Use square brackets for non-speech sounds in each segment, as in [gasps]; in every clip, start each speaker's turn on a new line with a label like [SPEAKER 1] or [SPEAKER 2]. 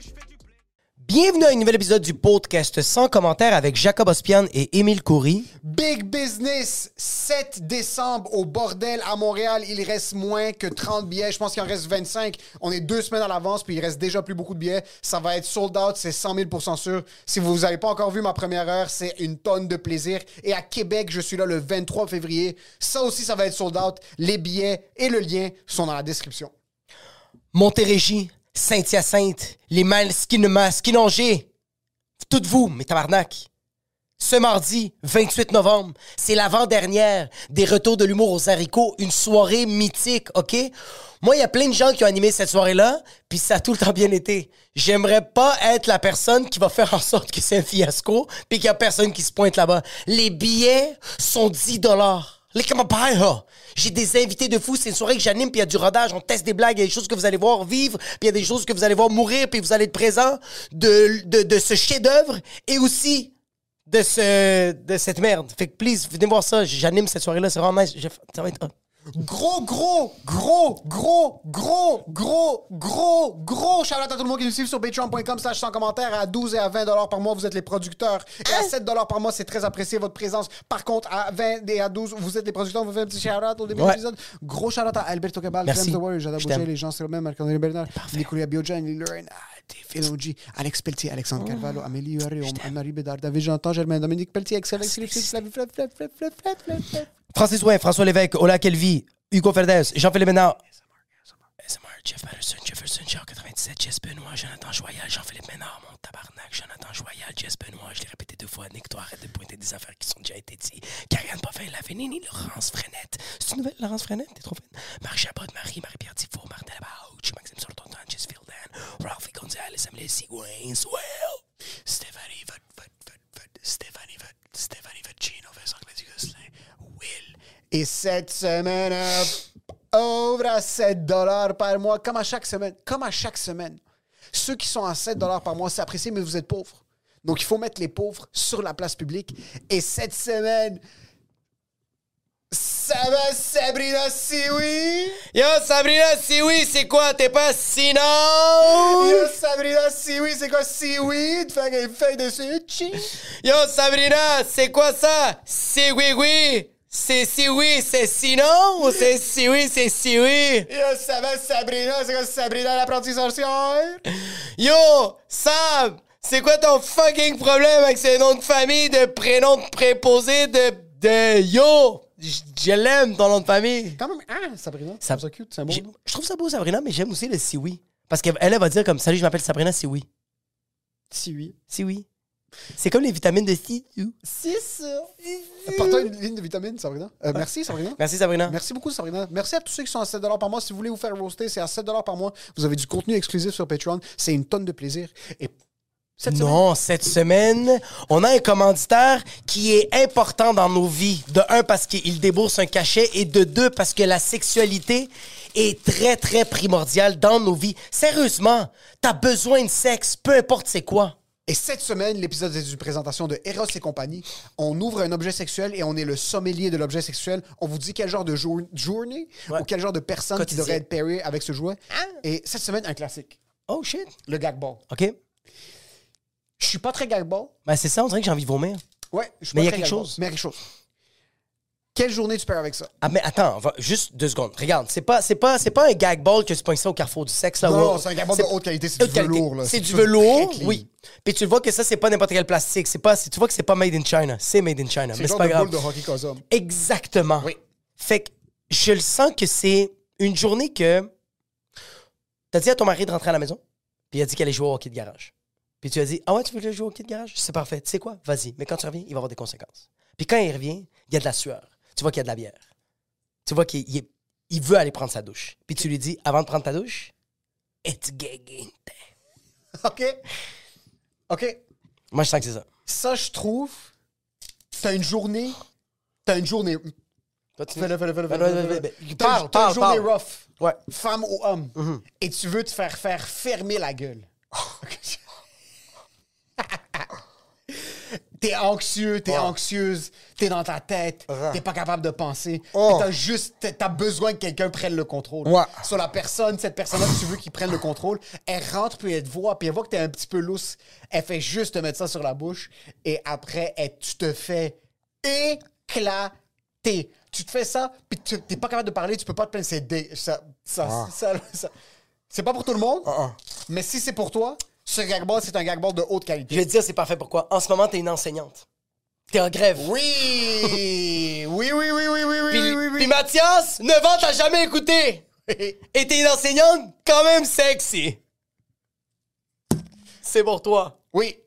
[SPEAKER 1] je fais du blé.
[SPEAKER 2] Bienvenue à un nouvel épisode du podcast sans commentaire avec Jacob Ospian et Émile Coury.
[SPEAKER 3] Big business, 7 décembre au bordel à Montréal. Il reste moins que 30 billets. Je pense qu'il en reste 25. On est deux semaines à l'avance, puis il reste déjà plus beaucoup de billets. Ça va être sold out, c'est 100 000 sûr. Si vous n'avez pas encore vu ma première heure, c'est une tonne de plaisir. Et à Québec, je suis là le 23 février. Ça aussi, ça va être sold out. Les billets et le lien sont dans la description.
[SPEAKER 2] Montérégie, Saint-Hyacinthe, les Malskinemas, Skinongé, toutes vous, mes tabarnak. Ce mardi, 28 novembre, c'est l'avant-dernière des Retours de l'humour aux haricots, une soirée mythique, OK? Moi, il y a plein de gens qui ont animé cette soirée-là, puis ça a tout le temps bien été. J'aimerais pas être la personne qui va faire en sorte que c'est un fiasco, puis qu'il y a personne qui se pointe là-bas. Les billets sont 10 dollars. Les comment buy her. J'ai des invités de fou, c'est une soirée que j'anime, puis il y a du rodage, on teste des blagues, il y a des choses que vous allez voir vivre, puis il y a des choses que vous allez voir mourir, puis vous allez être présent de, de, de ce chef-d'œuvre, et aussi de, ce, de cette merde. Fait que, please, venez voir ça. J'anime cette soirée-là. C'est vraiment nice. Je- Ça va être... hot.
[SPEAKER 3] Gros, gros, gros, gros, gros, gros, gros, gros. Shout out à tout le monde qui nous suit sur patreon.com slash sans commentaire. À 12 et à 20 dollars par mois, vous êtes les producteurs. Et à 7 dollars par mois, c'est très apprécié votre présence. Par contre, à 20 et à 12, vous êtes les producteurs. On vous fait un petit shout out au début de
[SPEAKER 2] Ouais.
[SPEAKER 3] l'épisode. Gros shout out à Alberto Cabal,
[SPEAKER 2] Merci.
[SPEAKER 3] James The Warrior, Jada
[SPEAKER 2] Je
[SPEAKER 3] Boucher,
[SPEAKER 2] t'aime.
[SPEAKER 3] les gens, c'est le même, Marc-André Bernard, Nicolas Biojan, Lily Lorraine, Phil OG, Alex Pelletier, Alexandre Carvalho, Amélie Huaré, Anne-Marie Bédard, David Jean-Jean, Germain, Dominique Pelletier, Axel, Axel, Philippe, Flavie, Flav, Flav, Flav, Flav, Flav, Flav, Flav.
[SPEAKER 2] Francis Ouin, François Lévesque, Ola Kelvi, Hugo Ferdès, Jean-Philippe Ménard. SMR, Jeff Patterson, Jefferson, Jean 97, Jess Benoît, Jonathan Joyal, Jean-Philippe Ménard, mon tabarnak, Jonathan Joyal, Jess Benoît, je l'ai répété deux fois, Nick, toi, arrête de pointer des affaires qui sont déjà été dites. Karianne Poffin, Lavenini, Laurence Frenette. C'est une nouvelle, Laurence Frenette? T'es trop fine. Marc Chabot, Marie, Marie-Pierre Tifo, Martin Labauche, Maxime Sortontan, Jess Fieldan, Ralphie Gonzalez, Amélie Sigouin, Swell, Stéphanie, Vod, Vod, Vod, Vod, Stéphanie, Vod, Stéphanie, Vodchino, Vincent Gladys-Gosselin, Will,
[SPEAKER 3] Et cette semaine, euh, ouvre à 7 dollars par mois, comme à chaque semaine. Comme à chaque semaine. Ceux qui sont à 7 dollars par mois, c'est apprécié, mais vous êtes pauvres. Donc, il faut mettre les pauvres sur la place publique. Et cette semaine, ça va, Sabrina Sioui?
[SPEAKER 2] Yo, Sabrina, si oui, c'est quoi? T'es pas si non?
[SPEAKER 3] Yo, Sabrina Sioui, c'est quoi Seaweed? Fait qu'elle fait de sushi.
[SPEAKER 2] Yo, Sabrina, c'est quoi ça? Si oui, oui. C'est si oui, c'est si non? Ou c'est si oui, c'est si oui?
[SPEAKER 3] Yo, ça va, Sabrina? C'est quoi Sabrina, l'apprentie sorcière?
[SPEAKER 2] Yo, Sab, c'est quoi ton fucking problème avec ces noms de famille, de prénoms de préposés, de, de yo? J- Je l'aime, ton nom de famille.
[SPEAKER 3] Quand même, hein, Sabrina?
[SPEAKER 2] Ça-
[SPEAKER 3] Ça me cute, c'est un beau
[SPEAKER 2] J'ai-
[SPEAKER 3] nom.
[SPEAKER 2] Je trouve ça beau, Sabrina, mais j'aime aussi le si oui. Parce qu'elle, elle va dire comme, salut, je m'appelle Sabrina, si oui.
[SPEAKER 3] Sioui.
[SPEAKER 2] Si oui. C'est comme les vitamines de si. ou.
[SPEAKER 3] C'est ça. Apporte-toi une ligne de vitamines, Sabrina. Euh, merci, Sabrina.
[SPEAKER 2] Merci, Sabrina.
[SPEAKER 3] Merci beaucoup, Sabrina. Merci à tous ceux qui sont à 7 par mois. Si vous voulez vous faire roaster, c'est à 7 par mois. Vous avez du contenu exclusif sur Patreon. C'est une tonne de plaisir. Et cette semaine,
[SPEAKER 2] Non, cette semaine, on a un commanditaire qui est important dans nos vies. De un, parce qu'il débourse un cachet et de deux, parce que la sexualité est très, très primordiale dans nos vies. Sérieusement, t'as besoin de sexe, peu importe c'est quoi.
[SPEAKER 3] et cette semaine, l'épisode est une présentation de Eros et compagnie. On ouvre un objet sexuel et on est le sommelier de l'objet sexuel. On vous dit quel genre de jour- journée
[SPEAKER 2] Ouais.
[SPEAKER 3] ou quel genre de personne qui
[SPEAKER 2] Quotidien. Ah.
[SPEAKER 3] devrait être pairée avec ce jouet. Et cette semaine, un classique,
[SPEAKER 2] Oh shit.
[SPEAKER 3] le gagball.
[SPEAKER 2] OK.
[SPEAKER 3] Je suis pas très gagball.
[SPEAKER 2] Ben, c'est ça, on dirait que j'ai envie de vomir.
[SPEAKER 3] Ouais, je suis
[SPEAKER 2] Mais il
[SPEAKER 3] pas
[SPEAKER 2] y a
[SPEAKER 3] très
[SPEAKER 2] quelque
[SPEAKER 3] gagball.
[SPEAKER 2] chose.
[SPEAKER 3] Mais il y a quelque chose. Quelle journée tu perds avec ça?
[SPEAKER 2] Ah, mais attends, on va- juste deux secondes. Regarde, c'est pas, c'est pas, c'est pas un gag ball que tu pognes ça au carrefour du sexe. Là,
[SPEAKER 3] Non,
[SPEAKER 2] où-
[SPEAKER 3] c'est un gag ball de haute qualité, c'est du
[SPEAKER 2] haute qualité.
[SPEAKER 3] velours, là.
[SPEAKER 2] C'est
[SPEAKER 3] C'est
[SPEAKER 2] du
[SPEAKER 3] tout
[SPEAKER 2] velours,
[SPEAKER 3] très clean.
[SPEAKER 2] oui. Puis tu vois que ça, c'est pas n'importe quel plastique. C'est pas, tu vois que c'est pas made in China. C'est made in China,
[SPEAKER 3] C'est
[SPEAKER 2] mais
[SPEAKER 3] le
[SPEAKER 2] c'est
[SPEAKER 3] genre
[SPEAKER 2] pas
[SPEAKER 3] de
[SPEAKER 2] grave.
[SPEAKER 3] boule de hockey Cosum.
[SPEAKER 2] Exactement.
[SPEAKER 3] Oui.
[SPEAKER 2] Fait que je le sens que c'est une journée que t'as dit à ton mari de rentrer à la maison, puis il a dit qu'elle allait jouer au hockey de garage. Puis tu as dit, ah ouais, tu veux que je joue au hockey de garage? C'est parfait. Tu sais quoi? Vas-y. Mais quand tu reviens, il va y avoir des conséquences. Puis quand il revient, il y a de la sueur. Tu vois qu'il y a de la bière. Tu vois qu'il il est- il veut aller prendre sa douche. Puis tu lui dis, avant de prendre ta douche, it's gagging.
[SPEAKER 3] [laughs] OK. OK.
[SPEAKER 2] Moi, je sens que c'est ça.
[SPEAKER 3] Ça, je trouve, t'as une journée. T'as une journée. Fais-le, fais-le, fais-le, fais-le, fais-le, fais-le. T'as
[SPEAKER 2] Parle,
[SPEAKER 3] t'as
[SPEAKER 2] parle,
[SPEAKER 3] une journée
[SPEAKER 2] parle.
[SPEAKER 3] rough.
[SPEAKER 2] Ouais. Mm-hmm.
[SPEAKER 3] Femme ou homme. Et tu veux te faire faire fermer
[SPEAKER 2] [laughs]
[SPEAKER 3] la gueule. t'es anxieux, t'es anxieuse, t'es dans ta tête, t'es pas capable de penser.
[SPEAKER 2] Oh.
[SPEAKER 3] T'as juste, t'as- t'as besoin que quelqu'un prenne le contrôle.
[SPEAKER 2] Ouais.
[SPEAKER 3] Sur la personne, cette personne-là que tu veux qu'il prenne le contrôle, elle rentre puis elle te voit, puis elle voit que t'es un petit peu lousse. Elle fait juste te mettre ça sur la bouche et après, elle- tu te fais éclater. Tu te fais ça, puis tu- t'es pas capable de parler, tu peux pas te plaindre. C'est dé- ça, ça, ça, ça- c'est pas pour tout le monde, mais si c'est pour toi, ce gagball, c'est un gagball de haute qualité.
[SPEAKER 2] Je vais te dire, c'est parfait pourquoi. En ce moment, t'es une enseignante. T'es en grève.
[SPEAKER 3] Oui! Oui, oui, oui, oui, oui, oui,
[SPEAKER 2] Puis,
[SPEAKER 3] oui, oui, oui.
[SPEAKER 2] puis Mathias, 9 ans, t'as jamais écouté. Et t'es une enseignante quand même sexy. C'est pour toi.
[SPEAKER 3] Oui.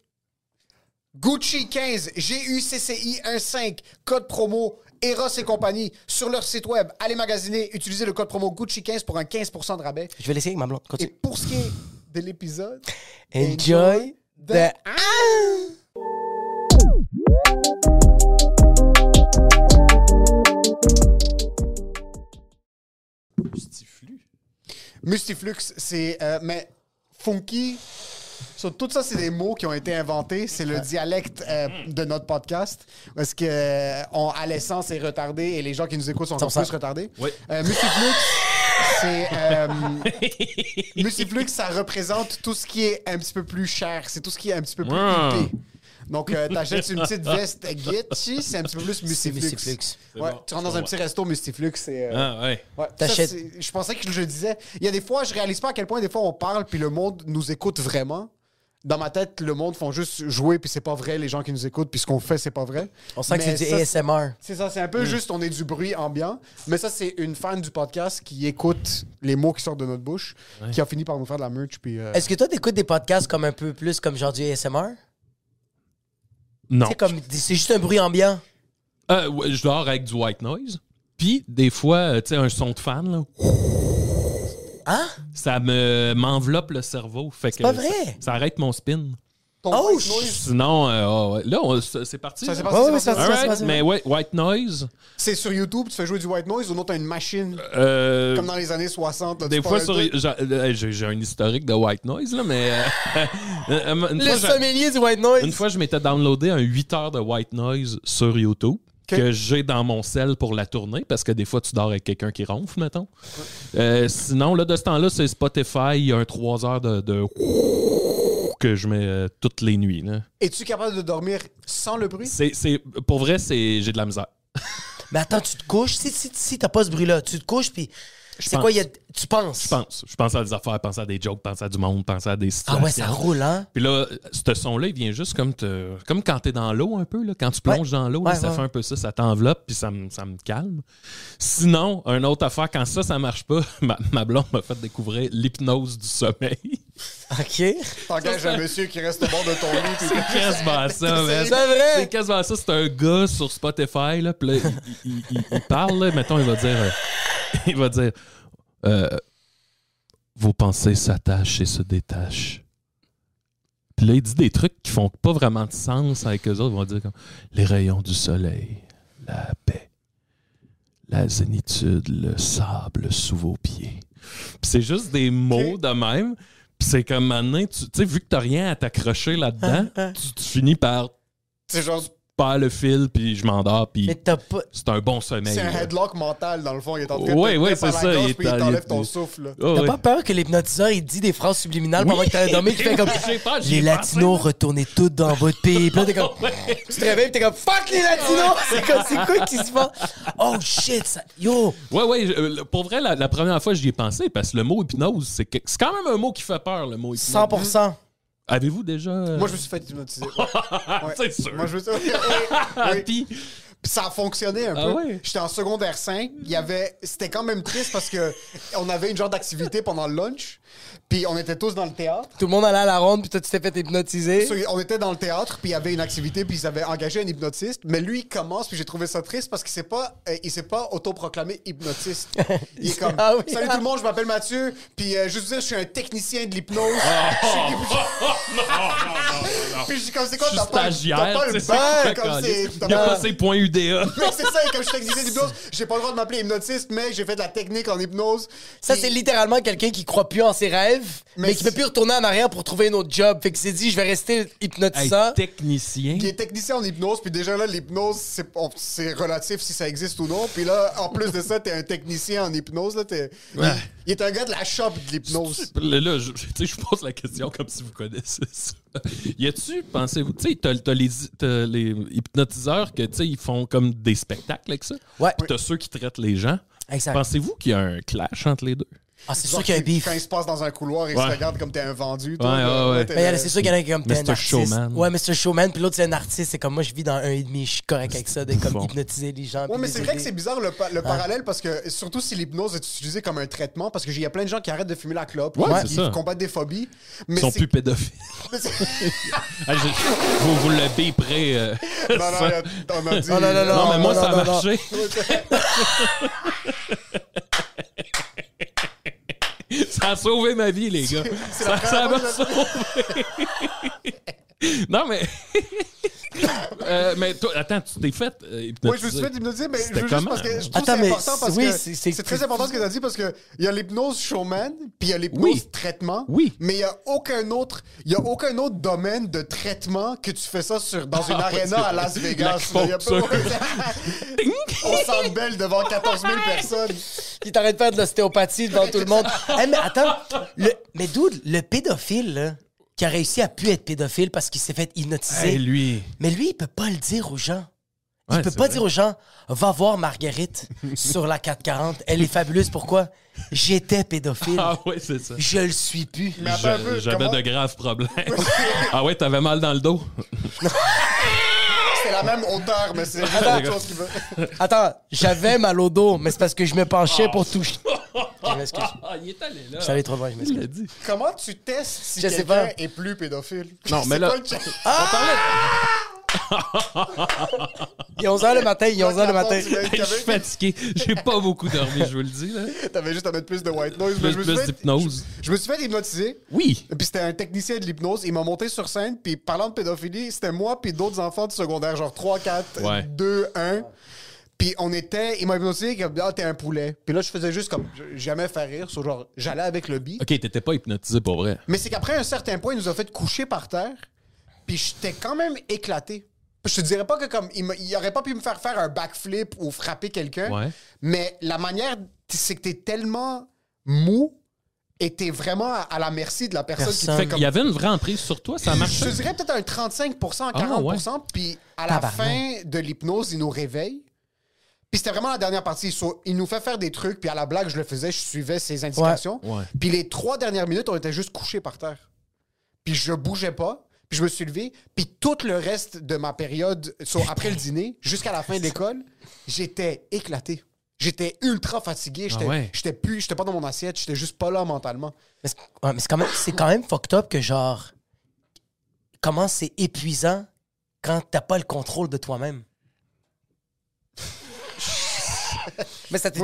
[SPEAKER 3] Gucci 15, GUCCI 15, code promo Eros et compagnie sur leur site web. Allez magasiner, utilisez le code promo Gucci 15 pour un 15% de rabais.
[SPEAKER 2] Je vais laisser ma blonde.
[SPEAKER 3] Et pour ce qui est de l'épisode,
[SPEAKER 2] Enjoy the...
[SPEAKER 3] Mustiflux, c'est euh, mais funky. So, tout ça, c'est des mots qui ont été inventés. C'est le dialecte euh, de notre podcast. Parce que euh, on- à l'essence, c'est retardé et les gens qui nous écoutent sont encore
[SPEAKER 2] 100%.
[SPEAKER 3] plus retardés. Euh, Mustiflux, c'est. euh, Mustiflux, ça représente tout ce qui est un petit peu plus cher. C'est tout ce qui est un petit peu plus
[SPEAKER 4] Mm.
[SPEAKER 3] hippé. Donc, euh, t'achètes une petite veste Gucci, c'est un petit peu plus Mustiflux.
[SPEAKER 2] Mustiflux.
[SPEAKER 3] Ouais,
[SPEAKER 4] bon,
[SPEAKER 3] tu rentres dans un
[SPEAKER 4] je comprends.
[SPEAKER 3] petit resto Mustiflux, c'est. euh,
[SPEAKER 4] Ah, ouais.
[SPEAKER 3] Ouais,
[SPEAKER 2] T'achètes-
[SPEAKER 3] ça, c'est- Je pensais que je le disais. Il y a des fois, je réalise pas à quel point des fois on parle puis le monde nous écoute vraiment. Dans ma tête, le monde font juste jouer puis c'est pas vrai. Les gens qui nous écoutent puis ce qu'on fait, c'est pas vrai.
[SPEAKER 2] On sent que
[SPEAKER 3] Mais
[SPEAKER 2] c'est du
[SPEAKER 3] ça,
[SPEAKER 2] ASMR.
[SPEAKER 3] C'est ça, c'est un peu
[SPEAKER 4] Mm.
[SPEAKER 3] juste on est du bruit ambiant. Mais ça, c'est une fan du podcast qui écoute les mots qui sortent de notre bouche, qui a fini par nous faire de la merch puis. euh,
[SPEAKER 2] Est-ce que toi, t'écoutes des podcasts comme un peu plus comme genre du ASMR?
[SPEAKER 4] Non.
[SPEAKER 2] C'est comme... C'est juste un bruit ambiant.
[SPEAKER 4] Euh, ouais, je dors avec du white noise. Puis, des fois, euh, tu sais, un son de fan, là.
[SPEAKER 2] Hein?
[SPEAKER 4] Ça me m'enveloppe le cerveau. Fait que
[SPEAKER 2] pas
[SPEAKER 4] ça-
[SPEAKER 2] vrai.
[SPEAKER 4] Ça, arrête mon spin.
[SPEAKER 3] ton
[SPEAKER 2] Oh,
[SPEAKER 3] white
[SPEAKER 2] je-
[SPEAKER 3] noise,
[SPEAKER 4] Sinon, euh, ah ouais. là, on- c'est c'est parti.
[SPEAKER 3] Ça
[SPEAKER 4] là.
[SPEAKER 3] s'est
[SPEAKER 2] Ouais,
[SPEAKER 3] passé.
[SPEAKER 2] ouais,
[SPEAKER 3] c'est
[SPEAKER 2] ça-
[SPEAKER 3] passé.
[SPEAKER 4] All right,
[SPEAKER 2] passe bien.
[SPEAKER 4] mais ouais, white noise.
[SPEAKER 3] C'est sur YouTube, tu fais jouer du white noise ou non, t'as une machine
[SPEAKER 4] euh,
[SPEAKER 3] comme dans les années 60. là, tu
[SPEAKER 4] Des
[SPEAKER 3] prends
[SPEAKER 4] fois,
[SPEAKER 3] un
[SPEAKER 4] sur,
[SPEAKER 3] truc.
[SPEAKER 4] j'a- euh, j'ai j'ai un historique de white noise, là, mais. euh, [laughs] euh, une,
[SPEAKER 2] Le
[SPEAKER 4] fois, j'a-
[SPEAKER 2] sommelier du white noise.
[SPEAKER 4] une fois, je m'étais downloadé un 8 heures de white noise sur YouTube. Que j'ai dans mon sel pour la tournée, parce que des fois, tu dors avec quelqu'un qui ronfle, mettons. Euh, sinon, là, de ce temps-là, c'est Spotify, il y a un 3 heures de, de que je mets euh, toutes les nuits. là.
[SPEAKER 3] Es-tu capable de dormir sans le bruit?
[SPEAKER 4] C'est- c'est- pour vrai, c'est j'ai de la misère.
[SPEAKER 2] Mais attends, tu te couches. Si, si, si t'as pas ce bruit-là, tu te couches, puis... C'est
[SPEAKER 4] pense.
[SPEAKER 2] quoi, il y a... Tu penses?
[SPEAKER 4] Je pense. Je pense à des affaires, pense à des jokes, pense à du monde, pense à des situations.
[SPEAKER 2] Ah ouais, ça roule, hein?
[SPEAKER 4] Puis là, ce son-là, il vient juste comme te, comme quand t'es dans l'eau un peu, là, quand tu plonges dans l'eau, là,
[SPEAKER 2] Ouais,
[SPEAKER 4] ça
[SPEAKER 2] ouais.
[SPEAKER 4] fait un peu ça, ça t'enveloppe, puis ça me, ça me calme. Sinon, un autre affaire, quand ça, ça marche pas, [laughs] ma, ma blonde m'a fait découvrir l'hypnose du sommeil. [laughs]
[SPEAKER 2] OK.
[SPEAKER 3] T'engages un monsieur qui reste au bord de ton lit.
[SPEAKER 2] [laughs]
[SPEAKER 3] puis-
[SPEAKER 4] quasiment ça, man.
[SPEAKER 2] C'est vrai.
[SPEAKER 4] C'est quasiment ça. C'est un gars sur Spotify, là, puis là, il, il- il- il parle, là, mettons, il va dire... euh, [laughs] il va dire... euh, vos pensées s'attachent et se détachent. Puis là, il dit des trucs qui font pas vraiment de sens avec eux autres. Ils vont dire comme... Les rayons du soleil, la paix, la zénitude, le sable sous vos pieds. Puis c'est juste des mots de même. Puis c'est
[SPEAKER 3] Ah,
[SPEAKER 4] comme maintenant, tu tu sais, vu que t'as rien à t'accrocher là-dedans, tu, tu finis par.
[SPEAKER 3] C'est genre,
[SPEAKER 4] perds le fil, puis je m'endors, puis
[SPEAKER 2] Mais t'as pas.
[SPEAKER 4] c'est un bon sommeil.
[SPEAKER 3] C'est un
[SPEAKER 4] là.
[SPEAKER 3] headlock mental, dans le fond. Il est en train de
[SPEAKER 4] Ouais,
[SPEAKER 3] te
[SPEAKER 4] ouais,
[SPEAKER 3] tenir par
[SPEAKER 4] c'est
[SPEAKER 3] la
[SPEAKER 4] ça,
[SPEAKER 3] gorge,
[SPEAKER 4] il est
[SPEAKER 3] puis
[SPEAKER 4] en-
[SPEAKER 3] il t'enlève ton
[SPEAKER 4] il-
[SPEAKER 3] souffle. là.
[SPEAKER 4] Oh,
[SPEAKER 2] T'as
[SPEAKER 4] ouais.
[SPEAKER 2] pas peur que l'hypnotiseur il dit des phrases subliminales pendant que t'as dormi qui fait comme
[SPEAKER 4] [laughs] Je sais pas, j'y ai
[SPEAKER 2] les latinos retournez tous dans votre pays. Puis là, t'es comme
[SPEAKER 4] [laughs]
[SPEAKER 2] tu te réveilles, puis t'es comme fuck les latinos. C'est comme c'est quoi qui se passe Oh shit, ça... yo.
[SPEAKER 4] Ouais, ouais, je- euh, pour vrai, la, la première fois, j'y ai pensé parce que le mot hypnose, c'est que- c'est quand même un mot qui fait peur, le mot hypnose.
[SPEAKER 2] 100%.
[SPEAKER 4] Avez-vous déjà. euh,
[SPEAKER 3] Moi, je me suis fait
[SPEAKER 4] [laughs]
[SPEAKER 3] hypnotiser. ouais. Ouais.
[SPEAKER 4] C'est sûr.
[SPEAKER 3] Moi, je me suis...
[SPEAKER 4] [laughs]
[SPEAKER 3] Oui, oui. [laughs]
[SPEAKER 4] Puis,
[SPEAKER 3] Puis ça a fonctionné un
[SPEAKER 4] Ah
[SPEAKER 3] peu.
[SPEAKER 4] ouais?
[SPEAKER 3] J'étais en secondaire 5. Il y avait... C'était quand même triste parce que on avait une genre d'activité pendant le lunch. Puis on était tous dans le théâtre.
[SPEAKER 2] Tout le monde allait à la ronde, puis toi, tu t'es fait hypnotiser.
[SPEAKER 3] So, on était dans le théâtre, puis il y avait une activité, puis ils avaient engagé un hypnotiste. Mais lui, il commence, puis j'ai trouvé ça triste parce qu'il s'est pas, euh, il s'est pas autoproclamé hypnotiste.
[SPEAKER 4] [laughs]
[SPEAKER 3] Il est comme,
[SPEAKER 2] Ah oui.
[SPEAKER 3] salut tout le monde, je m'appelle Mathieu, puis euh, je veux dire, je suis un technicien de l'hypnose. Je
[SPEAKER 4] Oh,
[SPEAKER 3] suis [laughs] Puis je suis comme, c'est quoi,
[SPEAKER 4] Ah. je suis
[SPEAKER 3] t'as pas,
[SPEAKER 4] stagiaire.
[SPEAKER 3] t'as pas le
[SPEAKER 4] tu sais, c'est
[SPEAKER 3] bain,
[SPEAKER 4] quoi,
[SPEAKER 3] comme
[SPEAKER 4] câlisse?
[SPEAKER 3] c'est, Ah. t'as
[SPEAKER 4] Il y a
[SPEAKER 3] pas-
[SPEAKER 4] pas ses points UDA.
[SPEAKER 3] Mais c'est ça, comme je suis technicien d'hypnose, j'ai pas le droit de m'appeler hypnotiste, mais j'ai fait de la technique en hypnose.
[SPEAKER 2] Ça,
[SPEAKER 3] Puis-
[SPEAKER 2] c'est littéralement quelqu'un qui croit plus en ses rêves, mais,
[SPEAKER 3] Mais
[SPEAKER 2] qui peut
[SPEAKER 3] c'est-
[SPEAKER 2] plus retourner en arrière pour trouver un autre job. Fait qu'il s'est dit, je vais rester
[SPEAKER 4] Hey,
[SPEAKER 2] hypnotisant.
[SPEAKER 4] technicien.
[SPEAKER 3] qui est technicien en hypnose, puis déjà là, l'hypnose, c'est on- c'est relatif si ça existe ou non. Puis là, en plus de ça, t'es un technicien en hypnose. Là, t'es-
[SPEAKER 4] Ouais.
[SPEAKER 3] il, il est un gars de la shop de l'hypnose.
[SPEAKER 4] Là, là, je, tu sais, je pose la question comme si vous connaissez ça. Y a-tu, pensez-vous, tu sais, t'as, t'as les, t'as les hypnotiseurs que, tu sais, ils font comme des spectacles avec ça.
[SPEAKER 2] Ouais.
[SPEAKER 4] Puis t'as ceux qui traitent les gens.
[SPEAKER 2] Exact.
[SPEAKER 4] Pensez-vous qu'il y a un clash entre les deux?
[SPEAKER 2] Ah, c'est sûr
[SPEAKER 3] Genre,
[SPEAKER 2] qu'il y a un
[SPEAKER 3] qui-
[SPEAKER 2] beef.
[SPEAKER 3] Quand il se passe dans un couloir, il
[SPEAKER 4] Ouais.
[SPEAKER 3] se regarde comme t'es un vendu.
[SPEAKER 4] Ouais,
[SPEAKER 3] là,
[SPEAKER 4] ouais,
[SPEAKER 3] là,
[SPEAKER 4] ouais.
[SPEAKER 3] t'es
[SPEAKER 2] Mais il y en a-
[SPEAKER 3] le-
[SPEAKER 2] c'est sûr qu'il y en a qui est comme t'es un
[SPEAKER 4] Mr.
[SPEAKER 2] artiste.
[SPEAKER 4] Showman.
[SPEAKER 2] Ouais, Mr. Showman, puis l'autre c'est un artiste. C'est comme moi, je vis dans un et demi, je suis correct avec ça, de comme
[SPEAKER 4] Bon.
[SPEAKER 2] hypnotiser les gens.
[SPEAKER 3] Ouais,
[SPEAKER 2] puis
[SPEAKER 3] mais
[SPEAKER 2] les
[SPEAKER 3] c'est vrai que
[SPEAKER 2] aider.
[SPEAKER 3] c'est bizarre le, pa- le parallèle parce que surtout si l'hypnose est utilisée comme un traitement, parce que il y a plein de gens qui arrêtent de fumer la clope,
[SPEAKER 4] Ouais,
[SPEAKER 3] qui
[SPEAKER 4] c'est ça.
[SPEAKER 3] combattent des phobies.
[SPEAKER 4] Ils
[SPEAKER 3] Mais
[SPEAKER 4] sont
[SPEAKER 3] c'est-
[SPEAKER 4] plus pédophiles. [laughs]
[SPEAKER 3] mais c'est-
[SPEAKER 4] Ah, je- vous, vous le biperez. euh,
[SPEAKER 3] [laughs] non, non,
[SPEAKER 4] [laughs] ça.
[SPEAKER 3] on a dit-
[SPEAKER 2] Oh, non, non, non.
[SPEAKER 4] Non, mais moi,
[SPEAKER 2] non,
[SPEAKER 4] ça
[SPEAKER 2] non,
[SPEAKER 4] a
[SPEAKER 2] non.
[SPEAKER 4] marché. ça a sauvé ma vie, les gars.
[SPEAKER 3] c'est
[SPEAKER 4] Ça
[SPEAKER 3] la
[SPEAKER 4] ça m'a
[SPEAKER 3] première fois
[SPEAKER 4] sauvé. non, mais. [laughs] Euh, mais toi, attends, tu t'es fait euh, hypnotiser.
[SPEAKER 3] Oui, je me suis fait hypnotiser, mais je
[SPEAKER 4] C'était
[SPEAKER 3] veux juste
[SPEAKER 4] comment?
[SPEAKER 3] parce que je trouve
[SPEAKER 2] Attends,
[SPEAKER 3] que
[SPEAKER 2] mais
[SPEAKER 3] c'est important parce
[SPEAKER 2] oui,
[SPEAKER 3] que
[SPEAKER 2] c'est- c'est-
[SPEAKER 3] c'est très important ce que tu as dit parce que il y a l'hypnose showman, puis il y a l'hypnose
[SPEAKER 4] Oui.
[SPEAKER 3] traitement,
[SPEAKER 4] Oui.
[SPEAKER 3] mais il y a aucun autre, il y a aucun autre domaine de traitement que tu fais ça sur dans une
[SPEAKER 4] Ah, ouais, c'est
[SPEAKER 3] arena à
[SPEAKER 4] vrai.
[SPEAKER 3] Las Vegas.
[SPEAKER 4] L'acupuncture.
[SPEAKER 3] Il y a pas- [laughs] On s'en belle devant 14 000 personnes.
[SPEAKER 2] Il t'arrête de faire de l'ostéopathie devant tout le monde. Hey, mais attends, le, mais d'où le pédophile, là, qui a réussi à plus être pédophile parce qu'il s'est fait hypnotiser.
[SPEAKER 4] Hey, lui.
[SPEAKER 2] Mais lui, il peut pas le dire aux gens.
[SPEAKER 4] Ouais,
[SPEAKER 2] il peut
[SPEAKER 4] c'est
[SPEAKER 2] pas
[SPEAKER 4] vrai.
[SPEAKER 2] dire aux gens, va voir
[SPEAKER 4] [laughs]
[SPEAKER 2] Marguerite sur la 440. Elle est fabuleuse. Pourquoi? J'étais pédophile.
[SPEAKER 4] Ah, ouais, c'est ça.
[SPEAKER 2] Je le suis plus.
[SPEAKER 3] Mais attends un
[SPEAKER 4] Je-
[SPEAKER 3] peu,
[SPEAKER 4] J'avais
[SPEAKER 3] comment-
[SPEAKER 4] de graves problèmes.
[SPEAKER 3] [laughs]
[SPEAKER 4] ah, ouais, t'avais mal dans le dos.
[SPEAKER 3] C'est la même hauteur, mais c'est juste autre chose qui veut.
[SPEAKER 2] Attends, j'avais mal au dos, mais c'est parce que je me penchais pour toucher. Je m'excuse.
[SPEAKER 4] Ah, il est allé là.
[SPEAKER 2] Je suis allé trop loin, je m'excuse.
[SPEAKER 4] Il l'a dit.
[SPEAKER 3] [laughs] Comment tu testes si
[SPEAKER 2] Je sais
[SPEAKER 3] quelqu'un
[SPEAKER 2] pas.
[SPEAKER 3] est plus pédophile [laughs]
[SPEAKER 4] Non,
[SPEAKER 3] C'est
[SPEAKER 4] mais là-
[SPEAKER 3] quoi le check-
[SPEAKER 4] On parlait.
[SPEAKER 2] Il est 11h le matin, il est 11h le
[SPEAKER 3] Quand [laughs]
[SPEAKER 2] matin.
[SPEAKER 3] tu vas-
[SPEAKER 4] Hey, je suis fatigué. J'ai pas beaucoup dormi, je vous le dis. Là.
[SPEAKER 3] T'avais juste à mettre plus de white noise. mais
[SPEAKER 4] Plus,
[SPEAKER 3] je me suis
[SPEAKER 4] plus
[SPEAKER 3] fait-
[SPEAKER 4] d'hypnose.
[SPEAKER 3] Je me suis fait hypnotiser.
[SPEAKER 4] Oui.
[SPEAKER 3] Puis c'était un technicien de l'hypnose. Il m'a monté sur scène. Puis parlant de pédophilie, c'était moi puis d'autres enfants du secondaire, genre 3, 4,
[SPEAKER 4] Ouais.
[SPEAKER 3] 2, 1. Puis on était... Il m'a hypnotisé comme « Ah, t'es un poulet. » Puis là, je faisais juste comme... je- Jamais faire rire. sur genre, j'allais avec le beat.
[SPEAKER 4] Ok, t'étais pas hypnotisé pour vrai.
[SPEAKER 3] Mais c'est qu'après un certain point, il nous a fait coucher par terre. Puis j'étais quand même éclaté. Je te dirais pas que comme il, m'a- il aurait pas pu me faire faire un backflip ou frapper quelqu'un.
[SPEAKER 4] Ouais.
[SPEAKER 3] Mais la manière, c'est que t'es tellement mou et t'es vraiment à, à la merci de la personne,
[SPEAKER 2] Personne.
[SPEAKER 3] qui te
[SPEAKER 4] Fait
[SPEAKER 3] fait
[SPEAKER 4] qu'il
[SPEAKER 3] comme.
[SPEAKER 4] y avait une vraie emprise sur toi, ça
[SPEAKER 3] Je
[SPEAKER 4] marchait.
[SPEAKER 3] te dirais peut-être un 35%,
[SPEAKER 4] Ah,
[SPEAKER 3] 40%. Puis à la
[SPEAKER 2] Tabarnak.
[SPEAKER 3] fin de l'hypnose, il nous réveille. Puis c'était vraiment la dernière partie. So, il nous fait faire des trucs. Puis à la blague, je le faisais, je suivais ses indications.
[SPEAKER 4] Ouais.
[SPEAKER 3] Puis les trois dernières minutes, on était juste couchés par terre. Puis je bougeais pas. Puis je me suis levé. Puis tout le reste de ma période, so, après le dîner, jusqu'à la fin de l'école, j'étais éclaté. J'étais ultra fatigué. J'étais
[SPEAKER 4] Ah ouais.
[SPEAKER 3] j'étais plus, j'étais pas dans mon assiette. J'étais juste pas là mentalement.
[SPEAKER 2] Mais c'est ouais, mais c'est quand, même- c'est quand même fucked up que genre. Comment c'est épuisant quand t'as pas le contrôle de toi-même. mais ça t'est.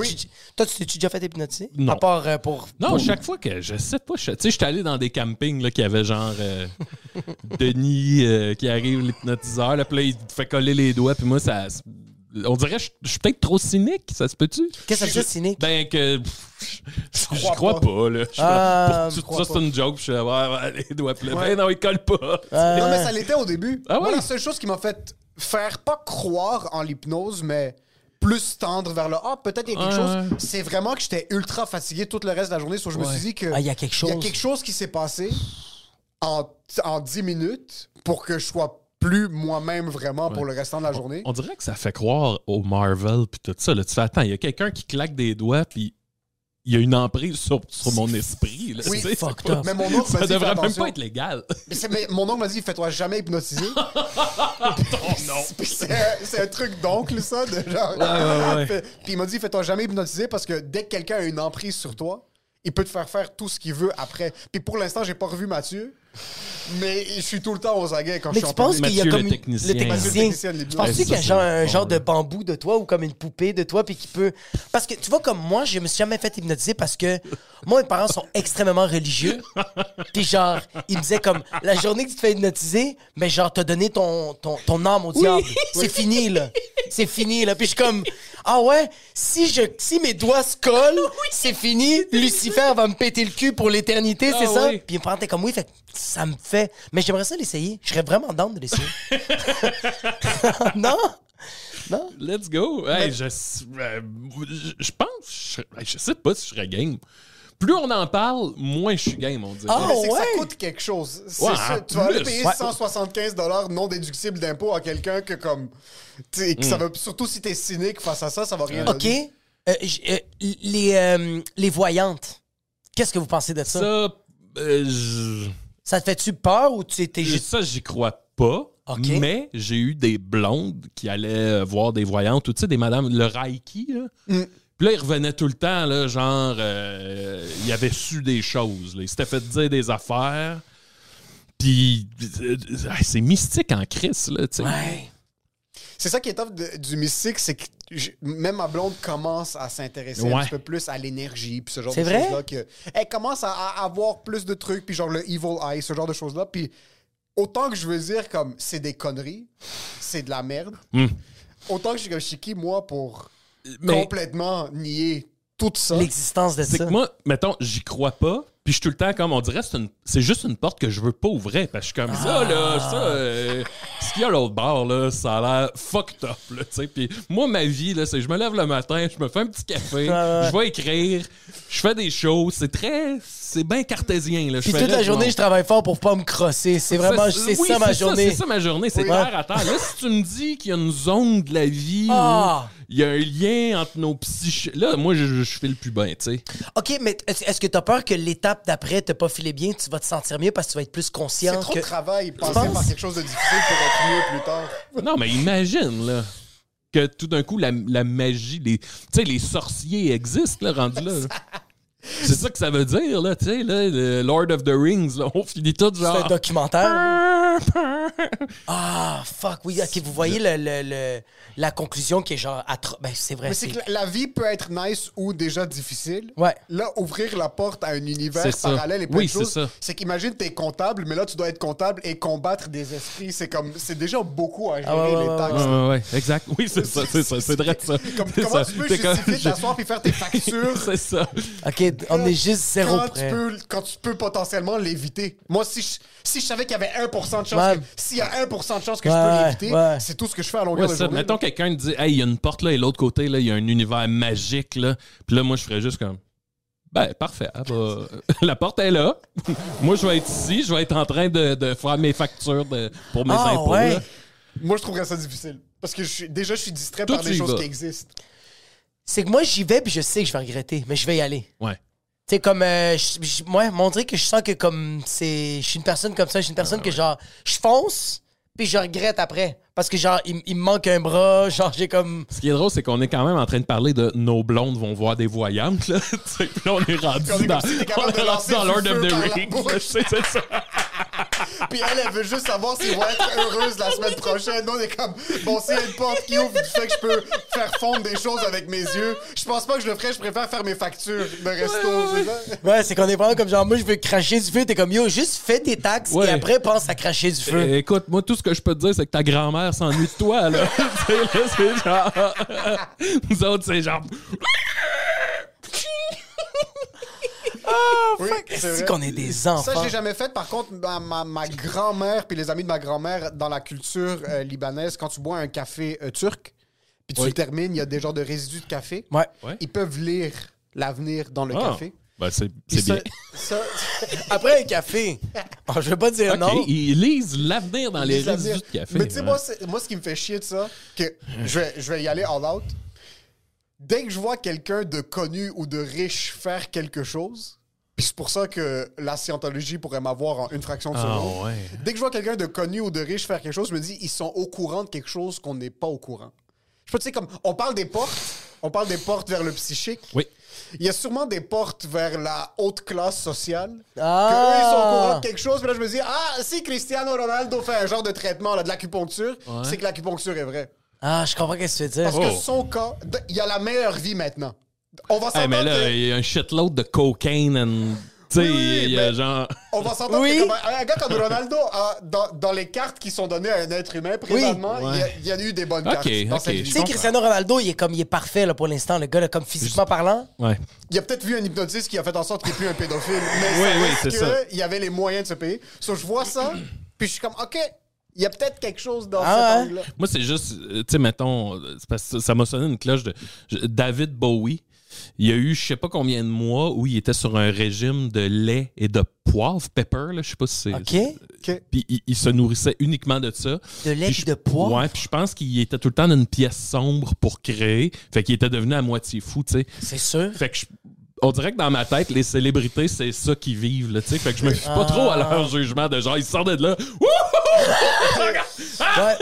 [SPEAKER 2] Toi, tu t'es déjà fait hypnotiser?
[SPEAKER 4] Non.
[SPEAKER 2] À part euh, pour.
[SPEAKER 4] Non, chaque fois que je sais pas, je- tu sais, j'étais allé dans des campings là, qui avaient genre euh, [laughs] Denis euh, qui arrive, l'hypnotiseur, là, puis là, il te fait coller les doigts, puis moi, ça. On dirait que je je suis peut-être trop cynique, ça se peut-tu?
[SPEAKER 2] Qu'est-ce que ça veut dire, cynique?
[SPEAKER 4] Ben, que. pff, je je
[SPEAKER 3] crois
[SPEAKER 4] crois
[SPEAKER 3] pas.
[SPEAKER 4] pas, là. Je-
[SPEAKER 2] Ah,
[SPEAKER 4] pour-
[SPEAKER 2] je crois
[SPEAKER 4] ça,
[SPEAKER 2] pas.
[SPEAKER 4] c'est une joke, puis je suis [laughs] ouais, ouais, les doigts, puis là, ben non, il colle pas.
[SPEAKER 3] Non, mais ça l'était au début.
[SPEAKER 4] Ah
[SPEAKER 3] Moi,
[SPEAKER 4] ouais?
[SPEAKER 3] la seule chose qui m'a fait faire pas croire en l'hypnose, mais plus tendre vers le ah, peut-être il y a quelque
[SPEAKER 4] Ouais,
[SPEAKER 3] chose.
[SPEAKER 4] ouais.
[SPEAKER 3] C'est vraiment que j'étais ultra fatigué tout le reste de la journée. So, je me
[SPEAKER 2] Ouais.
[SPEAKER 3] suis dit que
[SPEAKER 2] Ah, il y a quelque chose.
[SPEAKER 3] chose qui s'est passé en, en 10 minutes pour que je sois plus moi-même vraiment pour le restant de la journée.
[SPEAKER 4] On dirait que ça fait croire au Marvel puis tout ça. Là. Tu fais, attends, il y a quelqu'un qui claque des doigts puis il y a une emprise sur, sur mon esprit. Là,
[SPEAKER 3] Oui,
[SPEAKER 4] tu sais,
[SPEAKER 2] fucked
[SPEAKER 4] c'est pas-
[SPEAKER 2] up.
[SPEAKER 3] Mais mon oncle m'a
[SPEAKER 4] Ça
[SPEAKER 3] dit, fais
[SPEAKER 4] devrait même
[SPEAKER 3] attention.
[SPEAKER 4] pas être légal. [laughs]
[SPEAKER 3] Mais c'est- mais mon oncle m'a dit, fais-toi jamais hypnotiser.
[SPEAKER 4] Oh,
[SPEAKER 3] Puis c'est un- c'est un truc d'oncle, ça, de genre.
[SPEAKER 4] ouais, ouais.
[SPEAKER 3] Fait- Puis il m'a dit, fais-toi jamais hypnotiser parce que dès que quelqu'un a une emprise sur toi, il peut te faire faire tout ce qu'il veut après. Puis pour l'instant, j'ai pas revu Mathieu, mais je suis tout le temps aux aguets quand
[SPEAKER 2] Mais
[SPEAKER 3] je suis
[SPEAKER 2] tu
[SPEAKER 3] en
[SPEAKER 2] penses qu'il y a
[SPEAKER 4] Mathieu,
[SPEAKER 2] comme
[SPEAKER 4] le
[SPEAKER 2] une- le
[SPEAKER 4] technicien.
[SPEAKER 3] Mathieu, le
[SPEAKER 2] technicien.
[SPEAKER 3] technicien de
[SPEAKER 2] Tu
[SPEAKER 3] l'hypnose.
[SPEAKER 4] Ouais,
[SPEAKER 2] penses-tu
[SPEAKER 4] ça,
[SPEAKER 2] qu'il y a
[SPEAKER 4] c'est
[SPEAKER 2] genre un
[SPEAKER 4] bon,
[SPEAKER 2] genre
[SPEAKER 4] ouais.
[SPEAKER 2] de bambou de toi ou comme une poupée de toi puis qui peut parce que tu vois comme moi je me suis jamais fait hypnotiser parce que moi mes parents sont extrêmement religieux puis genre ils me disaient comme la journée que tu te fais hypnotiser mais genre t'as donné ton, ton ton âme au diable c'est fini là c'est fini là puis je suis comme ah ouais si je si mes doigts se collent c'est fini Lucifer va me péter le cul pour l'éternité c'est
[SPEAKER 4] Ah
[SPEAKER 2] ça
[SPEAKER 4] oui.
[SPEAKER 2] puis mes parents étaient comme oui fait que ça me fait mais j'aimerais ça l'essayer je serais vraiment down de
[SPEAKER 4] [laughs]
[SPEAKER 2] l'essayer non non
[SPEAKER 4] Let's go. Hey, je, euh, je- je pense, je, je sais pas si je serais game. Plus on en parle, moins je suis game, on dirait.
[SPEAKER 2] Ah,
[SPEAKER 3] Mais c'est que
[SPEAKER 2] ouais.
[SPEAKER 3] ça coûte quelque chose. C'est
[SPEAKER 4] Ouais,
[SPEAKER 3] ça.
[SPEAKER 4] en
[SPEAKER 3] Tu vas aller
[SPEAKER 4] plus.
[SPEAKER 3] payer
[SPEAKER 4] Ouais.
[SPEAKER 3] 175 non déductibles d'impôt à quelqu'un que comme. tu sais, que
[SPEAKER 4] Hmm.
[SPEAKER 3] ça va- surtout si t'es cynique face à ça, ça va rien
[SPEAKER 2] OK.
[SPEAKER 3] donner.
[SPEAKER 2] Euh, j- euh, les, euh, les voyantes, qu'est-ce que vous pensez de ça? Ça,
[SPEAKER 4] Ça, euh, je-
[SPEAKER 2] te fait-tu peur ou tu étais juste.
[SPEAKER 4] ça, j'y crois pas.
[SPEAKER 2] Ok.
[SPEAKER 4] Mais j'ai eu des blondes qui allaient euh, voir des voyantes, ou tu sais, des madames, le Reiki. Là.
[SPEAKER 2] Mm.
[SPEAKER 4] Puis là, ils revenaient tout le temps, là, genre, euh, ils avaient su des choses. Là. Ils s'étaient fait dire des affaires. Puis, euh, euh, c'est mystique en crise, là, tu sais.
[SPEAKER 2] Ouais.
[SPEAKER 3] C'est ça qui est top de- du mystique, c'est que j- même ma blonde commence à s'intéresser un
[SPEAKER 4] Ouais.
[SPEAKER 3] petit peu plus à l'énergie, puis ce genre de
[SPEAKER 2] C'est vrai?
[SPEAKER 3] choses-là. que- Elle commence à, à avoir plus de trucs, puis genre le evil eye, ce genre de choses-là. Puis autant que je veux dire, comme, c'est des conneries, c'est de la merde, autant que je suis comme, je suis qui, moi, pour
[SPEAKER 4] Hmm. Mais-
[SPEAKER 3] complètement nier tout ça.
[SPEAKER 2] L'existence de
[SPEAKER 4] C'est
[SPEAKER 2] ça.
[SPEAKER 4] que moi, mettons, j'y crois pas. Puis je suis tout le temps comme, on dirait, c'est une- c'est juste une porte que je veux pas ouvrir. Parce que je suis comme, ça, là,
[SPEAKER 2] Ah.
[SPEAKER 4] ça, euh, ce qu'il y a à l'autre bord, là, ça a l'air fucked up, là, tu sais. Puis moi, ma vie, là, c'est je me lève le matin, je me fais un petit café,
[SPEAKER 2] Ah,
[SPEAKER 4] je vais écrire, je fais des choses. C'est très, c'est bien cartésien, là.
[SPEAKER 2] Puis toute la journée, je travaille fort pour pas me crosser. C'est vraiment. C'est
[SPEAKER 4] oui,
[SPEAKER 2] ça ma
[SPEAKER 4] c'est
[SPEAKER 2] journée.
[SPEAKER 4] C'est ça ma journée, c'est
[SPEAKER 2] Oui.
[SPEAKER 4] clair à terre. Là, si tu me dis qu'il y a une zone de la vie
[SPEAKER 2] Ah.
[SPEAKER 4] où il y a un lien entre nos psyches... Là, moi, je, je, je fais le plus bien, tu sais.
[SPEAKER 2] OK, mais t- est-ce est-ce que t'as peur que l'étape d'après te pas filé bien, tu vas te sentir mieux parce que tu vas être plus conscient?
[SPEAKER 3] C'est trop
[SPEAKER 2] que...
[SPEAKER 3] de travail, passer
[SPEAKER 2] penses?
[SPEAKER 3] par quelque chose de difficile pour être mieux plus tard.
[SPEAKER 4] Non, mais imagine, là, que tout d'un coup, la, la magie, les, tu sais, les sorciers existent, là, rendu là. là. C'est ça que ça veut dire, là, tu sais, là, le Lord of the Rings, là, on finit tout
[SPEAKER 2] C'est
[SPEAKER 4] genre...
[SPEAKER 2] un
[SPEAKER 4] Ah.
[SPEAKER 2] documentaire. Ah, fuck, oui. OK, vous voyez le, le- le- la conclusion qui est genre. atro- Ben, c'est vrai.
[SPEAKER 3] Mais c'est
[SPEAKER 2] c'est-
[SPEAKER 3] que la- la vie peut être nice ou déjà difficile.
[SPEAKER 2] Ouais.
[SPEAKER 3] Là, ouvrir la porte à un univers
[SPEAKER 4] C'est ça.
[SPEAKER 3] parallèle et plein
[SPEAKER 4] Oui,
[SPEAKER 3] de choses,
[SPEAKER 4] c'est ça.
[SPEAKER 3] c'est qu'imagine, t'es comptable, mais là, tu dois être comptable et combattre des esprits. C'est comme, c'est déjà beaucoup à gérer
[SPEAKER 2] ouais, ouais,
[SPEAKER 3] les
[SPEAKER 2] ouais,
[SPEAKER 3] taxes.
[SPEAKER 4] Ah
[SPEAKER 3] [laughs]
[SPEAKER 4] Ouais, ouais, ouais, exact. Oui, c'est ça, c'est ça, c'est vrai ça.
[SPEAKER 3] Comme,
[SPEAKER 4] C'est
[SPEAKER 3] comment
[SPEAKER 4] ça.
[SPEAKER 3] tu peux
[SPEAKER 4] T'es
[SPEAKER 3] justifier
[SPEAKER 4] comme-
[SPEAKER 3] de t'asseoir puis
[SPEAKER 4] [laughs]
[SPEAKER 3] faire tes factures
[SPEAKER 4] C'est ça.
[SPEAKER 2] OK, on est juste zéro
[SPEAKER 3] quand tu,
[SPEAKER 2] près.
[SPEAKER 3] peux, quand tu peux potentiellement l'éviter. Moi, si je, si je savais qu'il y avait 1% de chance,
[SPEAKER 2] Ouais.
[SPEAKER 3] que- s'il y a 1% de chance que
[SPEAKER 2] Ouais,
[SPEAKER 3] je
[SPEAKER 2] ouais,
[SPEAKER 3] peux l'éviter,
[SPEAKER 2] ouais.
[SPEAKER 3] c'est tout ce que je fais à longueur
[SPEAKER 4] Ouais,
[SPEAKER 3] de
[SPEAKER 4] ça,
[SPEAKER 3] journée.
[SPEAKER 4] mettons quelqu'un dit, hey, il y a une porte là et l'autre côté, là, il y a un univers magique, là. Puis là, moi, je ferais juste comme, ben, parfait. ah, bah, [laughs] la porte est là. [laughs] moi, je vais être ici, je vais être en train de, de faire mes factures de- pour mes
[SPEAKER 2] Ah,
[SPEAKER 4] impôts.
[SPEAKER 2] ouais.
[SPEAKER 4] là.
[SPEAKER 3] Moi, je trouverais ça difficile. Parce que je suis, déjà, je suis distrait
[SPEAKER 4] Toi,
[SPEAKER 3] par
[SPEAKER 4] tu
[SPEAKER 3] des
[SPEAKER 4] y
[SPEAKER 3] choses
[SPEAKER 4] vas.
[SPEAKER 3] qui existent.
[SPEAKER 2] C'est que moi, j'y vais puis je sais que je vais regretter, mais je vais y aller.
[SPEAKER 4] Ouais.
[SPEAKER 2] Tu sais, comme. Euh, je- je- moi, moi, on dirait que je sens que, comme. c'est Je suis une personne comme ça. Je suis une
[SPEAKER 3] Ah
[SPEAKER 2] personne que, genre, je fonce, puis je regrette après. Parce que, genre, il, il me manque un bras. [laughs] Genre, j'ai comme.
[SPEAKER 4] Ce qui est drôle, c'est qu'on est quand même en train de parler de nos blondes vont voir des voyantes. Là. [laughs] Tu sais, Puis là, on est rendu
[SPEAKER 3] On est comme
[SPEAKER 4] dans,
[SPEAKER 3] si t'es
[SPEAKER 4] on
[SPEAKER 3] capable
[SPEAKER 4] est
[SPEAKER 3] de lancer
[SPEAKER 4] rendu dans
[SPEAKER 3] du
[SPEAKER 4] Lord of
[SPEAKER 3] feu
[SPEAKER 4] the
[SPEAKER 3] par la
[SPEAKER 4] Rings.
[SPEAKER 3] bouche.
[SPEAKER 4] là. C'est c'est ça.
[SPEAKER 3] Puis elle, elle veut juste savoir si vont être heureuse la semaine prochaine. Nous, on est comme, bon, s'il y a une porte qui ouvre du fait que je peux faire fondre des choses avec mes yeux, je pense pas que je le ferais, je préfère faire mes factures de resto. c'est ça?
[SPEAKER 2] Ouais, c'est qu'on est vraiment comme, genre, moi, je veux cracher du feu. T'es comme, yo, juste fais tes taxes,
[SPEAKER 4] Ouais.
[SPEAKER 2] et après, pense à cracher du feu.
[SPEAKER 4] Euh, Écoute, moi, tout ce que je peux te dire, c'est que ta grand-mère s'ennuie de toi. Là. [laughs] Tu sais, là, c'est [laughs] genre... Nous autres, c'est genre...
[SPEAKER 3] Oui, c'est
[SPEAKER 2] C'est
[SPEAKER 3] vrai.
[SPEAKER 2] qu'on est des enfants.
[SPEAKER 3] Ça, je l'ai jamais fait. Par contre, ma, ma- ma grand-mère puis les amis de ma grand-mère, dans la culture euh, libanaise, quand tu bois un café euh, turc, puis tu
[SPEAKER 4] Oui.
[SPEAKER 3] le termines, il y a des genres de résidus de café.
[SPEAKER 2] Ouais.
[SPEAKER 4] Ouais.
[SPEAKER 3] Ils peuvent lire l'avenir dans le
[SPEAKER 4] Ah.
[SPEAKER 3] café.
[SPEAKER 4] Ben, c'est
[SPEAKER 3] Puis
[SPEAKER 4] c'est bien.
[SPEAKER 3] ça- ça-
[SPEAKER 2] Après un
[SPEAKER 3] [laughs]
[SPEAKER 2] café. Oh, je veux pas dire
[SPEAKER 4] Ok,
[SPEAKER 2] non.
[SPEAKER 4] ils lisent l'avenir dans les
[SPEAKER 3] Ils
[SPEAKER 4] résidus
[SPEAKER 3] l'avenir.
[SPEAKER 4] de café.
[SPEAKER 3] Mais tu sais,
[SPEAKER 4] hein.
[SPEAKER 3] moi, c'est- moi, ce qui me fait chier de ça, que je vais, je vais y aller all out. Dès que je vois quelqu'un de connu ou de riche faire quelque chose, puis c'est pour ça que la scientologie pourrait m'avoir en une fraction de
[SPEAKER 4] Ah,
[SPEAKER 3] seconde.
[SPEAKER 4] ouais.
[SPEAKER 3] Dès que je vois quelqu'un de connu ou de riche faire quelque chose, je me dis, ils sont au courant de quelque chose qu'on n'est pas au courant. Je sais pas, tu sais, comme, on parle des portes, on parle des portes vers le psychique.
[SPEAKER 4] Oui.
[SPEAKER 3] Il y a sûrement des portes vers la haute classe sociale.
[SPEAKER 2] Ah.
[SPEAKER 3] Que eux, ils sont au courant de quelque chose. Puis là, je me dis, ah, si Cristiano Ronaldo fait un genre de traitement, là, de l'acupuncture, c'est que l'acupuncture est vraie.
[SPEAKER 2] Ah, je comprends ce que tu veux dire.
[SPEAKER 4] Oh.
[SPEAKER 3] Parce que son cas, de- il a la meilleure vie maintenant. On va
[SPEAKER 4] Hey,
[SPEAKER 3] s'entendre
[SPEAKER 4] Eh, mais là,
[SPEAKER 3] que-
[SPEAKER 4] il y a un shitload de cocaine and. Tu sais,
[SPEAKER 3] Oui, oui,
[SPEAKER 4] il y a
[SPEAKER 3] mais-
[SPEAKER 4] genre.
[SPEAKER 3] On va s'entendre
[SPEAKER 2] Oui.
[SPEAKER 3] que comme un, un gars comme Ronaldo, a- dans, dans les cartes qui sont données à un être humain, présentement, il y a- il y, a eu des bonnes
[SPEAKER 4] Ok,
[SPEAKER 3] cartes. dans
[SPEAKER 4] ok,
[SPEAKER 3] cette vie.
[SPEAKER 4] je
[SPEAKER 2] Tu sais, Cristiano Ronaldo, il est comme il est parfait là, pour l'instant, le gars, là, comme physiquement parlant.
[SPEAKER 4] Ouais.
[SPEAKER 3] Il a peut-être vu un hypnotiste qui a fait en sorte qu'il n'est plus un
[SPEAKER 4] [laughs]
[SPEAKER 3] pédophile, mais
[SPEAKER 4] Oui,
[SPEAKER 3] ça
[SPEAKER 4] oui,
[SPEAKER 3] reste
[SPEAKER 4] c'est
[SPEAKER 3] que
[SPEAKER 4] ça.
[SPEAKER 3] il avait les moyens de se payer. So, je vois
[SPEAKER 4] [clears throat]
[SPEAKER 3] ça, puis je suis comme, OK, il y a peut-être quelque chose dans
[SPEAKER 2] Ah ouais?
[SPEAKER 3] cet angle-là.
[SPEAKER 4] Moi, c'est juste, euh, tu sais, mettons, euh, c'est parce que ça- ça m'a sonné une cloche de je- David Bowie. Il y a eu, je sais pas combien de mois où il était sur un régime de lait et de poivre, pepper, là, je sais pas si c'est.
[SPEAKER 2] OK.
[SPEAKER 3] OK.
[SPEAKER 4] Puis il, il se nourrissait uniquement de ça.
[SPEAKER 2] De lait
[SPEAKER 4] Puis
[SPEAKER 2] et
[SPEAKER 4] je-
[SPEAKER 2] de poivre?
[SPEAKER 4] Ouais, puis je pense qu'il était tout le temps dans une pièce sombre pour créer. Fait qu'il était devenu à moitié fou, tu sais.
[SPEAKER 2] C'est sûr.
[SPEAKER 4] Fait que je- on dirait que dans ma tête, les célébrités, c'est ça qu'ils vivent, là, tu sais. Fait que je me fie pas trop à leur jugement de genre, ils sortent de là. Wouhou!
[SPEAKER 3] Ah!
[SPEAKER 2] Ouais.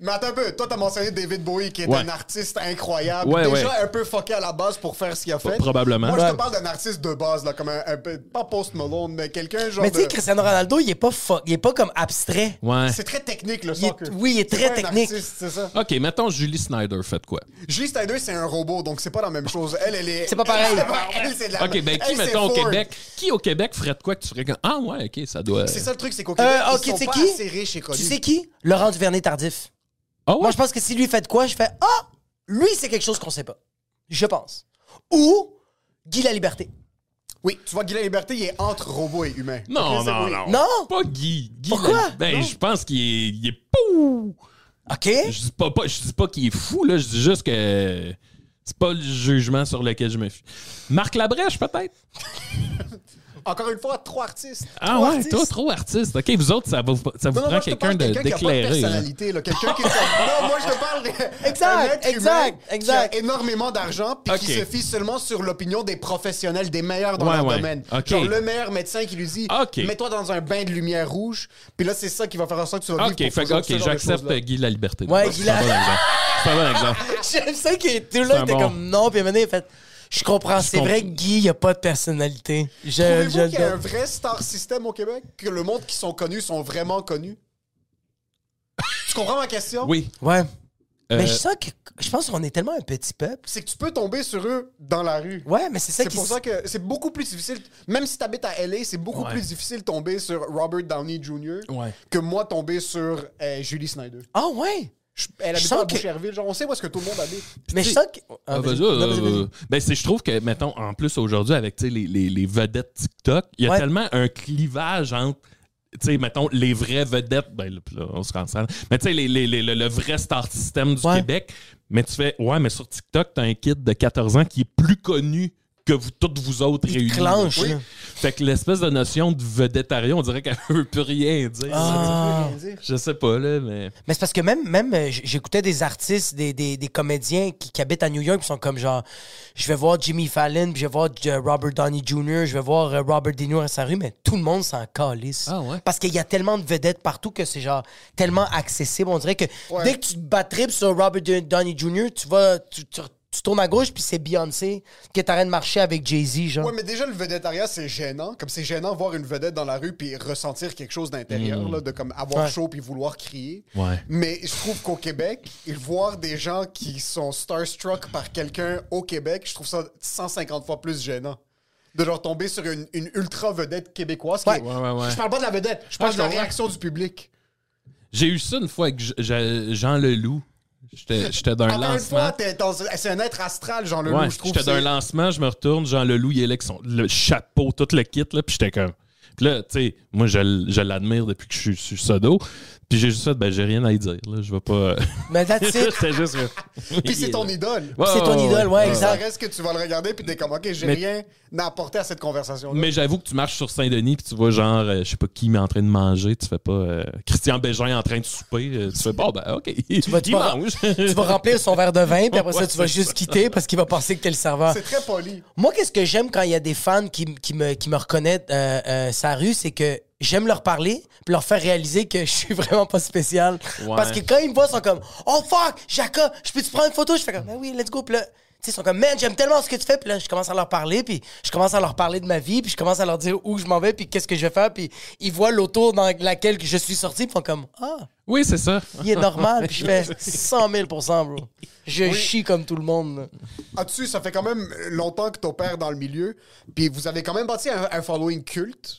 [SPEAKER 3] Mais attends un peu, toi, t'as mentionné David Bowie, qui est
[SPEAKER 4] Ouais.
[SPEAKER 3] un artiste incroyable,
[SPEAKER 4] Ouais,
[SPEAKER 3] déjà
[SPEAKER 4] ouais.
[SPEAKER 3] un peu fucké à la base pour faire ce qu'il a fait.
[SPEAKER 4] Probablement.
[SPEAKER 3] Moi, je
[SPEAKER 4] Ouais.
[SPEAKER 3] te parle d'un artiste de base, là, comme un, un peu- pas Post Malone, mais quelqu'un genre
[SPEAKER 2] Mais tu sais,
[SPEAKER 3] de-
[SPEAKER 2] Cristiano Ronaldo, il est pas fuck, il est pas comme abstrait.
[SPEAKER 4] Ouais.
[SPEAKER 3] C'est très technique, le
[SPEAKER 2] est-
[SPEAKER 3] soccer.
[SPEAKER 2] oui, il est
[SPEAKER 3] C'est
[SPEAKER 2] très
[SPEAKER 3] pas un
[SPEAKER 2] technique.
[SPEAKER 3] artiste, C'est ça.
[SPEAKER 4] OK, mettons Julie Snyder, faites quoi?
[SPEAKER 3] Julie Snyder, c'est un robot, donc c'est pas la même chose. Elle, elle est.
[SPEAKER 2] C'est pas pareil.
[SPEAKER 3] Elle, c'est- elle, c'est de la
[SPEAKER 4] OK, ben qui,
[SPEAKER 3] elle, c'est
[SPEAKER 4] mettons, au
[SPEAKER 3] Ford.
[SPEAKER 4] Québec, qui au Québec ferait de quoi que tu ferais comme... Ah ouais, OK, ça doit...
[SPEAKER 3] C'est ça le truc, c'est qu'au Québec,
[SPEAKER 2] Euh, ok,
[SPEAKER 3] ils
[SPEAKER 2] tu
[SPEAKER 3] sont
[SPEAKER 2] sais
[SPEAKER 3] pas
[SPEAKER 2] qui?
[SPEAKER 3] assez riches et connus.
[SPEAKER 2] Tu sais qui? Laurent Duvernay-Tardif.
[SPEAKER 4] Ah ouais?
[SPEAKER 2] Moi, je pense que si lui fait de quoi, je fais Ah, lui, c'est quelque chose qu'on sait pas. Je pense. Ou Guy la Liberté.
[SPEAKER 3] Oui, tu vois, Guy La Liberté, il est entre robot et humain.
[SPEAKER 4] Non,
[SPEAKER 3] Ok, c'est-
[SPEAKER 4] non,
[SPEAKER 3] oui.
[SPEAKER 4] non.
[SPEAKER 2] Non?
[SPEAKER 4] Pas Guy. Guy
[SPEAKER 2] Pourquoi?
[SPEAKER 4] la- Ben,
[SPEAKER 2] Non.
[SPEAKER 4] je pense qu'il est... Il est pou!
[SPEAKER 2] OK?
[SPEAKER 4] Je dis pas, pas- je dis pas qu'il est fou, là. Je dis juste que... C'est pas le jugement sur lequel je me fie. Marc Labrèche, peut-être?
[SPEAKER 3] Encore une fois, trois artistes.
[SPEAKER 4] Ah
[SPEAKER 2] Trop
[SPEAKER 4] ouais,
[SPEAKER 2] artiste.
[SPEAKER 4] toi, trop artiste. OK, vous autres, ça, va, vous- ça vous
[SPEAKER 3] Non, non, moi,
[SPEAKER 4] prend
[SPEAKER 3] je te
[SPEAKER 4] quelqu'un
[SPEAKER 3] parle de
[SPEAKER 4] de-
[SPEAKER 3] quelqu'un qui a pas de
[SPEAKER 4] d'éclairé. là.
[SPEAKER 3] personnalité, là. Quelqu'un
[SPEAKER 4] [laughs]
[SPEAKER 3] qui est... Non, moi, je te parle d'un
[SPEAKER 2] Exact,
[SPEAKER 3] être humain
[SPEAKER 2] exact,
[SPEAKER 3] qui a
[SPEAKER 2] exact.
[SPEAKER 3] énormément d'argent puis qui
[SPEAKER 4] Ok.
[SPEAKER 3] se fie seulement sur l'opinion des professionnels, des meilleurs dans
[SPEAKER 4] Ouais,
[SPEAKER 3] leur
[SPEAKER 4] ouais,
[SPEAKER 3] domaine.
[SPEAKER 4] ok.
[SPEAKER 3] Genre le meilleur médecin qui lui dit
[SPEAKER 4] Ok.
[SPEAKER 3] Mets-toi dans un bain de lumière rouge, puis là, c'est ça qui va faire en sorte que tu vas
[SPEAKER 4] OK,
[SPEAKER 3] vivre pour
[SPEAKER 4] fait que,
[SPEAKER 3] toujours ce
[SPEAKER 4] OK,
[SPEAKER 3] genre de
[SPEAKER 4] j'accepte
[SPEAKER 3] choses-là.
[SPEAKER 4] Guy la liberté.
[SPEAKER 2] Ouais,
[SPEAKER 4] C'est
[SPEAKER 2] Guy la-
[SPEAKER 4] un bon exemple. C'est un bon
[SPEAKER 2] [laughs]
[SPEAKER 4] exemple.
[SPEAKER 2] J'aime ça qu'il est tout là, il
[SPEAKER 4] un
[SPEAKER 2] était
[SPEAKER 4] bon.
[SPEAKER 2] comme non, puis à un moment donné, il a fait Je comprends, c'est
[SPEAKER 4] comprends.
[SPEAKER 2] vrai que Guy, il a pas de personnalité. Je, Euh, je
[SPEAKER 3] Trouvez-vous
[SPEAKER 2] le
[SPEAKER 3] qu'il y a un
[SPEAKER 2] donne.
[SPEAKER 3] vrai star system au Québec? Que le monde qui sont connus sont vraiment connus? tu comprends ma question?
[SPEAKER 4] Oui.
[SPEAKER 2] Ouais. Mais
[SPEAKER 4] Euh,
[SPEAKER 2] je sens que. Je pense qu'on est tellement un petit peuple.
[SPEAKER 3] C'est que tu peux tomber sur eux dans la rue.
[SPEAKER 2] Ouais, mais c'est ça
[SPEAKER 3] C'est
[SPEAKER 2] qui.
[SPEAKER 3] pour ça que c'est beaucoup plus difficile, même si t'habites à LA, c'est beaucoup plus difficile de tomber sur Robert Downey Jr.
[SPEAKER 4] Ouais.
[SPEAKER 3] que moi tomber sur euh, Julie Snyder.
[SPEAKER 2] Ah, ouais.
[SPEAKER 3] Je- elle
[SPEAKER 2] Je
[SPEAKER 3] habite
[SPEAKER 2] sens
[SPEAKER 3] à
[SPEAKER 2] que-
[SPEAKER 3] Boucherville, genre on sait où est-ce que tout le monde habite.
[SPEAKER 2] Mais je sens que.
[SPEAKER 4] Ah, ben, ça,
[SPEAKER 2] Non, vas-y, vas-y.
[SPEAKER 4] euh, ben, c'est- je trouve que, mettons, en plus aujourd'hui, avec tu sais, les, les- les vedettes TikTok, il y a
[SPEAKER 2] Ouais.
[SPEAKER 4] tellement un clivage entre. tu sais, mettons, les vraies vedettes, ben là, là, on se rend sale. Mais tu sais, les- les- les- le, le vrai star system du
[SPEAKER 2] Ouais.
[SPEAKER 4] Québec, mais tu fais, ouais, mais sur TikTok, t'as un kid de 14 ans qui est plus connu que vous toutes vous autres
[SPEAKER 2] Il
[SPEAKER 4] réunis.
[SPEAKER 2] clenche,
[SPEAKER 4] Oui.
[SPEAKER 2] là.
[SPEAKER 4] Fait que l'espèce de notion de vedettariat, on dirait qu'elle [laughs] veut plus rien dire.
[SPEAKER 2] Ah.
[SPEAKER 4] Je sais pas, là, mais.
[SPEAKER 2] Mais c'est parce que même, même euh, j- j'écoutais des artistes, des, des, des comédiens qui, qui habitent à New York, qui sont comme genre, je vais voir Jimmy Fallon, puis je vais voir euh, Robert Downey Jr., je vais voir euh, Robert De Niro à sa rue, mais tout le monde s'en calisse.
[SPEAKER 4] Ah ouais?
[SPEAKER 2] Parce qu'il y a tellement de vedettes partout que c'est genre tellement accessible. On dirait que dès que tu te bats trip sur Robert De- Downey Jr., tu vas, tu, tu- tu tournes à gauche, puis c'est Beyoncé que t'arrêtes de marcher avec Jay-Z, genre.
[SPEAKER 3] Ouais, mais déjà le vedettariat c'est gênant, comme c'est gênant voir une vedette dans la rue puis ressentir quelque chose d'intérieur là, de comme avoir
[SPEAKER 2] Hmm. Ouais.
[SPEAKER 3] chaud puis vouloir crier.
[SPEAKER 4] Ouais.
[SPEAKER 3] Mais je trouve qu'au Québec, et voir des gens qui sont starstruck par quelqu'un au Québec, je trouve ça 150 fois plus gênant. De leur tomber sur une, une ultra vedette québécoise. qui
[SPEAKER 2] Ouais.
[SPEAKER 3] est-
[SPEAKER 4] Ouais, ouais, ouais.
[SPEAKER 3] Je parle pas de la vedette, je parle
[SPEAKER 4] je
[SPEAKER 3] de la
[SPEAKER 4] comprends.
[SPEAKER 3] réaction du public.
[SPEAKER 4] J'ai eu ça une fois avec Je- Je- Jean Leloup. J'étais j'étais d'un
[SPEAKER 3] Encore Ah, ben, une fois,
[SPEAKER 4] lancement.
[SPEAKER 3] t'es ton- c'est un être astral, Jean Leloup,
[SPEAKER 4] Ouais,
[SPEAKER 3] je trouve.
[SPEAKER 4] j'étais d'un
[SPEAKER 3] c'est-
[SPEAKER 4] lancement, je me retourne, Jean Leloup, il est là avec son le chapeau, tout le kit, là, puis j'étais comme. Puis là, tu sais, moi, je, l- je l'admire depuis que je suis- je suis sodo. Puis j'ai juste fait, ben, j'ai rien à y dire, là, je
[SPEAKER 2] [laughs]
[SPEAKER 4] vais pas.
[SPEAKER 2] Mais that's
[SPEAKER 4] [laughs]
[SPEAKER 2] it.
[SPEAKER 4] J'étais juste.
[SPEAKER 3] Puis c'est ton idole.
[SPEAKER 4] Ouais,
[SPEAKER 2] C'est ton
[SPEAKER 4] ouais,
[SPEAKER 2] idole, ouais,
[SPEAKER 4] Oh, ouais,
[SPEAKER 2] exact.
[SPEAKER 3] Ça reste que tu vas le regarder, puis t'es comme, OK, j'ai
[SPEAKER 4] Mais-
[SPEAKER 3] rien à apporter à cette conversation-là.
[SPEAKER 4] Mais j'avoue que tu marches sur Saint-Denis puis tu vois genre euh, je sais pas qui mais en train de manger, tu fais pas euh, Christian Bégin en train de souper, euh, tu fais bon ben OK. Tu
[SPEAKER 2] vas- tu vas-
[SPEAKER 4] mange.
[SPEAKER 2] Tu
[SPEAKER 4] [laughs]
[SPEAKER 2] vas remplir son verre de vin, puis après ça,
[SPEAKER 4] Ouais,
[SPEAKER 2] tu vas
[SPEAKER 4] c'est
[SPEAKER 2] juste
[SPEAKER 4] ça.
[SPEAKER 2] quitter parce qu'il va penser que t'es le serveur.
[SPEAKER 3] C'est très poli.
[SPEAKER 2] Moi, qu'est-ce que j'aime quand il y a des fans qui, m- qui me, qui me reconnaissent euh, euh, sa rue, c'est que j'aime leur parler puis leur faire réaliser que je suis vraiment pas spécial.
[SPEAKER 4] Ouais.
[SPEAKER 2] Parce que quand ils me voient, ils sont comme « Oh fuck, Jacob, je peux-tu prendre une photo? » Je fais comme « Ben oui, let's go. Puis là, tu sais, ils sont comme « Man, j'aime tellement ce que tu fais. » Puis là, je commence à leur parler, puis je commence à leur parler de ma vie, puis je commence à leur dire où je m'en vais, puis qu'est-ce que je vais faire. Puis ils voient l'auto dans laquelle je suis sorti, puis ils font comme « Ah,
[SPEAKER 4] Oui, c'est ça.
[SPEAKER 2] il est normal. » Puis je [laughs] fais 100 000 bro. Je chie comme tout le monde.
[SPEAKER 3] As-tu, ça fait quand même longtemps que t'opères dans le milieu, puis vous avez quand même bâti un, un following culte.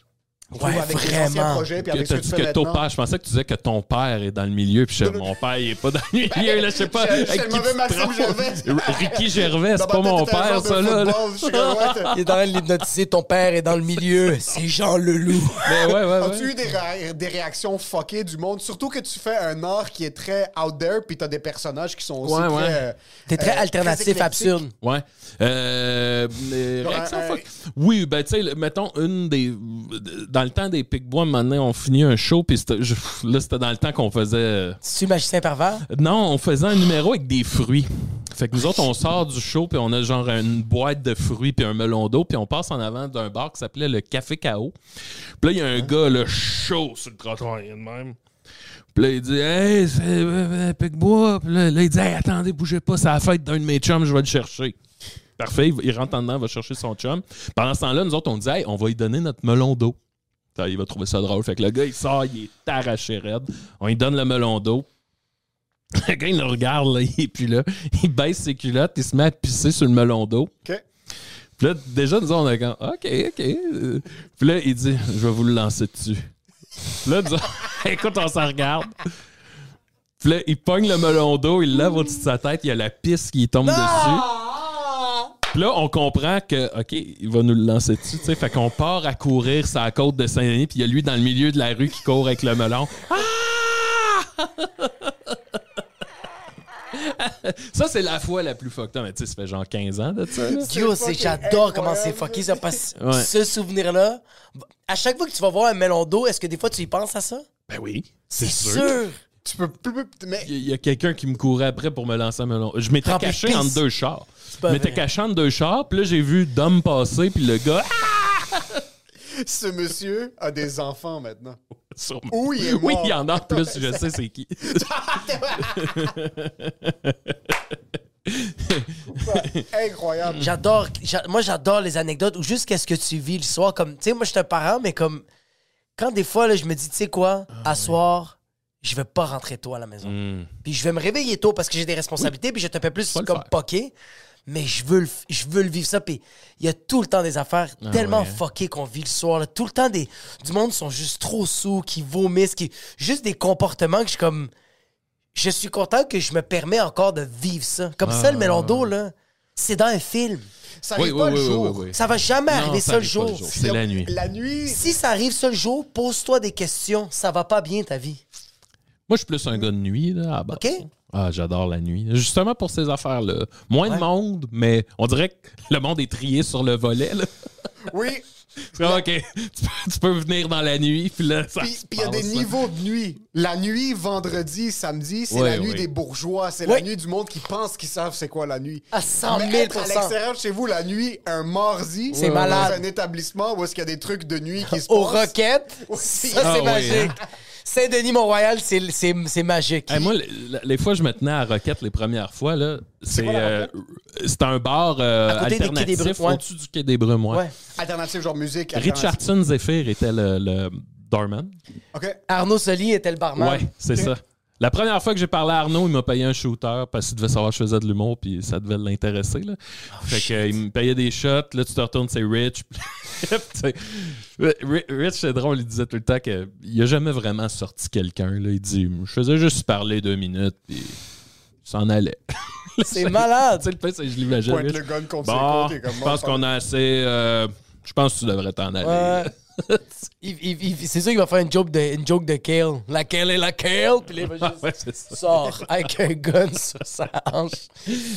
[SPEAKER 3] je trouve,
[SPEAKER 2] Ouais,
[SPEAKER 3] avec les
[SPEAKER 2] vraiment.
[SPEAKER 3] anciens projets, puis
[SPEAKER 4] Que
[SPEAKER 3] avec ce
[SPEAKER 4] t'as
[SPEAKER 3] que tu
[SPEAKER 4] dit
[SPEAKER 3] fais
[SPEAKER 4] que ton
[SPEAKER 3] maintenant.
[SPEAKER 4] père, je pensais que tu disais que ton père est dans le milieu puis je dis, mon père il est pas dans
[SPEAKER 3] Ben,
[SPEAKER 4] le milieu là, je sais
[SPEAKER 3] [laughs]
[SPEAKER 4] pas.
[SPEAKER 3] Je- je
[SPEAKER 4] avec
[SPEAKER 3] suis le
[SPEAKER 4] qui
[SPEAKER 3] mauvais
[SPEAKER 4] tu te
[SPEAKER 3] Maxime
[SPEAKER 4] prends. [laughs]
[SPEAKER 3] Gervais.
[SPEAKER 4] Ricky Gervais,
[SPEAKER 3] Dans
[SPEAKER 4] c'est
[SPEAKER 3] ma
[SPEAKER 4] pas
[SPEAKER 3] tête,
[SPEAKER 4] mon
[SPEAKER 3] t'étais un
[SPEAKER 4] père
[SPEAKER 3] joueur de
[SPEAKER 4] ça là. là.
[SPEAKER 3] football, je suis comme, ouais,
[SPEAKER 4] [laughs]
[SPEAKER 3] t'as-
[SPEAKER 2] Il est en train de l'hypnotiser. Ton père est dans le milieu. [laughs] C'est Jean Leloup.
[SPEAKER 4] Mais Ben, ouais ouais ouais.
[SPEAKER 3] As-tu eu des, ra- des réactions fuckées du monde? Surtout que tu fais un art qui est très out there, puis t'as des personnages qui sont aussi
[SPEAKER 4] Ouais,
[SPEAKER 3] très...
[SPEAKER 4] ouais.
[SPEAKER 3] euh,
[SPEAKER 2] T'es très
[SPEAKER 3] euh,
[SPEAKER 2] alternatif,
[SPEAKER 3] éclectique.
[SPEAKER 2] absurde.
[SPEAKER 4] Ouais. Euh, euh,
[SPEAKER 3] Genre,
[SPEAKER 4] réaction,
[SPEAKER 3] euh,
[SPEAKER 4] fuck. Oui, ben, tu sais, le- mettons, une des. Dans le temps des Pic-Bois, un moment donné, on finit un show, puis c'était- je- là, c'était dans le temps qu'on faisait. euh,
[SPEAKER 2] Tu magicien pervers?
[SPEAKER 4] Non, on faisait un numéro avec des fruits. Fait que nous autres, on sort du show, puis on a genre une boîte de fruits, puis un melon d'eau, puis on passe en avant d'un bar qui s'appelait le Café K.O. Puis là, il y a un gars, le chaud sur le trottoir, il est de même. Puis là, il dit Hey, c'est euh, euh, Pic-Bois. Puis là, là, il dit Hey, attendez, bougez pas, c'est la fête d'un de mes chums, je vais le chercher. Parfait, il, va- il rentre en dedans, il va chercher son chum. Pendant ce temps-là, nous autres, on dit Hey, on va lui donner notre melon d'eau. Ça, Il va trouver ça drôle. Fait que le gars, il sort, il est arraché raide. On lui donne le melon d'eau. [laughs] Le gars, il le regarde, là, et puis là, il baisse ses culottes, il se met à pisser sur le melon d'eau.
[SPEAKER 3] OK.
[SPEAKER 4] Puis là, déjà, nous, on a comme, OK, OK. euh. Puis là, il dit, je vais vous le lancer dessus. Puis là, nous, on- [laughs] écoute, on s'en regarde. Puis là, il pogne le melon d'eau, il lève au-dessus de sa tête, il y a la pisse qui tombe dessus. Puis là, on comprend que, OK, il va nous le lancer dessus, tu sais. Fait qu'on part à courir sur la côte de Saint-Denis, puis il y a lui dans le milieu de la rue qui court avec le melon. Ça, c'est la fois la plus fucked up. Mais tu sais, ça fait genre 15 ans de ça. là.
[SPEAKER 2] Yo, c'est, j'adore comment c'est fucké ça. Parce que
[SPEAKER 4] Ouais.
[SPEAKER 2] ce souvenir-là, à chaque fois que tu vas voir un melon d'eau, est-ce que des fois tu y penses à ça?
[SPEAKER 4] Ben oui,
[SPEAKER 2] C'est sûr.
[SPEAKER 3] Tu peux plus... Mais
[SPEAKER 4] Il y a quelqu'un qui me courait après pour me lancer un melon. Je m'étais
[SPEAKER 2] Rempli de
[SPEAKER 4] caché
[SPEAKER 2] pisse.
[SPEAKER 4] entre deux chars.
[SPEAKER 2] pas
[SPEAKER 4] Je m'étais
[SPEAKER 2] vrai.
[SPEAKER 4] caché entre deux chars, puis là, j'ai vu Dom passer, puis le gars... Ah!
[SPEAKER 3] ce monsieur a des enfants maintenant.
[SPEAKER 4] Sur-
[SPEAKER 3] Oui, il est
[SPEAKER 4] Oui,
[SPEAKER 3] mort.
[SPEAKER 4] il y en a en plus, je sais c'est qui.
[SPEAKER 3] Incroyable.
[SPEAKER 2] J'adore, j'a- moi j'adore les anecdotes ou juste qu'est-ce que tu vis le soir. Comme, tu sais, moi je suis un parent, mais comme, quand des fois là, je me dis, tu sais quoi,
[SPEAKER 4] Ah,
[SPEAKER 2] à soir, je vais pas rentrer tôt à la maison. Puis je vais me réveiller tôt parce que j'ai des responsabilités, puis je te fais plus
[SPEAKER 4] Hmm. Faut le
[SPEAKER 2] comme
[SPEAKER 4] faire.
[SPEAKER 2] poqué. Mais je veux, le, f- je veux le vivre ça. Puis il y a tout le temps des affaires
[SPEAKER 4] Ah,
[SPEAKER 2] tellement fuckées qu'on vit le soir. là. Tout le temps, des, du monde sont juste trop sous, qui vomissent, qui, juste des comportements que je suis comme. Je suis content que je me permets encore de vivre ça. Comme
[SPEAKER 4] Ah,
[SPEAKER 2] ça, le melon d'eau, là, c'est dans un film.
[SPEAKER 3] Ça
[SPEAKER 4] Oui,
[SPEAKER 3] arrive
[SPEAKER 4] oui,
[SPEAKER 3] pas
[SPEAKER 4] oui,
[SPEAKER 3] le
[SPEAKER 4] oui,
[SPEAKER 3] jour.
[SPEAKER 4] oui, oui.
[SPEAKER 2] Ça va jamais
[SPEAKER 4] Non,
[SPEAKER 2] arriver
[SPEAKER 4] ça
[SPEAKER 2] seul
[SPEAKER 4] arrive pas le
[SPEAKER 2] jour.
[SPEAKER 4] jour. C'est la nuit.
[SPEAKER 3] La nuit,
[SPEAKER 2] Si ça arrive seul jour, pose-toi des questions. Ça va pas bien ta vie.
[SPEAKER 4] Moi, je suis plus un gars de nuit, là, à la base.
[SPEAKER 2] OK?
[SPEAKER 4] Ah, j'adore la nuit. Justement pour ces affaires-là. Moins de monde, mais on dirait que le monde est trié sur le volet, là.
[SPEAKER 3] oui.
[SPEAKER 4] C'est comme, OK, tu peux, tu peux venir dans la nuit, puis là, ça
[SPEAKER 3] Puis
[SPEAKER 4] se
[SPEAKER 3] puis il y a des
[SPEAKER 4] passe.
[SPEAKER 3] niveaux de nuit. La nuit, vendredi, samedi, c'est
[SPEAKER 4] Ouais,
[SPEAKER 3] la nuit
[SPEAKER 4] ouais.
[SPEAKER 3] des bourgeois. C'est
[SPEAKER 2] Oui.
[SPEAKER 3] la nuit du monde qui pense qu'ils savent c'est quoi la nuit.
[SPEAKER 2] À
[SPEAKER 4] Ah,
[SPEAKER 2] 100 000
[SPEAKER 3] Mais être à l'extérieur de chez vous, la nuit, un mardi,
[SPEAKER 2] C'est malade.
[SPEAKER 3] Dans un établissement où est-ce qu'il y a des trucs de nuit qui se
[SPEAKER 2] Aux
[SPEAKER 3] passent.
[SPEAKER 2] roquettes,
[SPEAKER 3] Oui.
[SPEAKER 2] ça
[SPEAKER 4] Ah
[SPEAKER 2] c'est
[SPEAKER 4] oui,
[SPEAKER 2] magique. Saint-Denis, Mont-Royal, c'est- c'est c'est magique.
[SPEAKER 4] Hey, moi, les, les fois, je me tenais à Roquette les premières fois. là C'est
[SPEAKER 3] quoi la
[SPEAKER 4] euh, c'est un bar euh,
[SPEAKER 2] À côté des Quais des
[SPEAKER 4] alternatif
[SPEAKER 2] Brumes, ouais.
[SPEAKER 4] au-dessus du Quai des Brumes. ouais.
[SPEAKER 2] Ouais.
[SPEAKER 3] Alternative, genre musique. alternative.
[SPEAKER 4] Richardson Zephyr était le, le doorman.
[SPEAKER 3] OK.
[SPEAKER 2] Arnaud Soli était le barman.
[SPEAKER 4] Ouais, c'est ça. La première fois que j'ai parlé à Arnaud, il m'a payé un shooter parce qu'il devait savoir que je faisais de l'humour puis ça devait l'intéresser. là.
[SPEAKER 3] Oh,
[SPEAKER 4] fait que, il me payait des shots. Là, tu te retournes, c'est Rich. [laughs] Tu sais, Ri- Rich, c'est drôle, il disait tout le temps qu'il a jamais vraiment sorti quelqu'un. là. Il dit Je faisais juste parler deux minutes. Puis...
[SPEAKER 3] [laughs]
[SPEAKER 4] s'en allait. [laughs]
[SPEAKER 2] C'est malade.
[SPEAKER 4] tu sais, le pire, c'est que je l'imagine.
[SPEAKER 3] Pointe
[SPEAKER 4] Rich.
[SPEAKER 3] le gun contre
[SPEAKER 4] Bon,
[SPEAKER 3] ses côtés. Comme oh,
[SPEAKER 4] je pense qu'on a assez. euh, je pense que tu devrais t'en aller.
[SPEAKER 2] Ouais. [laughs] Il- il- il- c'est sûr qu'il va faire une joke de, une joke de Kale. La Kale est la Kale. Puis là, il va juste
[SPEAKER 4] [laughs] Ouais, c'est ça.
[SPEAKER 2] sort avec un gun sur sa hanche.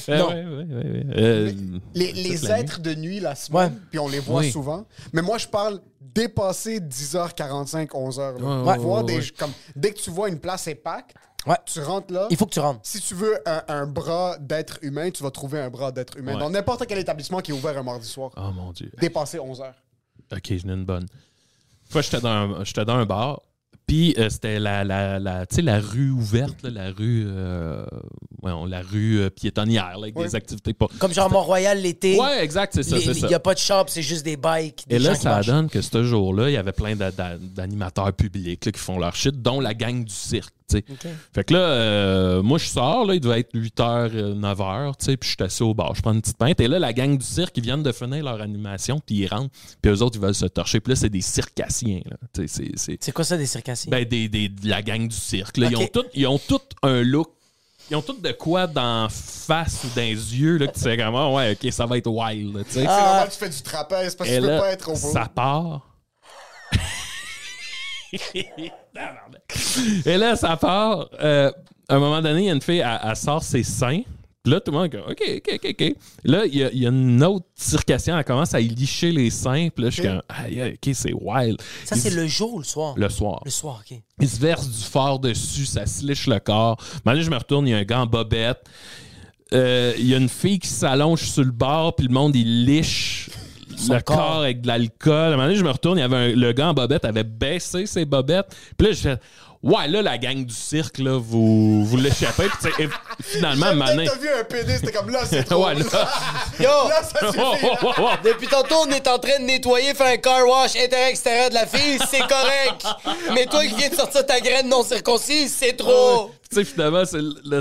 [SPEAKER 4] Ouais,
[SPEAKER 2] non.
[SPEAKER 4] ouais, ouais, ouais, ouais. Euh,
[SPEAKER 3] Les,
[SPEAKER 4] toute
[SPEAKER 3] les
[SPEAKER 4] la nuit.
[SPEAKER 3] êtres de nuit la semaine,
[SPEAKER 2] Ouais.
[SPEAKER 3] puis on les voit
[SPEAKER 4] Oui.
[SPEAKER 3] souvent. Mais moi, je parle dépasser 10h45, 11h. là.
[SPEAKER 4] Ouais, ouais,
[SPEAKER 3] Voir
[SPEAKER 4] ouais,
[SPEAKER 3] des-
[SPEAKER 4] ouais.
[SPEAKER 3] comme, dès que tu vois une place épacte,
[SPEAKER 2] Ouais.
[SPEAKER 3] tu rentres là.
[SPEAKER 2] Il faut que tu rentres.
[SPEAKER 3] Si tu veux un, un bras d'être humain, tu vas trouver un bras d'être humain
[SPEAKER 4] Ouais.
[SPEAKER 3] dans n'importe quel établissement qui est ouvert un mardi soir.
[SPEAKER 4] Oh mon Dieu.
[SPEAKER 3] Dépasser 11h.
[SPEAKER 4] Ok, j'en ai une bonne. Une fois, j'étais dans, un- j'étais dans un bar, puis euh, c'était la, la, la, tu sais, la rue ouverte, là, la rue, euh, voyons, la rue euh, piétonnière, là, avec des activités. Pour...
[SPEAKER 2] Comme genre Mont-Royal l'été.
[SPEAKER 4] Ouais, exact, c'est ça,
[SPEAKER 2] les-
[SPEAKER 4] c'est
[SPEAKER 2] les-
[SPEAKER 4] ça.
[SPEAKER 2] Il n'y a pas de shop, c'est juste des bikes. Des
[SPEAKER 4] Et là,
[SPEAKER 2] gens qui
[SPEAKER 4] ça
[SPEAKER 2] marchent.
[SPEAKER 4] donne que ce jour-là, il y avait plein d'a- d'a- d'animateurs publics là, qui font leur shit, dont la gang du cirque. tu sais. Fait que là, euh, moi, je sors, là, il doit être 8h, euh, 9h, tu sais, puis je suis assis au bar, je prends une petite pinte. Et là, la gang du cirque, ils viennent de finir leur animation, puis ils rentrent, puis eux autres, ils veulent se torcher. Puis là, c'est des circassiens. là. Tu sais, c'est- c'est-
[SPEAKER 2] C'est quoi ça, des circassiens?
[SPEAKER 4] ben, des, des- de la gang du cirque. là. Ils,
[SPEAKER 2] Ok.
[SPEAKER 4] ont tous- ils ont tous un look. Ils ont tous de quoi dans face ou dans les yeux là, que tu sais comment, ouais, ok, ça va être wild. là, tu sais.
[SPEAKER 3] C'est normal que tu fais du trapèze parce que
[SPEAKER 4] Ah. Et
[SPEAKER 3] tu peux
[SPEAKER 4] là,
[SPEAKER 3] pas être au bout.
[SPEAKER 4] ça part. Et là, ça part. Euh, à un moment donné, il y a une fille, elle, elle sort ses seins. Puis là, tout le monde est comme, OK, OK, OK, OK. Là, il y, a- il y a une autre circassienne, elle commence à y licher les seins. Puis là, je suis comme, aïe, aïe, OK, c'est wild.
[SPEAKER 2] ça,
[SPEAKER 4] Il
[SPEAKER 2] c'est
[SPEAKER 4] se-
[SPEAKER 2] le jour ou le soir?
[SPEAKER 4] le soir.
[SPEAKER 2] Le soir, OK.
[SPEAKER 4] Il se verse du fort dessus, ça se liche le corps. Maintenant, je me retourne, il y a un gars en bobette. Euh, il y a une fille qui s'allonge sur le bord, puis le monde, il liche le corps.
[SPEAKER 2] corps.
[SPEAKER 4] avec de l'alcool. À un moment donné, je me retourne, il y avait un- le gars en bobette avait baissé ses bobettes. Puis là, je fais Ouais, là, la gang du cirque, là, vous, vous l'échappez. Puis tu sais, et finalement,
[SPEAKER 3] Dès
[SPEAKER 4] Manin.
[SPEAKER 3] que t'as vu un PD, c'était comme là,
[SPEAKER 4] [laughs]
[SPEAKER 3] c'est trop.
[SPEAKER 4] Ouais, là.
[SPEAKER 2] Yo!
[SPEAKER 3] Là, ça
[SPEAKER 4] [laughs] Oh,
[SPEAKER 3] suffit.
[SPEAKER 4] oh, oh, oh.
[SPEAKER 2] Depuis tantôt, on est en train de nettoyer, faire un car wash intérieur-extérieur de la fille, c'est correct. Mais toi qui viens de sortir ta graine non circoncise, c'est trop.
[SPEAKER 4] Tu sais, finalement, c'est le- le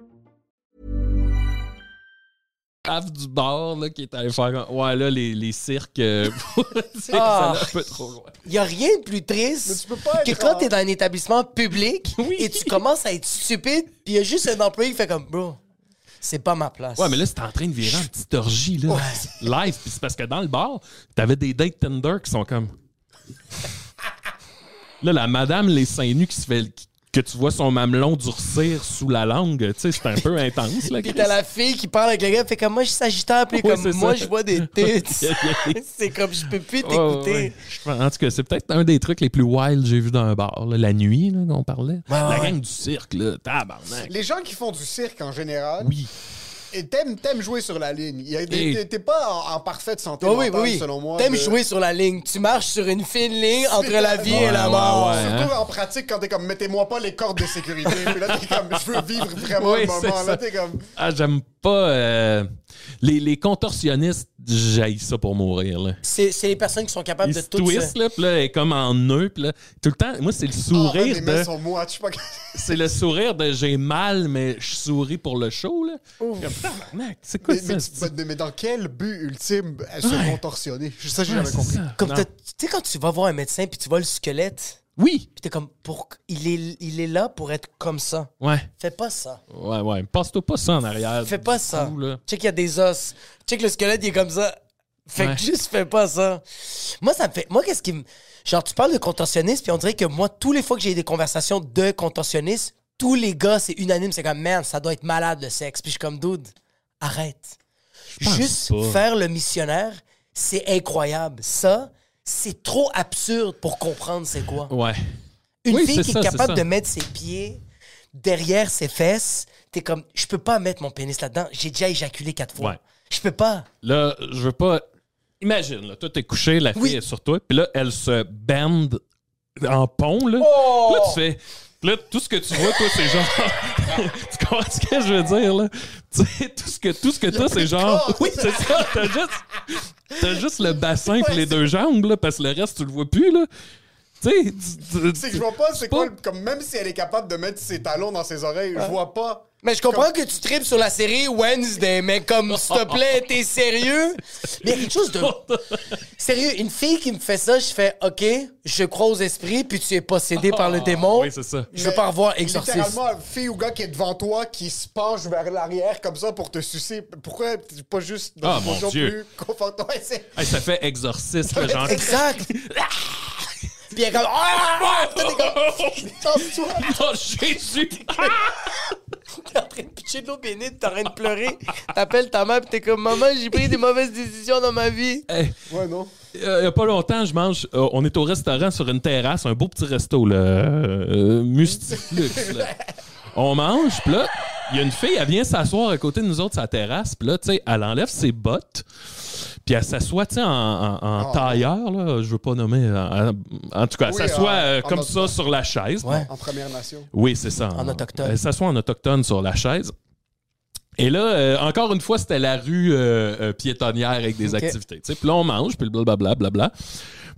[SPEAKER 4] staff du bar là, qui est allé faire comme, Ouais, là, les, les cirques, euh, [laughs] c'est
[SPEAKER 2] Ah.
[SPEAKER 4] ça va un peu trop loin.
[SPEAKER 2] Il n'y a rien de plus triste
[SPEAKER 3] Mais tu peux pas
[SPEAKER 2] que
[SPEAKER 3] être
[SPEAKER 2] quand
[SPEAKER 3] en-
[SPEAKER 2] t'es dans un établissement public
[SPEAKER 4] [laughs] Oui.
[SPEAKER 2] et tu commences à être stupide, puis il y a juste un employé qui fait comme, bro, c'est pas ma place.
[SPEAKER 4] Ouais, mais là, c'était en train de virer en petite orgie, là. Live. Puis c'est parce que dans le bar, t'avais des dates Tinder qui sont comme. là, la madame, les seins nus qui se fait. qui- que tu vois son mamelon durcir sous la langue, tu sais, c'est un peu intense, là.
[SPEAKER 2] Puis
[SPEAKER 4] Chris.
[SPEAKER 2] t'as
[SPEAKER 4] [laughs]
[SPEAKER 2] la fille qui parle avec le gars, fait comme moi je suis sagittaire, puis
[SPEAKER 4] Oui,
[SPEAKER 2] comme
[SPEAKER 4] c'est
[SPEAKER 2] moi
[SPEAKER 4] ça.
[SPEAKER 2] je vois
[SPEAKER 4] [laughs]
[SPEAKER 2] des tits. [laughs] c'est comme je peux plus
[SPEAKER 4] Ouais, ouais,
[SPEAKER 2] t'écouter.
[SPEAKER 4] ouais. Je pense- En tout cas, c'est peut-être un des trucs les plus wild que j'ai vu dans un bar, là, la nuit, là, qu'on parlait. la gang du cirque, là, tabarnak.
[SPEAKER 3] Les gens qui font du cirque en général,
[SPEAKER 4] Oui.
[SPEAKER 3] et t'aimes, t'aimes jouer sur la ligne. Il y a des-
[SPEAKER 4] Et- Oh
[SPEAKER 3] t'es- T'es pas en, en parfaite santé
[SPEAKER 2] Ah oui,
[SPEAKER 3] mentale,
[SPEAKER 2] oui,
[SPEAKER 3] selon
[SPEAKER 2] oui.
[SPEAKER 3] moi.
[SPEAKER 2] T'aimes
[SPEAKER 3] de-
[SPEAKER 2] jouer sur la ligne. Tu marches sur une fine ligne entre la vie et la
[SPEAKER 4] Ouais,
[SPEAKER 2] mort.
[SPEAKER 4] ouais, ouais.
[SPEAKER 3] Surtout en pratique, quand t'es comme, mettez-moi pas les cordes de sécurité.
[SPEAKER 4] [laughs]
[SPEAKER 3] puis là, t'es comme, je veux vivre vraiment
[SPEAKER 4] Oui,
[SPEAKER 3] le
[SPEAKER 4] c'est
[SPEAKER 3] moment.
[SPEAKER 4] ça.
[SPEAKER 3] Là, t'es comme,
[SPEAKER 4] Ah, j'aime pas. euh, les, les contorsionnistes, j'haïs ça pour mourir. Là.
[SPEAKER 2] C'est c'est les personnes qui sont
[SPEAKER 3] Ah,
[SPEAKER 2] capables
[SPEAKER 4] Ils
[SPEAKER 2] de
[SPEAKER 4] se
[SPEAKER 2] tout ça.
[SPEAKER 4] twistent, là, puis là, elle est comme en nœud, puis là, tout le temps, moi, c'est le
[SPEAKER 3] ah,
[SPEAKER 4] sourire
[SPEAKER 3] les
[SPEAKER 4] de.
[SPEAKER 3] mains sont moites. Je sais pas.
[SPEAKER 4] [laughs] C'est le sourire de j'ai mal, mais je souris pour le show, là. Comme, tabarnak, c'est quoi
[SPEAKER 3] Mais, mais
[SPEAKER 4] ça?
[SPEAKER 3] tu- mais- mais dans quel but ultime elles se contorsionner Ça, j'ai
[SPEAKER 4] Ouais,
[SPEAKER 3] jamais
[SPEAKER 4] c'est
[SPEAKER 3] compris.
[SPEAKER 4] ça.
[SPEAKER 2] Comme
[SPEAKER 4] Non.
[SPEAKER 2] t'as- tu sais quand tu vas voir un médecin puis tu vois le squelette,
[SPEAKER 4] Oui!
[SPEAKER 2] puis t'es comme pour il est il est là pour être comme ça.
[SPEAKER 4] Ouais,
[SPEAKER 2] Fais pas ça.
[SPEAKER 4] ouais, ouais. Passe-toi pas ça en arrière.
[SPEAKER 2] Fais pas
[SPEAKER 4] du
[SPEAKER 2] ça.
[SPEAKER 4] cou, là.
[SPEAKER 2] Check qu'il y a des os. Check le squelette il est comme ça. Fait
[SPEAKER 4] Ouais.
[SPEAKER 2] que juste fais pas ça. Moi ça me fait moi qu'est-ce qui me genre tu parles de contorsionniste puis on dirait que moi tous les fois que j'ai eu des conversations de contorsionniste, tous les gars, c'est unanime, c'est comme, man, ça doit être malade le sexe. Puis je suis comme, dude, arrête.
[SPEAKER 4] pense
[SPEAKER 2] Juste
[SPEAKER 4] pas.
[SPEAKER 2] faire le missionnaire, c'est incroyable. Ça, c'est trop absurde pour comprendre c'est quoi.
[SPEAKER 4] Ouais.
[SPEAKER 2] Une
[SPEAKER 4] Oui,
[SPEAKER 2] fille
[SPEAKER 4] c'est
[SPEAKER 2] qui
[SPEAKER 4] ça,
[SPEAKER 2] est
[SPEAKER 4] c'est
[SPEAKER 2] capable de
[SPEAKER 4] ça.
[SPEAKER 2] mettre ses pieds derrière ses fesses, t'es comme, je peux pas mettre mon pénis là-dedans, j'ai déjà éjaculé quatre fois.
[SPEAKER 4] Ouais.
[SPEAKER 2] Je peux pas.
[SPEAKER 4] Là, je veux pas. Imagine, là, toi, t'es couché, la fille
[SPEAKER 2] Oui.
[SPEAKER 4] est sur toi, puis là, elle se bend en pont, là. Puis Là, tu fais. Là, tout ce que tu vois, toi, c'est genre. [laughs] tu comprends ce que je veux dire, là? Tu sais, tout ce que, tout ce que t'as, c'est genre. Oui, c'est ça. T'as juste, t'as juste le bassin et les deux jambes, là, parce que le reste, tu le vois plus, là. Tu sais. tu- tu-
[SPEAKER 3] C'est que je vois pas, c'est quoi,
[SPEAKER 4] pas-
[SPEAKER 3] le- comme même si elle est capable de mettre ses talons dans ses oreilles, je vois pas.
[SPEAKER 2] Mais je comprends que tu tripes sur la série Wednesday, mais comme, s'il te plaît, t'es sérieux? [laughs] Mais il y a quelque chose [laughs]
[SPEAKER 4] [laughs]
[SPEAKER 2] de... Sérieux, une fille qui me fait ça, je fais, OK, je crois aux esprits, puis tu es possédé par le démon.
[SPEAKER 4] Ah, Oui, c'est ça.
[SPEAKER 2] Je veux pas revoir Exorciste.
[SPEAKER 3] Littéralement, fille ou gars qui est devant toi, qui se penche vers l'arrière comme ça pour te sucer. Pourquoi t'es pas juste dans
[SPEAKER 4] Ah,
[SPEAKER 3] une
[SPEAKER 4] mon
[SPEAKER 3] position
[SPEAKER 4] Dieu.
[SPEAKER 3] plus confortable? Ouais, c'est-
[SPEAKER 4] Hey, ça fait exorciste, là, genre.
[SPEAKER 2] [laughs] Exact. puis elle est comme... Ah! Toi, t'es comme...
[SPEAKER 3] Tasse-toi.
[SPEAKER 4] [laughs] Oh, Jésus!
[SPEAKER 2] [laughs] T'es en train de pitcher de l'eau bénite, t'es en train de pleurer. T'appelles ta mère, puis t'es comme, maman, j'ai pris des mauvaises décisions dans ma vie.
[SPEAKER 4] Hey,
[SPEAKER 3] [laughs] Ouais, non.
[SPEAKER 4] Euh, Il n'y a pas longtemps, je mange. euh, on est au restaurant sur une terrasse, un beau petit resto, là. euh, Mustiflux, là. On mange, puis là, il y a une fille, elle vient s'asseoir à côté de nous autres sur la terrasse, puis là, tu sais, elle enlève ses bottes, puis elle s'assoit, tu sais, en, en- en tailleur, là. Je veux pas nommer. euh, En, en tout cas, elle
[SPEAKER 3] Oui,
[SPEAKER 4] s'assoit
[SPEAKER 3] en-
[SPEAKER 4] euh,
[SPEAKER 3] en
[SPEAKER 4] comme
[SPEAKER 3] mode-
[SPEAKER 4] ça sur la chaise.
[SPEAKER 2] Ouais.
[SPEAKER 3] En Première Nation.
[SPEAKER 4] Oui, c'est ça.
[SPEAKER 2] En autochtone.
[SPEAKER 4] Elle s'assoit en autochtone sur la chaise. Et là, euh, encore une fois, c'était la rue euh, euh, piétonnière avec des
[SPEAKER 2] Ok.
[SPEAKER 4] activités. tu sais. Puis là, on mange, puis blablabla, blablabla.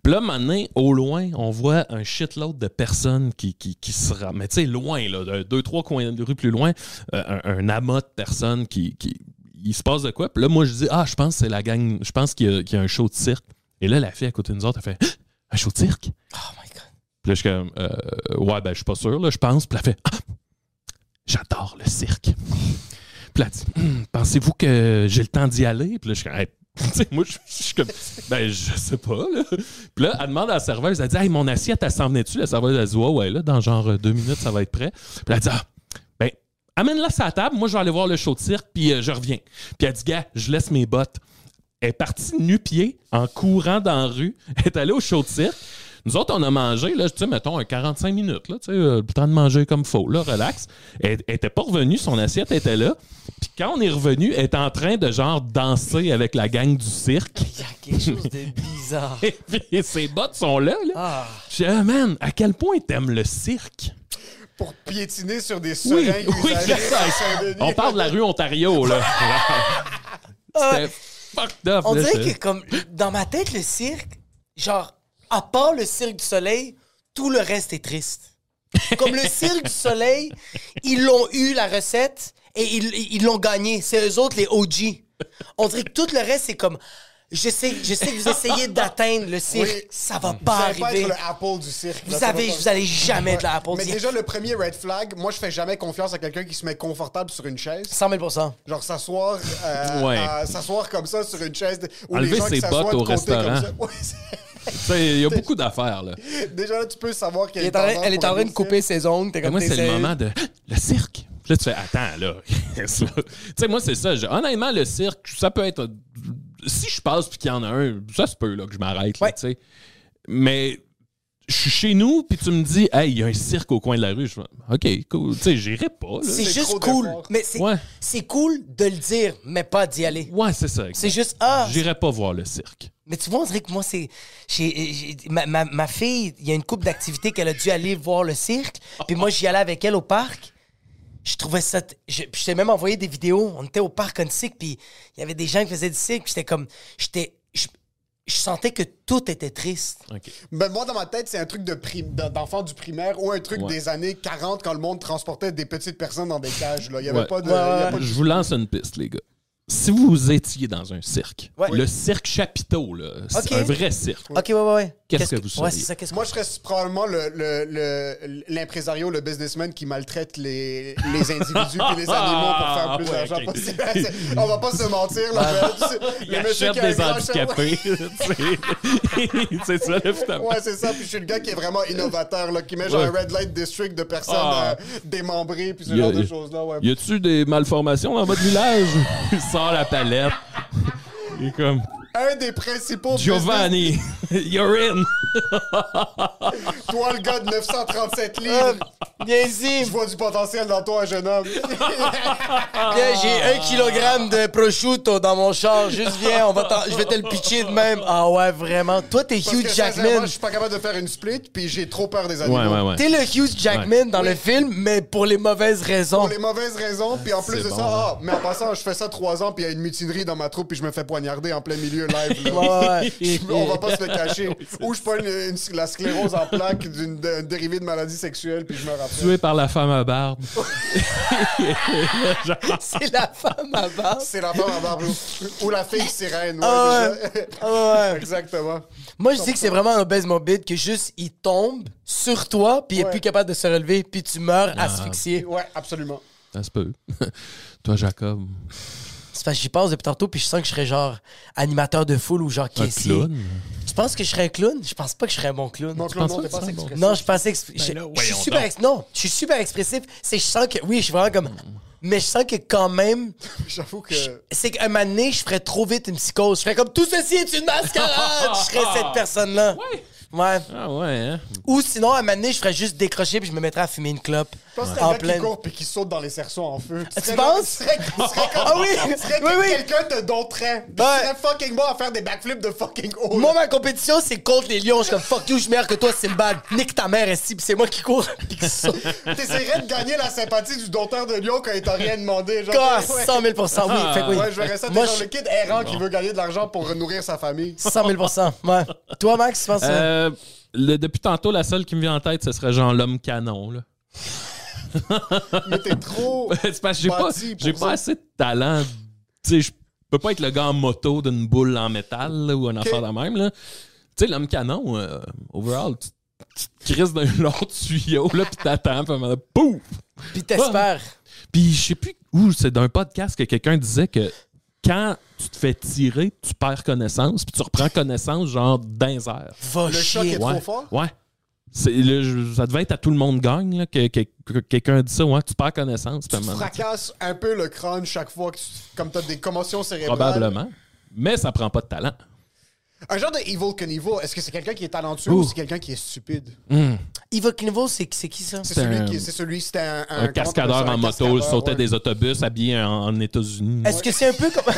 [SPEAKER 4] Puis là, maintenant, au loin, on voit un shitload de personnes qui, qui, qui se ram... Mais tu sais, loin, là, de- deux, trois coins de rue plus loin, euh, un, un amas de personnes qui, qui... Il se passe de quoi? Puis là, moi, je dis, ah, je pense que c'est la gang... Je pense qu'il y, a- qu'il y a un show de cirque. Et là, la fille à côté de nous autres, elle fait, [gasps] Ah, un show de cirque?
[SPEAKER 2] Oh my God.
[SPEAKER 4] Puis là, je suis comme, euh, ouais, ben, je suis pas sûr, là, je pense. Puis elle fait, [gasps] Ah, j'adore le cirque. Puis là, elle dit, Hum, [clears throat] pensez-vous que j'ai le temps d'y aller? Puis là, je suis comme, Hey, [laughs] tu sais, moi, je je suis comme, ben, je sais pas, là. Puis là, elle demande à la serveuse, elle dit, hey, mon assiette, elle s'en venait-tu? La serveuse, elle dit, ouais, ouais, là, dans genre euh, deux minutes, ça va être prêt. Puis là, elle dit, ah, ben, amène-la sur la table, moi, je vais aller voir le show de cirque, puis euh, je reviens. Puis elle dit, gars, je laisse mes bottes. Elle est partie nu-pied, en courant dans la rue, [laughs] Elle est allée au show de cirque. Nous autres, on a mangé, là, tu sais, mettons, un 45 minutes, là, tu sais, euh, le temps de manger comme faut, là, relax. Elle elle était pas revenue, son assiette était là. Puis quand on est revenu, elle était en train de, genre, danser avec la gang du cirque. [laughs]
[SPEAKER 2] Il y a quelque chose de bizarre.
[SPEAKER 4] Et puis, ses bottes sont là, là.
[SPEAKER 2] Ah.
[SPEAKER 4] Je dis, Ah, man, à quel point t'aimes le cirque?
[SPEAKER 3] Pour piétiner sur des
[SPEAKER 4] Oui,
[SPEAKER 3] seringues.
[SPEAKER 4] oui,
[SPEAKER 3] usagées
[SPEAKER 4] c'est
[SPEAKER 3] à
[SPEAKER 4] ça.
[SPEAKER 3] Saint-Denis.
[SPEAKER 4] On parle de la rue
[SPEAKER 2] [laughs]
[SPEAKER 4] Ontario, là. C'était fucked
[SPEAKER 2] Ah.
[SPEAKER 4] up.
[SPEAKER 2] On
[SPEAKER 4] là,
[SPEAKER 2] dirait
[SPEAKER 4] c'est-
[SPEAKER 2] que comme dans ma tête le cirque, genre à part le cirque du soleil, tout le reste est triste. Comme le cirque du soleil, ils l'ont eu la recette et ils ils l'ont gagné. C'est eux autres les OG. On dirait que tout le reste c'est comme je sais je sais que vous essayez d'atteindre le cirque,
[SPEAKER 3] Oui.
[SPEAKER 2] ça va
[SPEAKER 3] Vous
[SPEAKER 2] pas
[SPEAKER 3] allez pas
[SPEAKER 2] arriver.
[SPEAKER 3] être le Apple du cirque. là,
[SPEAKER 2] Vous
[SPEAKER 3] ça
[SPEAKER 2] avez
[SPEAKER 3] va pas-
[SPEAKER 2] vous allez jamais être la Apple.
[SPEAKER 3] Mais
[SPEAKER 2] Cirque.
[SPEAKER 3] déjà, le premier red flag, moi, je fais jamais confiance à quelqu'un qui se met confortable sur une chaise.
[SPEAKER 2] 100 000
[SPEAKER 3] Genre s'asseoir euh,
[SPEAKER 4] Ouais.
[SPEAKER 3] euh, s'asseoir comme ça sur une chaise. de- Ou
[SPEAKER 4] Enlever
[SPEAKER 3] les gens qui
[SPEAKER 4] ses
[SPEAKER 3] s'assoient
[SPEAKER 4] bottes
[SPEAKER 3] de
[SPEAKER 4] au
[SPEAKER 3] côté
[SPEAKER 4] restaurant.
[SPEAKER 3] comme ça. Ouais,
[SPEAKER 4] Tu sais, Il y a beaucoup d'affaires, là.
[SPEAKER 3] c'est- [laughs] Déjà, là, tu peux savoir qu'elle
[SPEAKER 2] Elle est en train,
[SPEAKER 3] tendance
[SPEAKER 2] elle est
[SPEAKER 3] pour
[SPEAKER 2] en train
[SPEAKER 3] aller
[SPEAKER 2] de
[SPEAKER 3] au
[SPEAKER 2] couper
[SPEAKER 3] cirque.
[SPEAKER 2] ses ongles. t'es
[SPEAKER 4] Et
[SPEAKER 2] comme,
[SPEAKER 4] moi,
[SPEAKER 2] t'es
[SPEAKER 4] c'est le
[SPEAKER 2] sérieux?
[SPEAKER 4] moment de Ah, le cirque. Puis là, tu fais attends,
[SPEAKER 3] [laughs]
[SPEAKER 4] là. tu sais, moi, c'est ça. Je- Honnêtement, le cirque, ça peut être. Si je passe puis qu'il y en a un, ça se peut là, que je m'arrête. là,
[SPEAKER 2] Ouais.
[SPEAKER 4] tu sais. Mais je suis chez nous puis tu me dis, hey, il y a un cirque au coin de la rue. Je fais, OK, cool. Tu sais, j'irai pas. Là.
[SPEAKER 2] C'est
[SPEAKER 3] C'est
[SPEAKER 2] juste
[SPEAKER 3] trop
[SPEAKER 2] cool.
[SPEAKER 3] d'efforts.
[SPEAKER 2] Mais c'est
[SPEAKER 4] Ouais.
[SPEAKER 2] c'est cool de le dire, mais pas d'y aller.
[SPEAKER 4] Ouais, c'est ça.
[SPEAKER 2] C'est juste, ah,
[SPEAKER 4] J'irai pas voir le cirque.
[SPEAKER 2] mais tu vois, on dirait que moi, c'est. j'ai- j'ai- Ma, ma- ma fille, il y a une coupe d'activités qu'elle a dû aller voir le cirque, puis moi, j'y allais avec elle au parc. Je trouvais ça. t- Je, puis je t'ai même envoyé des vidéos. On était au parc en cirque, puis il y avait des gens qui faisaient du cirque, puis j'étais comme. J'étais. Je, je sentais que tout était triste.
[SPEAKER 4] OK.
[SPEAKER 3] Ben, moi, dans ma tête, c'est un truc de prim- d'en- d'enfant du primaire ou un truc
[SPEAKER 4] Ouais.
[SPEAKER 3] des années 40 quand le monde transportait des petites personnes dans des cages. Là. Il n'y avait
[SPEAKER 4] Ouais.
[SPEAKER 3] pas de.
[SPEAKER 4] Ouais,
[SPEAKER 3] il y a
[SPEAKER 4] ouais,
[SPEAKER 3] pas de-
[SPEAKER 4] Je vous lance une piste, les gars. si vous étiez dans un cirque,
[SPEAKER 2] Ouais.
[SPEAKER 4] le cirque Chapiteau, là, c'est
[SPEAKER 2] Ok.
[SPEAKER 4] un vrai cirque.
[SPEAKER 2] Ok, ouais, ouais, ouais.
[SPEAKER 4] Qu'est-ce que vous
[SPEAKER 2] Ouais,
[SPEAKER 4] seriez?
[SPEAKER 2] c'est ça, qu'est-ce que
[SPEAKER 3] Moi, je serais probablement le- le- le- l'impresario, le, businessman qui maltraite les, les individus et les animaux pour faire plus
[SPEAKER 4] Ah, ouais,
[SPEAKER 3] d'argent
[SPEAKER 4] ok.
[SPEAKER 3] possible. [laughs] C'est- On va pas se mentir. Là, mais,
[SPEAKER 4] Il achète
[SPEAKER 3] a un
[SPEAKER 4] des
[SPEAKER 3] grand
[SPEAKER 4] handicapés. tu sais. [laughs] C'est ça, le
[SPEAKER 3] chat-
[SPEAKER 4] finalement.
[SPEAKER 3] Ouais, c'est ça. Puis je suis le gars qui est vraiment innovateur, là, qui met genre
[SPEAKER 4] Ouais.
[SPEAKER 3] un red light district de personnes
[SPEAKER 4] Ah.
[SPEAKER 3] euh, démembrées puis ce
[SPEAKER 4] Il y a-
[SPEAKER 3] genre de choses-là. Ouais.
[SPEAKER 4] Y a-tu des malformations dans votre village? [laughs] Il sort la palette. Il est comme
[SPEAKER 3] Un des principaux [laughs]
[SPEAKER 4] Giovanni, you're in.
[SPEAKER 3] business- Toi, le gars de 937 livres.
[SPEAKER 2] Bien dit.
[SPEAKER 3] Je vois du potentiel dans toi,
[SPEAKER 2] [laughs]
[SPEAKER 3] jeune homme.
[SPEAKER 2] Viens, j'ai un kilogramme de prosciutto dans mon char. Juste viens, on va t'en- je vais te le pitcher de même. Ah ouais, vraiment. Toi, t'es
[SPEAKER 3] Parce
[SPEAKER 2] Hugh
[SPEAKER 3] que, sincèrement,
[SPEAKER 2] Jackman.
[SPEAKER 3] Je suis pas capable de faire une split, puis j'ai trop peur des animaux.
[SPEAKER 4] Ouais, ouais, ouais.
[SPEAKER 2] T'es le Hugh Jackman dans le film, mais pour les mauvaises raisons.
[SPEAKER 3] Pour les mauvaises raisons, puis en plus de
[SPEAKER 4] bon,
[SPEAKER 3] ça,
[SPEAKER 4] hein.
[SPEAKER 3] ah, mais en passant, je fais ça trois ans, puis il y a une mutinerie dans ma troupe, puis je me fais poignarder en plein milieu live. là.
[SPEAKER 2] Ouais, ouais.
[SPEAKER 3] Je- [laughs] On va pas se le
[SPEAKER 4] [laughs]
[SPEAKER 3] cacher. Ou je prends une- une- la sclérose en plaques d'une de- dérivée de maladie sexuelle, puis je me rappelle.
[SPEAKER 4] Tué par la femme à barbe.
[SPEAKER 2] [laughs] C'est la femme à barbe.
[SPEAKER 3] C'est la femme à barbe ou- ou la fille sirène. Ouais,
[SPEAKER 2] Ah
[SPEAKER 3] déjà. [laughs]
[SPEAKER 2] Ah [laughs] ouais.
[SPEAKER 3] Exactement.
[SPEAKER 2] Moi, je dis que c'est vraiment un baisse mobile que juste il tombe sur toi, puis il est
[SPEAKER 3] Ouais.
[SPEAKER 2] plus capable de se relever, puis tu meurs
[SPEAKER 4] Ah.
[SPEAKER 2] asphyxié.
[SPEAKER 3] Ouais, absolument.
[SPEAKER 4] Ça se peut. [laughs] Toi, Jacob,
[SPEAKER 2] C'est parce que j'y pense depuis tantôt, puis je sens que je serais genre animateur de foule ou genre
[SPEAKER 4] un
[SPEAKER 2] caissier.
[SPEAKER 4] clown.
[SPEAKER 2] Tu penses que je serais un clown? Je pense pas que je serais un bon clown.
[SPEAKER 3] Donc, là,
[SPEAKER 4] penses
[SPEAKER 3] non,
[SPEAKER 4] que
[SPEAKER 3] t'es
[SPEAKER 4] ça
[SPEAKER 3] pas
[SPEAKER 4] sent
[SPEAKER 3] sexy.
[SPEAKER 2] Non, je pensais que je, je suis
[SPEAKER 4] Ben voyons
[SPEAKER 2] super
[SPEAKER 4] donc.
[SPEAKER 2] ex- non, je suis super expressif, c'est je sens que oui, je suis vraiment comme mais je sens que quand même
[SPEAKER 3] J'avoue que.
[SPEAKER 2] c'est qu'à un moment donné, je ferais trop vite une psychose. Je ferais comme tout ceci est une mascarade, je serais
[SPEAKER 4] [laughs]
[SPEAKER 2] cette personne là.
[SPEAKER 4] Ouais.
[SPEAKER 2] Ouais.
[SPEAKER 4] Ah ouais, hein?
[SPEAKER 2] Ou sinon à un moment donné, je ferais juste décrocher puis je me mettrais à fumer une clope
[SPEAKER 3] Je pense que t'es un
[SPEAKER 2] en
[SPEAKER 3] gars qui
[SPEAKER 2] pleine.
[SPEAKER 3] court puis qui saute dans les cerceaux en feu.
[SPEAKER 2] Tu penses? Ah oui, oui oui.
[SPEAKER 3] Quelqu'un te doterait. Tu
[SPEAKER 2] Ouais.
[SPEAKER 3] serais fucking bon à faire des backflips de fucking haut.
[SPEAKER 2] Moi, ma compétition, c'est contre les lions. Je suis comme fuck you, je suis meilleur que toi, Simbad. Nique ta mère, ici, puis c'est moi qui cours. [laughs] Puis qui
[SPEAKER 3] [laughs]
[SPEAKER 2] saute.
[SPEAKER 3] T'essaierais de gagner la sympathie du doteur de Lyon quand il t'a rien demandé. Genre,
[SPEAKER 2] Ah,
[SPEAKER 3] ouais.
[SPEAKER 2] 100 000 oui. Fait que oui.
[SPEAKER 3] Ouais, je verrais ça. T'es
[SPEAKER 2] Moi,
[SPEAKER 3] genre
[SPEAKER 2] je-
[SPEAKER 3] le kid errant qui veut gagner de l'argent pour nourrir sa famille.
[SPEAKER 2] 100 000 ouais. Toi, Max, tu penses ça?
[SPEAKER 4] Euh, le- depuis tantôt, la seule qui me vient en tête, ce serait genre l'homme canon. Là.
[SPEAKER 3] Mais t'es
[SPEAKER 4] [laughs]
[SPEAKER 3] trop.
[SPEAKER 4] C'est parce que j'ai pas,
[SPEAKER 3] bâti pour
[SPEAKER 4] j'ai
[SPEAKER 3] ça.
[SPEAKER 4] pas assez de talent. Tu sais, je peux pas être le gars en moto d'une boule en métal là, ou un affaire de même. là. Tu sais, l'homme canon, euh, overall, tu tu te crises d'un [laughs] long tuyau, là, puis t'attends, puis à un moment donné, pouf!
[SPEAKER 2] Puis t'espères.
[SPEAKER 4] Puis je sais plus où, c'est d'un podcast que quelqu'un disait que quand tu te fais tirer, tu perds connaissance, puis tu reprends connaissance, genre, dans les airs.
[SPEAKER 2] Va
[SPEAKER 3] Le choc
[SPEAKER 2] chier.
[SPEAKER 3] est
[SPEAKER 4] Ouais.
[SPEAKER 3] trop fort.
[SPEAKER 4] Ouais. C'est, là, je- ça devait être à tout le monde gagne là, que, que- que quelqu'un dit ça, ouais, tu perds connaissance. puis à un
[SPEAKER 3] Tu
[SPEAKER 4] moment donné,
[SPEAKER 3] fracasses un peu le crâne chaque fois que tu, comme t'as des commotions cérébrales.
[SPEAKER 4] probablement. Mais ça prend pas de talent.
[SPEAKER 3] Un genre de Evil Knievel, est-ce que c'est quelqu'un qui est talentueux ou c'est quelqu'un qui est stupide?
[SPEAKER 2] Ivo Knievel, c'est c'est qui ça?
[SPEAKER 3] C'est
[SPEAKER 4] C'est
[SPEAKER 3] celui
[SPEAKER 4] un-
[SPEAKER 3] qui. C'est celui, c'était un.
[SPEAKER 4] Un cascadeur en moto, il sautait
[SPEAKER 3] des
[SPEAKER 4] des autobus habillé en, en États-Unis.
[SPEAKER 2] Est-ce que c'est un peu
[SPEAKER 3] [laughs]
[SPEAKER 2] comme.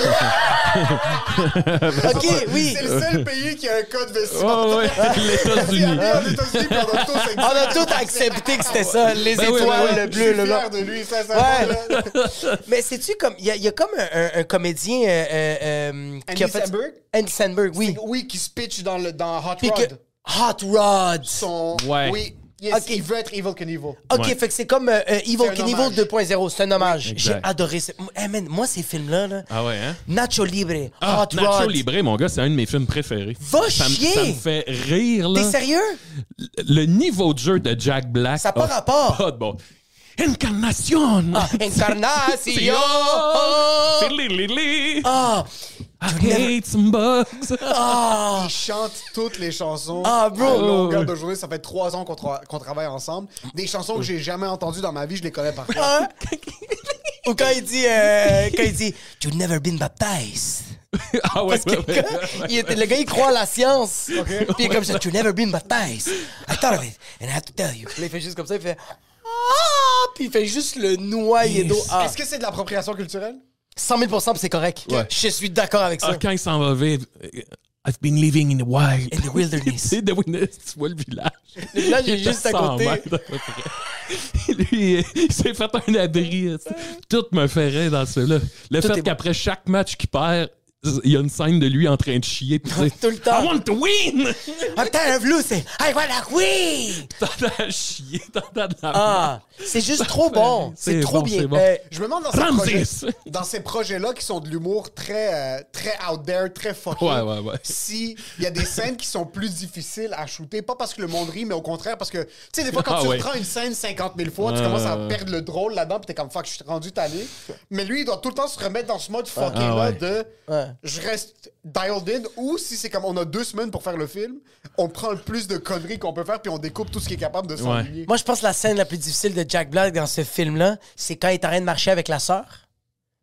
[SPEAKER 2] ok, oui.
[SPEAKER 3] C'est le seul pays qui a un code vestimentaire.
[SPEAKER 4] Oh, ouais, [laughs] les
[SPEAKER 3] Il y a
[SPEAKER 4] États-Unis.
[SPEAKER 3] rien aux États-Unis, puis on a tous
[SPEAKER 2] On a
[SPEAKER 3] exactement-
[SPEAKER 2] tout accepté que c'était ça. Les
[SPEAKER 4] Ben oui,
[SPEAKER 2] étoiles,
[SPEAKER 4] ben oui.
[SPEAKER 2] le bleu,
[SPEAKER 3] Je
[SPEAKER 2] le
[SPEAKER 3] suis
[SPEAKER 2] blanc.
[SPEAKER 3] fier de lui, ça, ça
[SPEAKER 2] Ouais. [laughs]
[SPEAKER 3] va, là.
[SPEAKER 2] Mais sais-tu comme. Il y, a- il y a comme un, un- un comédien. euh, euh, euh, qui a
[SPEAKER 3] Andy
[SPEAKER 2] fait...
[SPEAKER 3] Samberg?
[SPEAKER 2] Andy Sandberg, oui.
[SPEAKER 3] Oui, qui se pitch dans, le, dans Hot
[SPEAKER 2] Puis que-
[SPEAKER 3] Rod.
[SPEAKER 2] Hot Rod.
[SPEAKER 3] Son...
[SPEAKER 4] Ouais.
[SPEAKER 3] Oui, yes,
[SPEAKER 2] Ok.
[SPEAKER 3] il veut être Evil Knievel.
[SPEAKER 2] Ok,
[SPEAKER 4] Ouais.
[SPEAKER 2] fait que c'est comme euh, euh, Evil
[SPEAKER 3] un
[SPEAKER 2] Knievel
[SPEAKER 3] hommage.
[SPEAKER 2] 2.0. C'est un hommage. J'ai
[SPEAKER 4] exact.
[SPEAKER 2] adoré. ce- Hey, man, moi, ces films-là. Là,
[SPEAKER 4] Ah ouais, hein?
[SPEAKER 2] Nacho Oh, Libre, Oh,
[SPEAKER 4] Ah,
[SPEAKER 2] Hot
[SPEAKER 4] Nacho
[SPEAKER 2] Rod.
[SPEAKER 4] Libre, mon gars, c'est un de mes films préférés.
[SPEAKER 2] Va
[SPEAKER 4] ça, me-
[SPEAKER 2] chier!
[SPEAKER 4] ça me fait rire, là.
[SPEAKER 2] T'es sérieux?
[SPEAKER 4] Le niveau de jeu de Jack Black.
[SPEAKER 2] Ça a pas
[SPEAKER 4] a
[SPEAKER 2] rapport. Ah,
[SPEAKER 4] pas de bon. Incarnation! [laughs]
[SPEAKER 2] Incarnation!
[SPEAKER 4] Tililili.
[SPEAKER 2] Ah!
[SPEAKER 4] I hate some bugs.
[SPEAKER 3] Il chante toutes les chansons.
[SPEAKER 2] Ah, bro.
[SPEAKER 3] À longueur de journée, ça fait trois ans qu'on tra- qu'on travaille ensemble. Des chansons que j'ai jamais entendues dans ma vie, je les connais par cœur.
[SPEAKER 2] Hein? Ou quand il dit, euh, quand il dit, You've never been baptized.
[SPEAKER 4] [laughs] Ah ouais,
[SPEAKER 2] Parce que
[SPEAKER 4] ouais,
[SPEAKER 2] le
[SPEAKER 4] ouais,
[SPEAKER 2] gars,
[SPEAKER 4] ouais.
[SPEAKER 2] il était- le gars, il croit à la science. Puis il est comme ça, You've never been baptized. I thought of it, and I had to tell you. Puis là, il fait juste comme ça, il fait, Ah! Puis il fait juste le noyer d'eau. Ah.
[SPEAKER 3] Est-ce que c'est de l'appropriation culturelle?
[SPEAKER 2] 100 000 puis c'est correct.
[SPEAKER 4] Ouais.
[SPEAKER 2] Je suis d'accord avec ça.
[SPEAKER 4] Ah, quand il s'en va vivre, euh, I've been living in the wild.
[SPEAKER 2] In the
[SPEAKER 4] [laughs]
[SPEAKER 2] wilderness.
[SPEAKER 4] C'est the wilderness, tu vois le village. Le
[SPEAKER 2] village est juste à côté.
[SPEAKER 4] Lui, il s'est fait un abri. Tout me ferait dans ce là Le
[SPEAKER 2] Tout est
[SPEAKER 4] fait
[SPEAKER 2] bon.
[SPEAKER 4] qu'après chaque match qu'il perd, il y a une scène de lui en train de chier. Puis dire,
[SPEAKER 2] [laughs] Tout le temps.
[SPEAKER 4] I want to win! [laughs]
[SPEAKER 2] I'm tired of losing. I wanna win.
[SPEAKER 4] T'entends à chier, t'entends de la
[SPEAKER 2] Ah, c'est juste trop
[SPEAKER 4] [laughs]
[SPEAKER 2] bon. C'est trop bien.
[SPEAKER 4] c'est bon.
[SPEAKER 2] Euh,
[SPEAKER 3] Je me demande dans ces,
[SPEAKER 4] Ramsès.
[SPEAKER 3] projets, dans ces projets-là qui sont de l'humour très, euh, très out there, très fucking,
[SPEAKER 4] Ouais, ouais, ouais.
[SPEAKER 3] si il y a des scènes qui sont plus difficiles à shooter, pas parce que le monde rit, mais au contraire parce que, tu sais, des fois quand
[SPEAKER 4] Ah,
[SPEAKER 3] tu
[SPEAKER 4] ouais.
[SPEAKER 3] reprends une scène 50 000 fois, tu
[SPEAKER 4] Ouais,
[SPEAKER 3] commences à
[SPEAKER 4] ouais, ouais.
[SPEAKER 3] perdre le drôle là-dedans, puis t'es comme fuck, je suis rendu tanné. Mais lui, il doit tout le temps se remettre dans ce mode fucking là
[SPEAKER 4] Ah, ouais.
[SPEAKER 3] de
[SPEAKER 2] Ouais.
[SPEAKER 3] je reste dialed in, ou si c'est comme on a deux semaines pour faire le film, on prend le plus de conneries qu'on peut faire, puis on découpe tout ce qui est capable de s'enligner.
[SPEAKER 2] Moi, je pense que la scène la plus difficile de Jack Black dans ce film-là, c'est quand il est en train de marcher avec la sœur.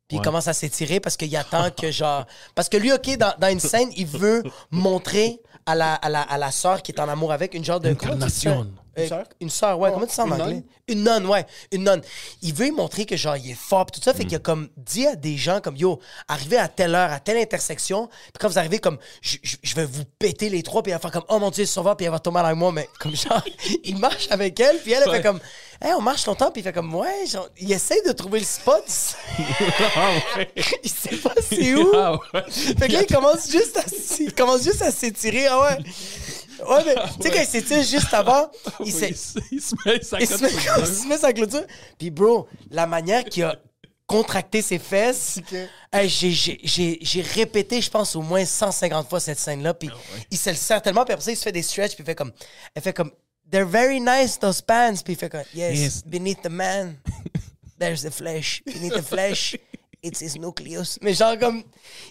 [SPEAKER 2] Puis il commence à s'étirer parce qu'il attend que, genre. Parce que lui, OK, dans, dans une scène, il veut montrer à la, à la, à la sœur qui est en amour avec une genre de.
[SPEAKER 4] Incarnation.
[SPEAKER 2] Une sœur? Euh, Une sœur, ouais. Comment tu dis ça en
[SPEAKER 3] une
[SPEAKER 2] anglais?
[SPEAKER 3] nonne?
[SPEAKER 2] Une nonne, ouais. Une nonne. Il veut lui montrer que, genre, il est fort, pis tout ça. Fait qu'il a comme dit à des gens, comme, yo, arrivez à telle heure, à telle intersection, puis quand vous arrivez, comme, je- je je vais vous péter les trois, puis elle va faire comme, oh mon Dieu, le sauveur, puis elle va tomber avec moi, mais comme, genre, [laughs] il marche avec elle, puis elle, elle fait comme, hey, on marche longtemps, puis il fait comme, ouais, genre, il essaie de trouver le spot. il sait pas
[SPEAKER 4] [laughs]
[SPEAKER 2] c'est où.
[SPEAKER 4] Ah ouais.
[SPEAKER 2] Fait que là, il commence juste à, s- il commence juste à s'étirer, ah ouais. Ouais, mais tu sais, quand il s'étire juste avant,
[SPEAKER 4] [laughs]
[SPEAKER 2] il s'est-
[SPEAKER 4] Il se- il se met sa
[SPEAKER 2] il se met,
[SPEAKER 4] cote.
[SPEAKER 2] il se met sa clôture. Puis, bro, la manière qu'il a contracté ses fesses, hey, j'ai- j'ai- j'ai j'ai répété, je pense, au moins 150 fois cette scène-là.
[SPEAKER 4] Ah
[SPEAKER 2] Puis, il se le sert tellement. Puis après ça, il se fait des stretches. Puis, il fait comme. Elle fait comme. They're very nice, those pants. Puis, il fait comme. Yes,
[SPEAKER 4] Yes.
[SPEAKER 2] beneath the
[SPEAKER 4] [laughs]
[SPEAKER 2] man, there's the flesh. Beneath the flesh. It's his nucleus. Mais genre comme...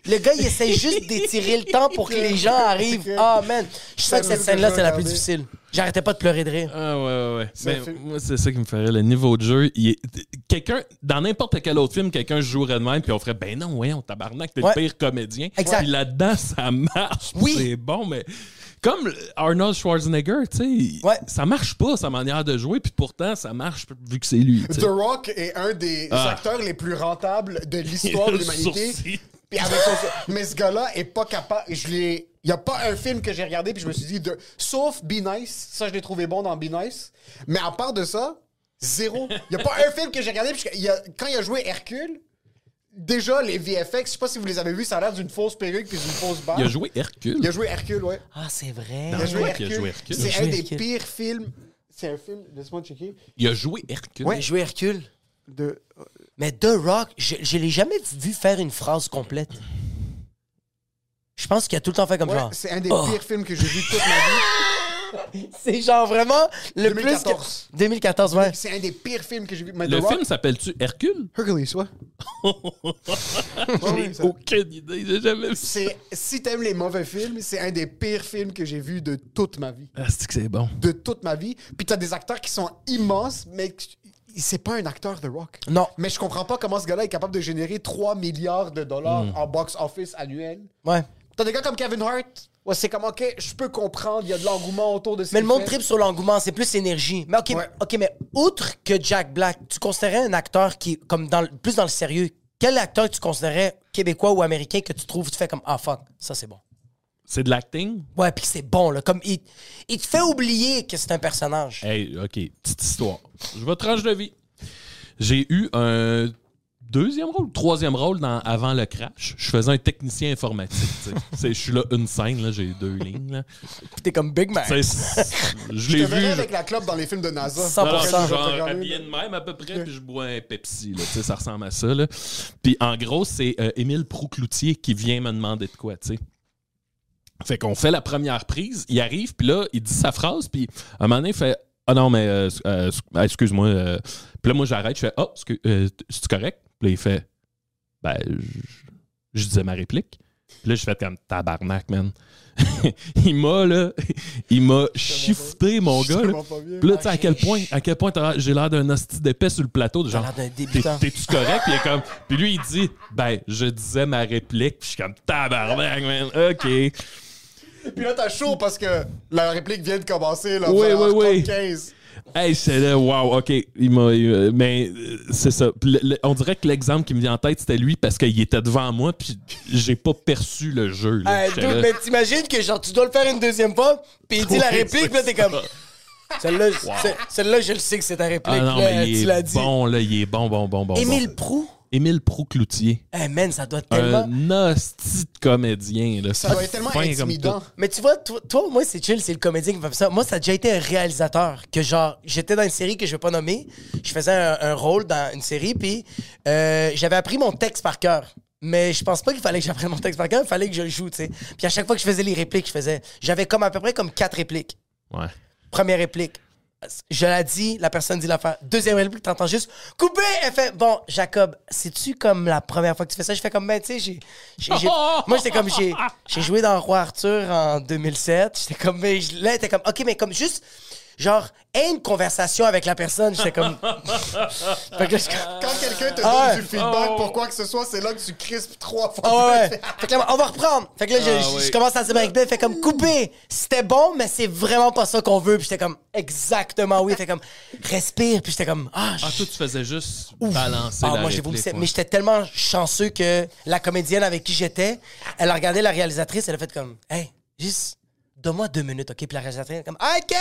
[SPEAKER 2] Le gars, il essaie juste d'étirer le temps pour que les gens [laughs] arrivent. Ah, man. Je sais que cette scène-là, c'est la plus difficile. J'arrêtais pas de pleurer de rire.
[SPEAKER 4] Ah ouais, ouais, ouais.
[SPEAKER 3] Ça
[SPEAKER 4] Mais
[SPEAKER 3] fait-
[SPEAKER 4] moi, c'est ça qui me ferait le niveau de jeu. il est- Quelqu'un, dans n'importe quel autre film, quelqu'un jouerait de même, puis on ferait Ben non, ouais, on tabarnak, t'es
[SPEAKER 2] Ouais.
[SPEAKER 4] le pire comédien.
[SPEAKER 2] Exact.
[SPEAKER 4] Puis là-dedans, [laughs] ça marche.
[SPEAKER 2] Oui.
[SPEAKER 4] C'est bon, mais comme Arnold Schwarzenegger, tu sais, il-
[SPEAKER 2] Ouais.
[SPEAKER 4] ça marche pas, sa manière de jouer, puis pourtant, ça marche vu que c'est lui. tu sais.
[SPEAKER 3] The Rock est un des
[SPEAKER 4] Ah.
[SPEAKER 3] acteurs les plus rentables de l'histoire
[SPEAKER 4] Il
[SPEAKER 3] de
[SPEAKER 4] a [laughs] le
[SPEAKER 3] l'humanité.
[SPEAKER 4] sourcil.
[SPEAKER 3] Puis avec son- Mais ce gars-là est pas capable. Je l'ai. Il n'y a pas un film que j'ai regardé puis je me suis dit, de... sauf Be Nice, ça je l'ai trouvé bon dans Be Nice, mais à part de ça, zéro. Il n'y a pas un film que j'ai regardé puis je- il a- quand il a joué Hercule, déjà les VFX, je sais pas si vous les avez vus, ça a l'air d'une fausse perruque puis d'une fausse barbe.
[SPEAKER 4] Il a joué Hercule.
[SPEAKER 3] Il a joué Hercule, ouais.
[SPEAKER 2] Ah, c'est vrai.
[SPEAKER 3] Il a joué
[SPEAKER 4] Ouais, puis il a
[SPEAKER 3] Hercule.
[SPEAKER 4] joué Hercule.
[SPEAKER 2] Il a
[SPEAKER 3] C'est
[SPEAKER 2] joué
[SPEAKER 3] un des
[SPEAKER 2] Hercule.
[SPEAKER 3] pires films. C'est un film, laisse-moi checker.
[SPEAKER 4] Il a joué Hercule.
[SPEAKER 2] Il a joué Hercule.
[SPEAKER 3] De...
[SPEAKER 2] Mais The Rock, je, je l'ai jamais vu faire une phrase complète. Je pense qu'il a tout le temps fait comme
[SPEAKER 3] Ouais,
[SPEAKER 2] genre.
[SPEAKER 3] c'est un des
[SPEAKER 2] Oh.
[SPEAKER 3] pires films que j'ai vu toute ma vie.
[SPEAKER 2] C'est genre vraiment le
[SPEAKER 3] 2014.
[SPEAKER 2] plus. que- 2014, ouais.
[SPEAKER 3] C'est un des pires films que j'ai vu. Mais
[SPEAKER 4] Le
[SPEAKER 3] The Rock-
[SPEAKER 4] film s'appelle-tu Hercule?
[SPEAKER 3] Hercules,
[SPEAKER 4] [laughs]
[SPEAKER 3] ouais.
[SPEAKER 4] J'ai aucune idée, j'ai jamais vu ça.
[SPEAKER 3] C'est, si t'aimes les mauvais films, c'est un des pires films que j'ai vu de toute ma vie.
[SPEAKER 4] Ah, c'est que c'est bon.
[SPEAKER 3] De toute ma vie. Puis t'as des acteurs qui sont immenses, mais que- c'est pas un acteur The Rock.
[SPEAKER 2] Non.
[SPEAKER 3] Mais je comprends pas comment ce gars-là est capable de générer 3 milliards de dollars
[SPEAKER 4] Mm.
[SPEAKER 3] en box-office annuel.
[SPEAKER 2] Ouais.
[SPEAKER 3] T'as des gars comme Kevin Hart, ouais, c'est comme, OK, je peux comprendre, il y a de l'engouement autour de ce
[SPEAKER 2] Mais le
[SPEAKER 3] qu'il
[SPEAKER 2] monde
[SPEAKER 3] fait.
[SPEAKER 2] tripe sur l'engouement, c'est plus énergie. Mais ok,
[SPEAKER 3] Ouais.
[SPEAKER 2] ok, mais outre que Jack Black, tu considérais un acteur qui, est comme dans, le- plus dans le sérieux, quel acteur tu considérais québécois ou américain que tu trouves, tu fais comme ah fuck, ça c'est bon.
[SPEAKER 4] C'est de l'acting?
[SPEAKER 2] Ouais, puis c'est bon là, comme il, il te fait oublier que c'est un personnage.
[SPEAKER 4] Hey, OK, petite histoire. Je vais tranche de vie. J'ai eu un deuxième rôle, troisième rôle dans Avant le crash. Je faisais un technicien informatique. tu sais. [laughs] C'est- Je suis là une scène, là, j'ai deux lignes. là.
[SPEAKER 2] Puis t'es comme Big Mac.
[SPEAKER 4] Tu sais, c'est- Je
[SPEAKER 3] Je
[SPEAKER 4] l'ai
[SPEAKER 3] te
[SPEAKER 4] vu.
[SPEAKER 3] verrais
[SPEAKER 4] je-
[SPEAKER 3] avec la clope dans les films de NASA.
[SPEAKER 2] Cent
[SPEAKER 4] Non, non,
[SPEAKER 2] pour
[SPEAKER 4] je suis
[SPEAKER 2] cent.
[SPEAKER 4] genre habillé de même à peu près, puis je bois un Pepsi. Là, tu sais, ça ressemble à ça. Là. Puis en gros, c'est euh, Émile Proucloutier qui vient me demander de quoi. tu sais. Fait qu'on fait la première prise, il arrive, puis là, il dit sa phrase, puis à un moment donné, il fait Ah non, mais euh, euh, euh, excuse-moi. euh. Puis là, moi, j'arrête, je fais Ah, c'est tu correct Puis là, il fait Ben, je- je disais ma réplique. Puis là, je fais comme tabarnak, man. [laughs] il m'a, là, il m'a shifté, mon gars. là.
[SPEAKER 3] tellement pas bien.
[SPEAKER 4] Puis là, tu sais, à quel point, à quel point t'as- j'ai l'air d'un hostie d'épais sur le plateau, de genre,
[SPEAKER 2] l'air d'un
[SPEAKER 4] T'es-
[SPEAKER 2] débutant.
[SPEAKER 4] t'es-tu correct? Puis, il est comme, puis lui, il dit, ben, je disais ma réplique, puis je suis comme, tabarnak, man, OK.
[SPEAKER 3] Puis là, t'as chaud parce que la réplique vient de commencer. Là,
[SPEAKER 4] Oui,
[SPEAKER 3] vers
[SPEAKER 4] oui, oui.
[SPEAKER 3] 15.
[SPEAKER 4] Hey, c'est là, wow, OK. Il m'a, il m'a- mais euh, c'est ça. Puis le- le- on dirait que l'exemple qui me vient en tête, c'était lui parce qu'il était devant moi, puis j'ai pas perçu le jeu. là.
[SPEAKER 2] Hey,
[SPEAKER 4] J'étais
[SPEAKER 2] Eh, dude,
[SPEAKER 4] là,
[SPEAKER 2] mais t'imagines que genre tu dois le faire une deuxième fois, puis il dit la
[SPEAKER 4] Ouais,
[SPEAKER 2] réplique,
[SPEAKER 4] c'est
[SPEAKER 2] puis là t'es comme. Celle-là, je- ce- celle-là, je le sais que c'est ta réplique.
[SPEAKER 4] ah non,
[SPEAKER 2] là,
[SPEAKER 4] mais
[SPEAKER 2] tu
[SPEAKER 4] il
[SPEAKER 2] l'as
[SPEAKER 4] est
[SPEAKER 2] dit.
[SPEAKER 4] bon, là, il est bon, bon, bon, bon. bon.
[SPEAKER 2] Émile Prou,
[SPEAKER 4] Émile Procloutier.
[SPEAKER 2] Hey Eh, man, ça doit
[SPEAKER 4] Euh,
[SPEAKER 2] être tellement.
[SPEAKER 4] Un hostie de comédien. Là.
[SPEAKER 3] Ça doit être tellement
[SPEAKER 4] Fin comme
[SPEAKER 3] intimidant.
[SPEAKER 4] tout.
[SPEAKER 2] Mais tu vois, toi, toi, moi, c'est chill, c'est le comédien qui me fait ça. Moi, ça a déjà été un réalisateur que, genre, j'étais dans une série que je vais pas nommer. Je faisais un, un rôle dans une série, puis euh, j'avais appris mon texte par cœur. Mais je pense pas qu'il fallait que j'apprenne mon texte par cœur, il fallait que je le joue, tu sais. Puis à chaque fois que je faisais les répliques, je faisais. J'avais comme à peu près comme quatre répliques.
[SPEAKER 4] Ouais.
[SPEAKER 2] Première réplique. Je la dis, la personne dit l'affaire. Deuxième réplique, t'entends juste couper. Elle fait Bon, Jacob, c'est-tu comme la première fois que tu fais ça? Je fais comme, ben, tu sais, j'ai. j'ai- j'ai- Moi, j'étais comme, j'ai j'ai joué dans Roi Arthur en 2007. J'étais comme, mais je- là, elle était comme, OK, mais comme juste, genre, aie une conversation avec la personne. J'étais comme. [laughs] fait que là, je suis comme-
[SPEAKER 3] Quand quelqu'un te
[SPEAKER 2] Ah
[SPEAKER 3] donne
[SPEAKER 2] ouais.
[SPEAKER 3] du feedback
[SPEAKER 4] Oh.
[SPEAKER 3] pour quoi que ce soit, c'est là que tu crispes trois fois.
[SPEAKER 2] Ah
[SPEAKER 4] [laughs]
[SPEAKER 2] ouais, ouais. Fait que là, on va reprendre. Fait que là, je,
[SPEAKER 4] Ah
[SPEAKER 2] je- je
[SPEAKER 4] oui.
[SPEAKER 2] commence à dire avec Ben, fait comme couper. C'était bon, mais c'est vraiment pas ça qu'on veut. Puis j'étais comme exactement oui. Fait comme respire. Puis j'étais comme ah.
[SPEAKER 4] Ah, toi,
[SPEAKER 2] je-
[SPEAKER 4] tu faisais juste
[SPEAKER 2] ouf.
[SPEAKER 4] balancer
[SPEAKER 2] Ah,
[SPEAKER 4] la
[SPEAKER 2] moi, j'ai
[SPEAKER 4] réplique.
[SPEAKER 2] vomissé.
[SPEAKER 4] ouais.
[SPEAKER 2] Mais j'étais tellement chanceux que la comédienne avec qui j'étais, elle a regardé la réalisatrice, elle a fait comme, hey, juste, donne-moi deux minutes, OK? Puis la réalisatrice, elle est comme, OK!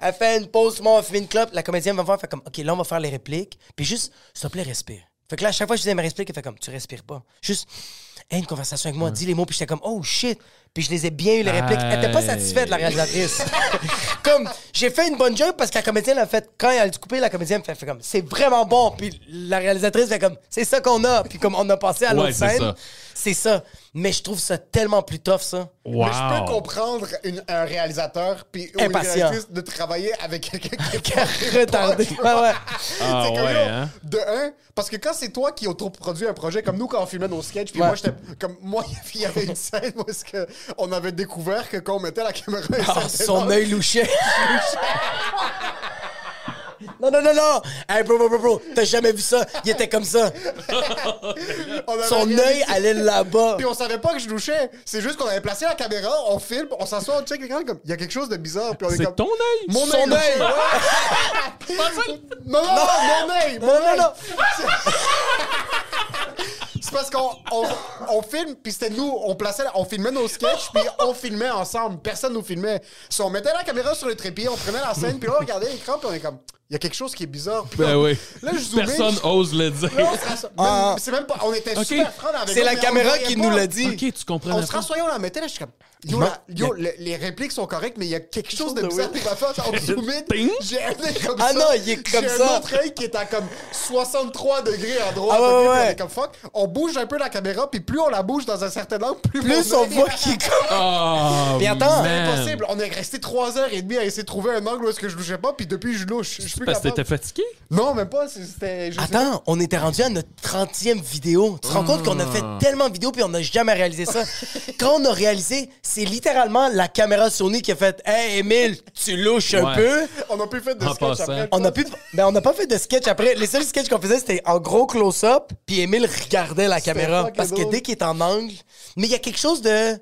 [SPEAKER 2] Elle fait une pause, moi, on fume une clope. La comédienne va voir, elle fait comme, OK, là, on va faire les répliques. Puis juste, s'il te plaît, respire. Fait que là, à chaque fois que je disais mes répliques, elle fait comme, tu respires pas. Juste, hey, une conversation avec moi, dis les mots. Puis j'étais comme, oh shit! Puis je les ai bien eu, les répliques. Elle était pas
[SPEAKER 4] Aïe.
[SPEAKER 2] satisfaite, la réalisatrice. [laughs] comme j'ai fait une bonne job parce que la comédienne a fait quand elle a dû couper la comédienne fait, fait comme c'est vraiment bon puis la réalisatrice fait comme c'est ça qu'on a puis comme on a passé à l'autre
[SPEAKER 4] Ouais, c'est
[SPEAKER 2] scène
[SPEAKER 4] ça.
[SPEAKER 2] c'est ça mais je trouve ça tellement plus tough ça
[SPEAKER 4] Wow.
[SPEAKER 3] Mais je peux comprendre une- un réalisateur puis ou une
[SPEAKER 2] Impatient.
[SPEAKER 3] réalisatrice de travailler avec quelqu'un qui
[SPEAKER 2] [laughs]
[SPEAKER 3] est
[SPEAKER 4] [laughs]
[SPEAKER 2] retardé ouais ouais
[SPEAKER 4] Ah,
[SPEAKER 3] C'est que
[SPEAKER 4] ouais,
[SPEAKER 3] là,
[SPEAKER 4] hein?
[SPEAKER 3] De un, parce que quand c'est toi qui autoproduis un projet, comme nous quand on filmait nos sketchs, puis
[SPEAKER 2] Ouais.
[SPEAKER 3] moi j'étais comme moi, [laughs] il y avait une scène où est-ce que on avait découvert que quand on mettait la caméra, à un
[SPEAKER 2] Ah,
[SPEAKER 3] certain
[SPEAKER 2] son
[SPEAKER 3] angle,
[SPEAKER 2] œil louché non non non non hey bro bro bro bro t'as jamais vu ça il était comme ça
[SPEAKER 3] on avait
[SPEAKER 2] son
[SPEAKER 3] réalisé-
[SPEAKER 2] œil allait là bas
[SPEAKER 3] Puis on savait pas que je louchais. C'est juste qu'on avait placé la caméra, on filme, on s'assoit, on check les gars, comme il y a quelque chose de bizarre. Puis on est,
[SPEAKER 4] C'est
[SPEAKER 3] comme,
[SPEAKER 4] ton œil?
[SPEAKER 3] Mon
[SPEAKER 2] Son
[SPEAKER 3] œil louché,
[SPEAKER 2] œil.
[SPEAKER 3] ouais. [laughs] Non, non, non, mon œil
[SPEAKER 2] non non non
[SPEAKER 3] [laughs] C'est parce qu'on on, on filme, puis c'était nous, on plaçait, on filmait nos sketchs, puis on filmait ensemble. Personne nous filmait. Si on mettait la caméra sur le trépied, on prenait la scène, puis là, on regardait l'écran, puis on est comme, il y a quelque chose qui est bizarre. Puis
[SPEAKER 4] Ben
[SPEAKER 3] on-
[SPEAKER 4] oui.
[SPEAKER 3] Là, je zoomais.
[SPEAKER 4] Personne
[SPEAKER 3] je-
[SPEAKER 4] ose le dire.
[SPEAKER 3] Là, on se rassoit- même-
[SPEAKER 2] Ah.
[SPEAKER 3] c'est même pas. On était
[SPEAKER 4] Ok.
[SPEAKER 3] super francs avec
[SPEAKER 2] c'est
[SPEAKER 3] eux,
[SPEAKER 2] la
[SPEAKER 3] mais on
[SPEAKER 2] caméra
[SPEAKER 3] voyait
[SPEAKER 2] qui
[SPEAKER 3] pas.
[SPEAKER 2] nous l'a dit
[SPEAKER 4] ok, tu comprends.
[SPEAKER 3] On se rassoyait, on la mettait, là, je suis comme. Yo,
[SPEAKER 2] Non,
[SPEAKER 3] la- yo,
[SPEAKER 2] y
[SPEAKER 3] le- les répliques sont correctes, mais il y a quelque chose de
[SPEAKER 2] de
[SPEAKER 3] bizarre
[SPEAKER 2] weird.
[SPEAKER 3] qui m'a fait.
[SPEAKER 2] [laughs]
[SPEAKER 3] On zoomait,
[SPEAKER 4] Ting.
[SPEAKER 3] j'ai un œil comme
[SPEAKER 2] Ah
[SPEAKER 3] ça.
[SPEAKER 2] non, il est comme
[SPEAKER 3] J'ai
[SPEAKER 2] ça.
[SPEAKER 3] un autre œil qui est à comme 63 degrés à droite.
[SPEAKER 2] Ah ouais,
[SPEAKER 3] ok, puis
[SPEAKER 2] ouais,
[SPEAKER 3] on
[SPEAKER 2] ouais.
[SPEAKER 3] est comme fuck. On bouge un peu la caméra, puis plus on la bouge dans un certain angle, plus,
[SPEAKER 2] plus
[SPEAKER 3] mon
[SPEAKER 2] on
[SPEAKER 3] œil-
[SPEAKER 2] voit qu'il est comme
[SPEAKER 4] Oh,
[SPEAKER 2] Mais attends,
[SPEAKER 3] C'est
[SPEAKER 4] man.
[SPEAKER 3] impossible. On est resté 3 heures et demie à essayer de trouver un angle où est-ce que je louchais pas, puis depuis, je louche. Je suis plus
[SPEAKER 4] Parce que
[SPEAKER 3] capable.
[SPEAKER 4] t'étais fatigué?
[SPEAKER 3] Non, même pas. c'est- C'était. je sais pas.
[SPEAKER 2] Attends, on était rendu à notre 30e vidéo. Tu te rends compte qu'on a fait
[SPEAKER 3] Ah.
[SPEAKER 2] tellement de vidéos puis on n'a jamais réalisé
[SPEAKER 3] [laughs]
[SPEAKER 2] ça. Quand on a réalisé, c'est littéralement la caméra Sony qui a fait Hey Emile, tu louches un
[SPEAKER 4] Ouais.
[SPEAKER 2] peu.
[SPEAKER 3] On n'a plus fait de
[SPEAKER 4] En
[SPEAKER 3] sketch
[SPEAKER 4] passant.
[SPEAKER 3] après. je
[SPEAKER 2] On n'a
[SPEAKER 3] pense.
[SPEAKER 2] plus- ben, on n'a pas fait de sketch après. Les seuls sketchs qu'on faisait, c'était en gros close-up puis Emile regardait la caméra.
[SPEAKER 3] fucking
[SPEAKER 2] Parce que
[SPEAKER 3] drôle.
[SPEAKER 2] dès qu'il est en angle, mais il y a quelque chose de.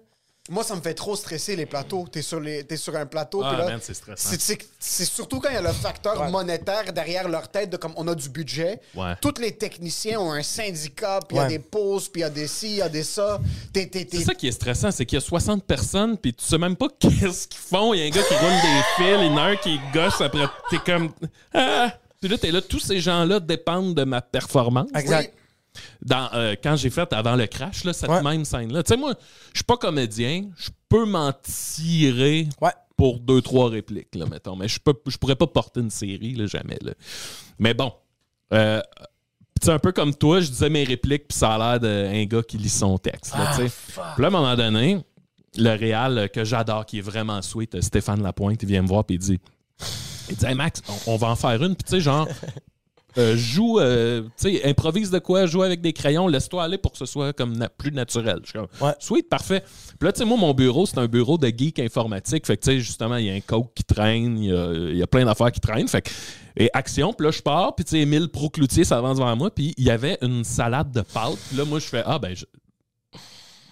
[SPEAKER 3] Moi, ça me fait trop stresser les plateaux. T'es sur, les... t'es sur un plateau.
[SPEAKER 4] Ah,
[SPEAKER 3] puis là,
[SPEAKER 4] man, c'est stressant.
[SPEAKER 3] c'est- c'est- C'est surtout quand il y a le facteur monétaire derrière leur tête, de comme on a du budget.
[SPEAKER 4] Ouais.
[SPEAKER 3] Tous les techniciens ont un syndicat, puis il y
[SPEAKER 2] Ouais.
[SPEAKER 3] a des pauses, puis il y a des ci, il y a des ça. T'es- t'es- t'es-
[SPEAKER 4] C'est ça qui est stressant, c'est qu'il y a 60 personnes, puis tu sais même pas [laughs] qu'est-ce qu'ils font. Il y a un gars qui roule des fils, il y en a un qui gosse, après t'es comme... Ah! Puis là, t'es là, tous ces gens-là dépendent de ma performance.
[SPEAKER 2] Exact.
[SPEAKER 4] dans, euh, quand j'ai fait avant le crash, là, cette
[SPEAKER 2] Ouais.
[SPEAKER 4] même scène-là. Tu sais, moi, je suis pas comédien, je peux m'en tirer
[SPEAKER 2] Ouais.
[SPEAKER 4] pour deux, trois répliques, là, mettons. Mais je peux- je pourrais pas porter une série, là, jamais. là. Mais bon. Euh, tu sais, un peu comme toi, je disais mes répliques, puis ça a l'air d'un gars qui lit son texte. Là, tu sais. Puis là, à un moment donné, le réal euh, que j'adore, qui est vraiment sweet, euh, Stéphane Lapointe, il vient me voir, puis il dit, il dit Hey, Max, on, on va en faire une, puis tu sais, genre, euh, joue, euh, tu sais, improvise de quoi, joue avec des crayons, laisse-toi aller pour que ce soit comme na- plus naturel. Je suis comme,
[SPEAKER 2] Ouais.
[SPEAKER 4] Sweet, parfait. Puis là, tu sais, moi, mon bureau, c'est un bureau de geek informatique. Fait que, tu sais, justement, il y a un coke qui traîne, il y a, il y a plein d'affaires qui traînent. Fait que, et action, puis là, je pars, puis tu sais, Émile Procloutier s'avance devant moi, puis il y avait une salade de pâtes. Puis là, moi, je fais, ah, ben, je-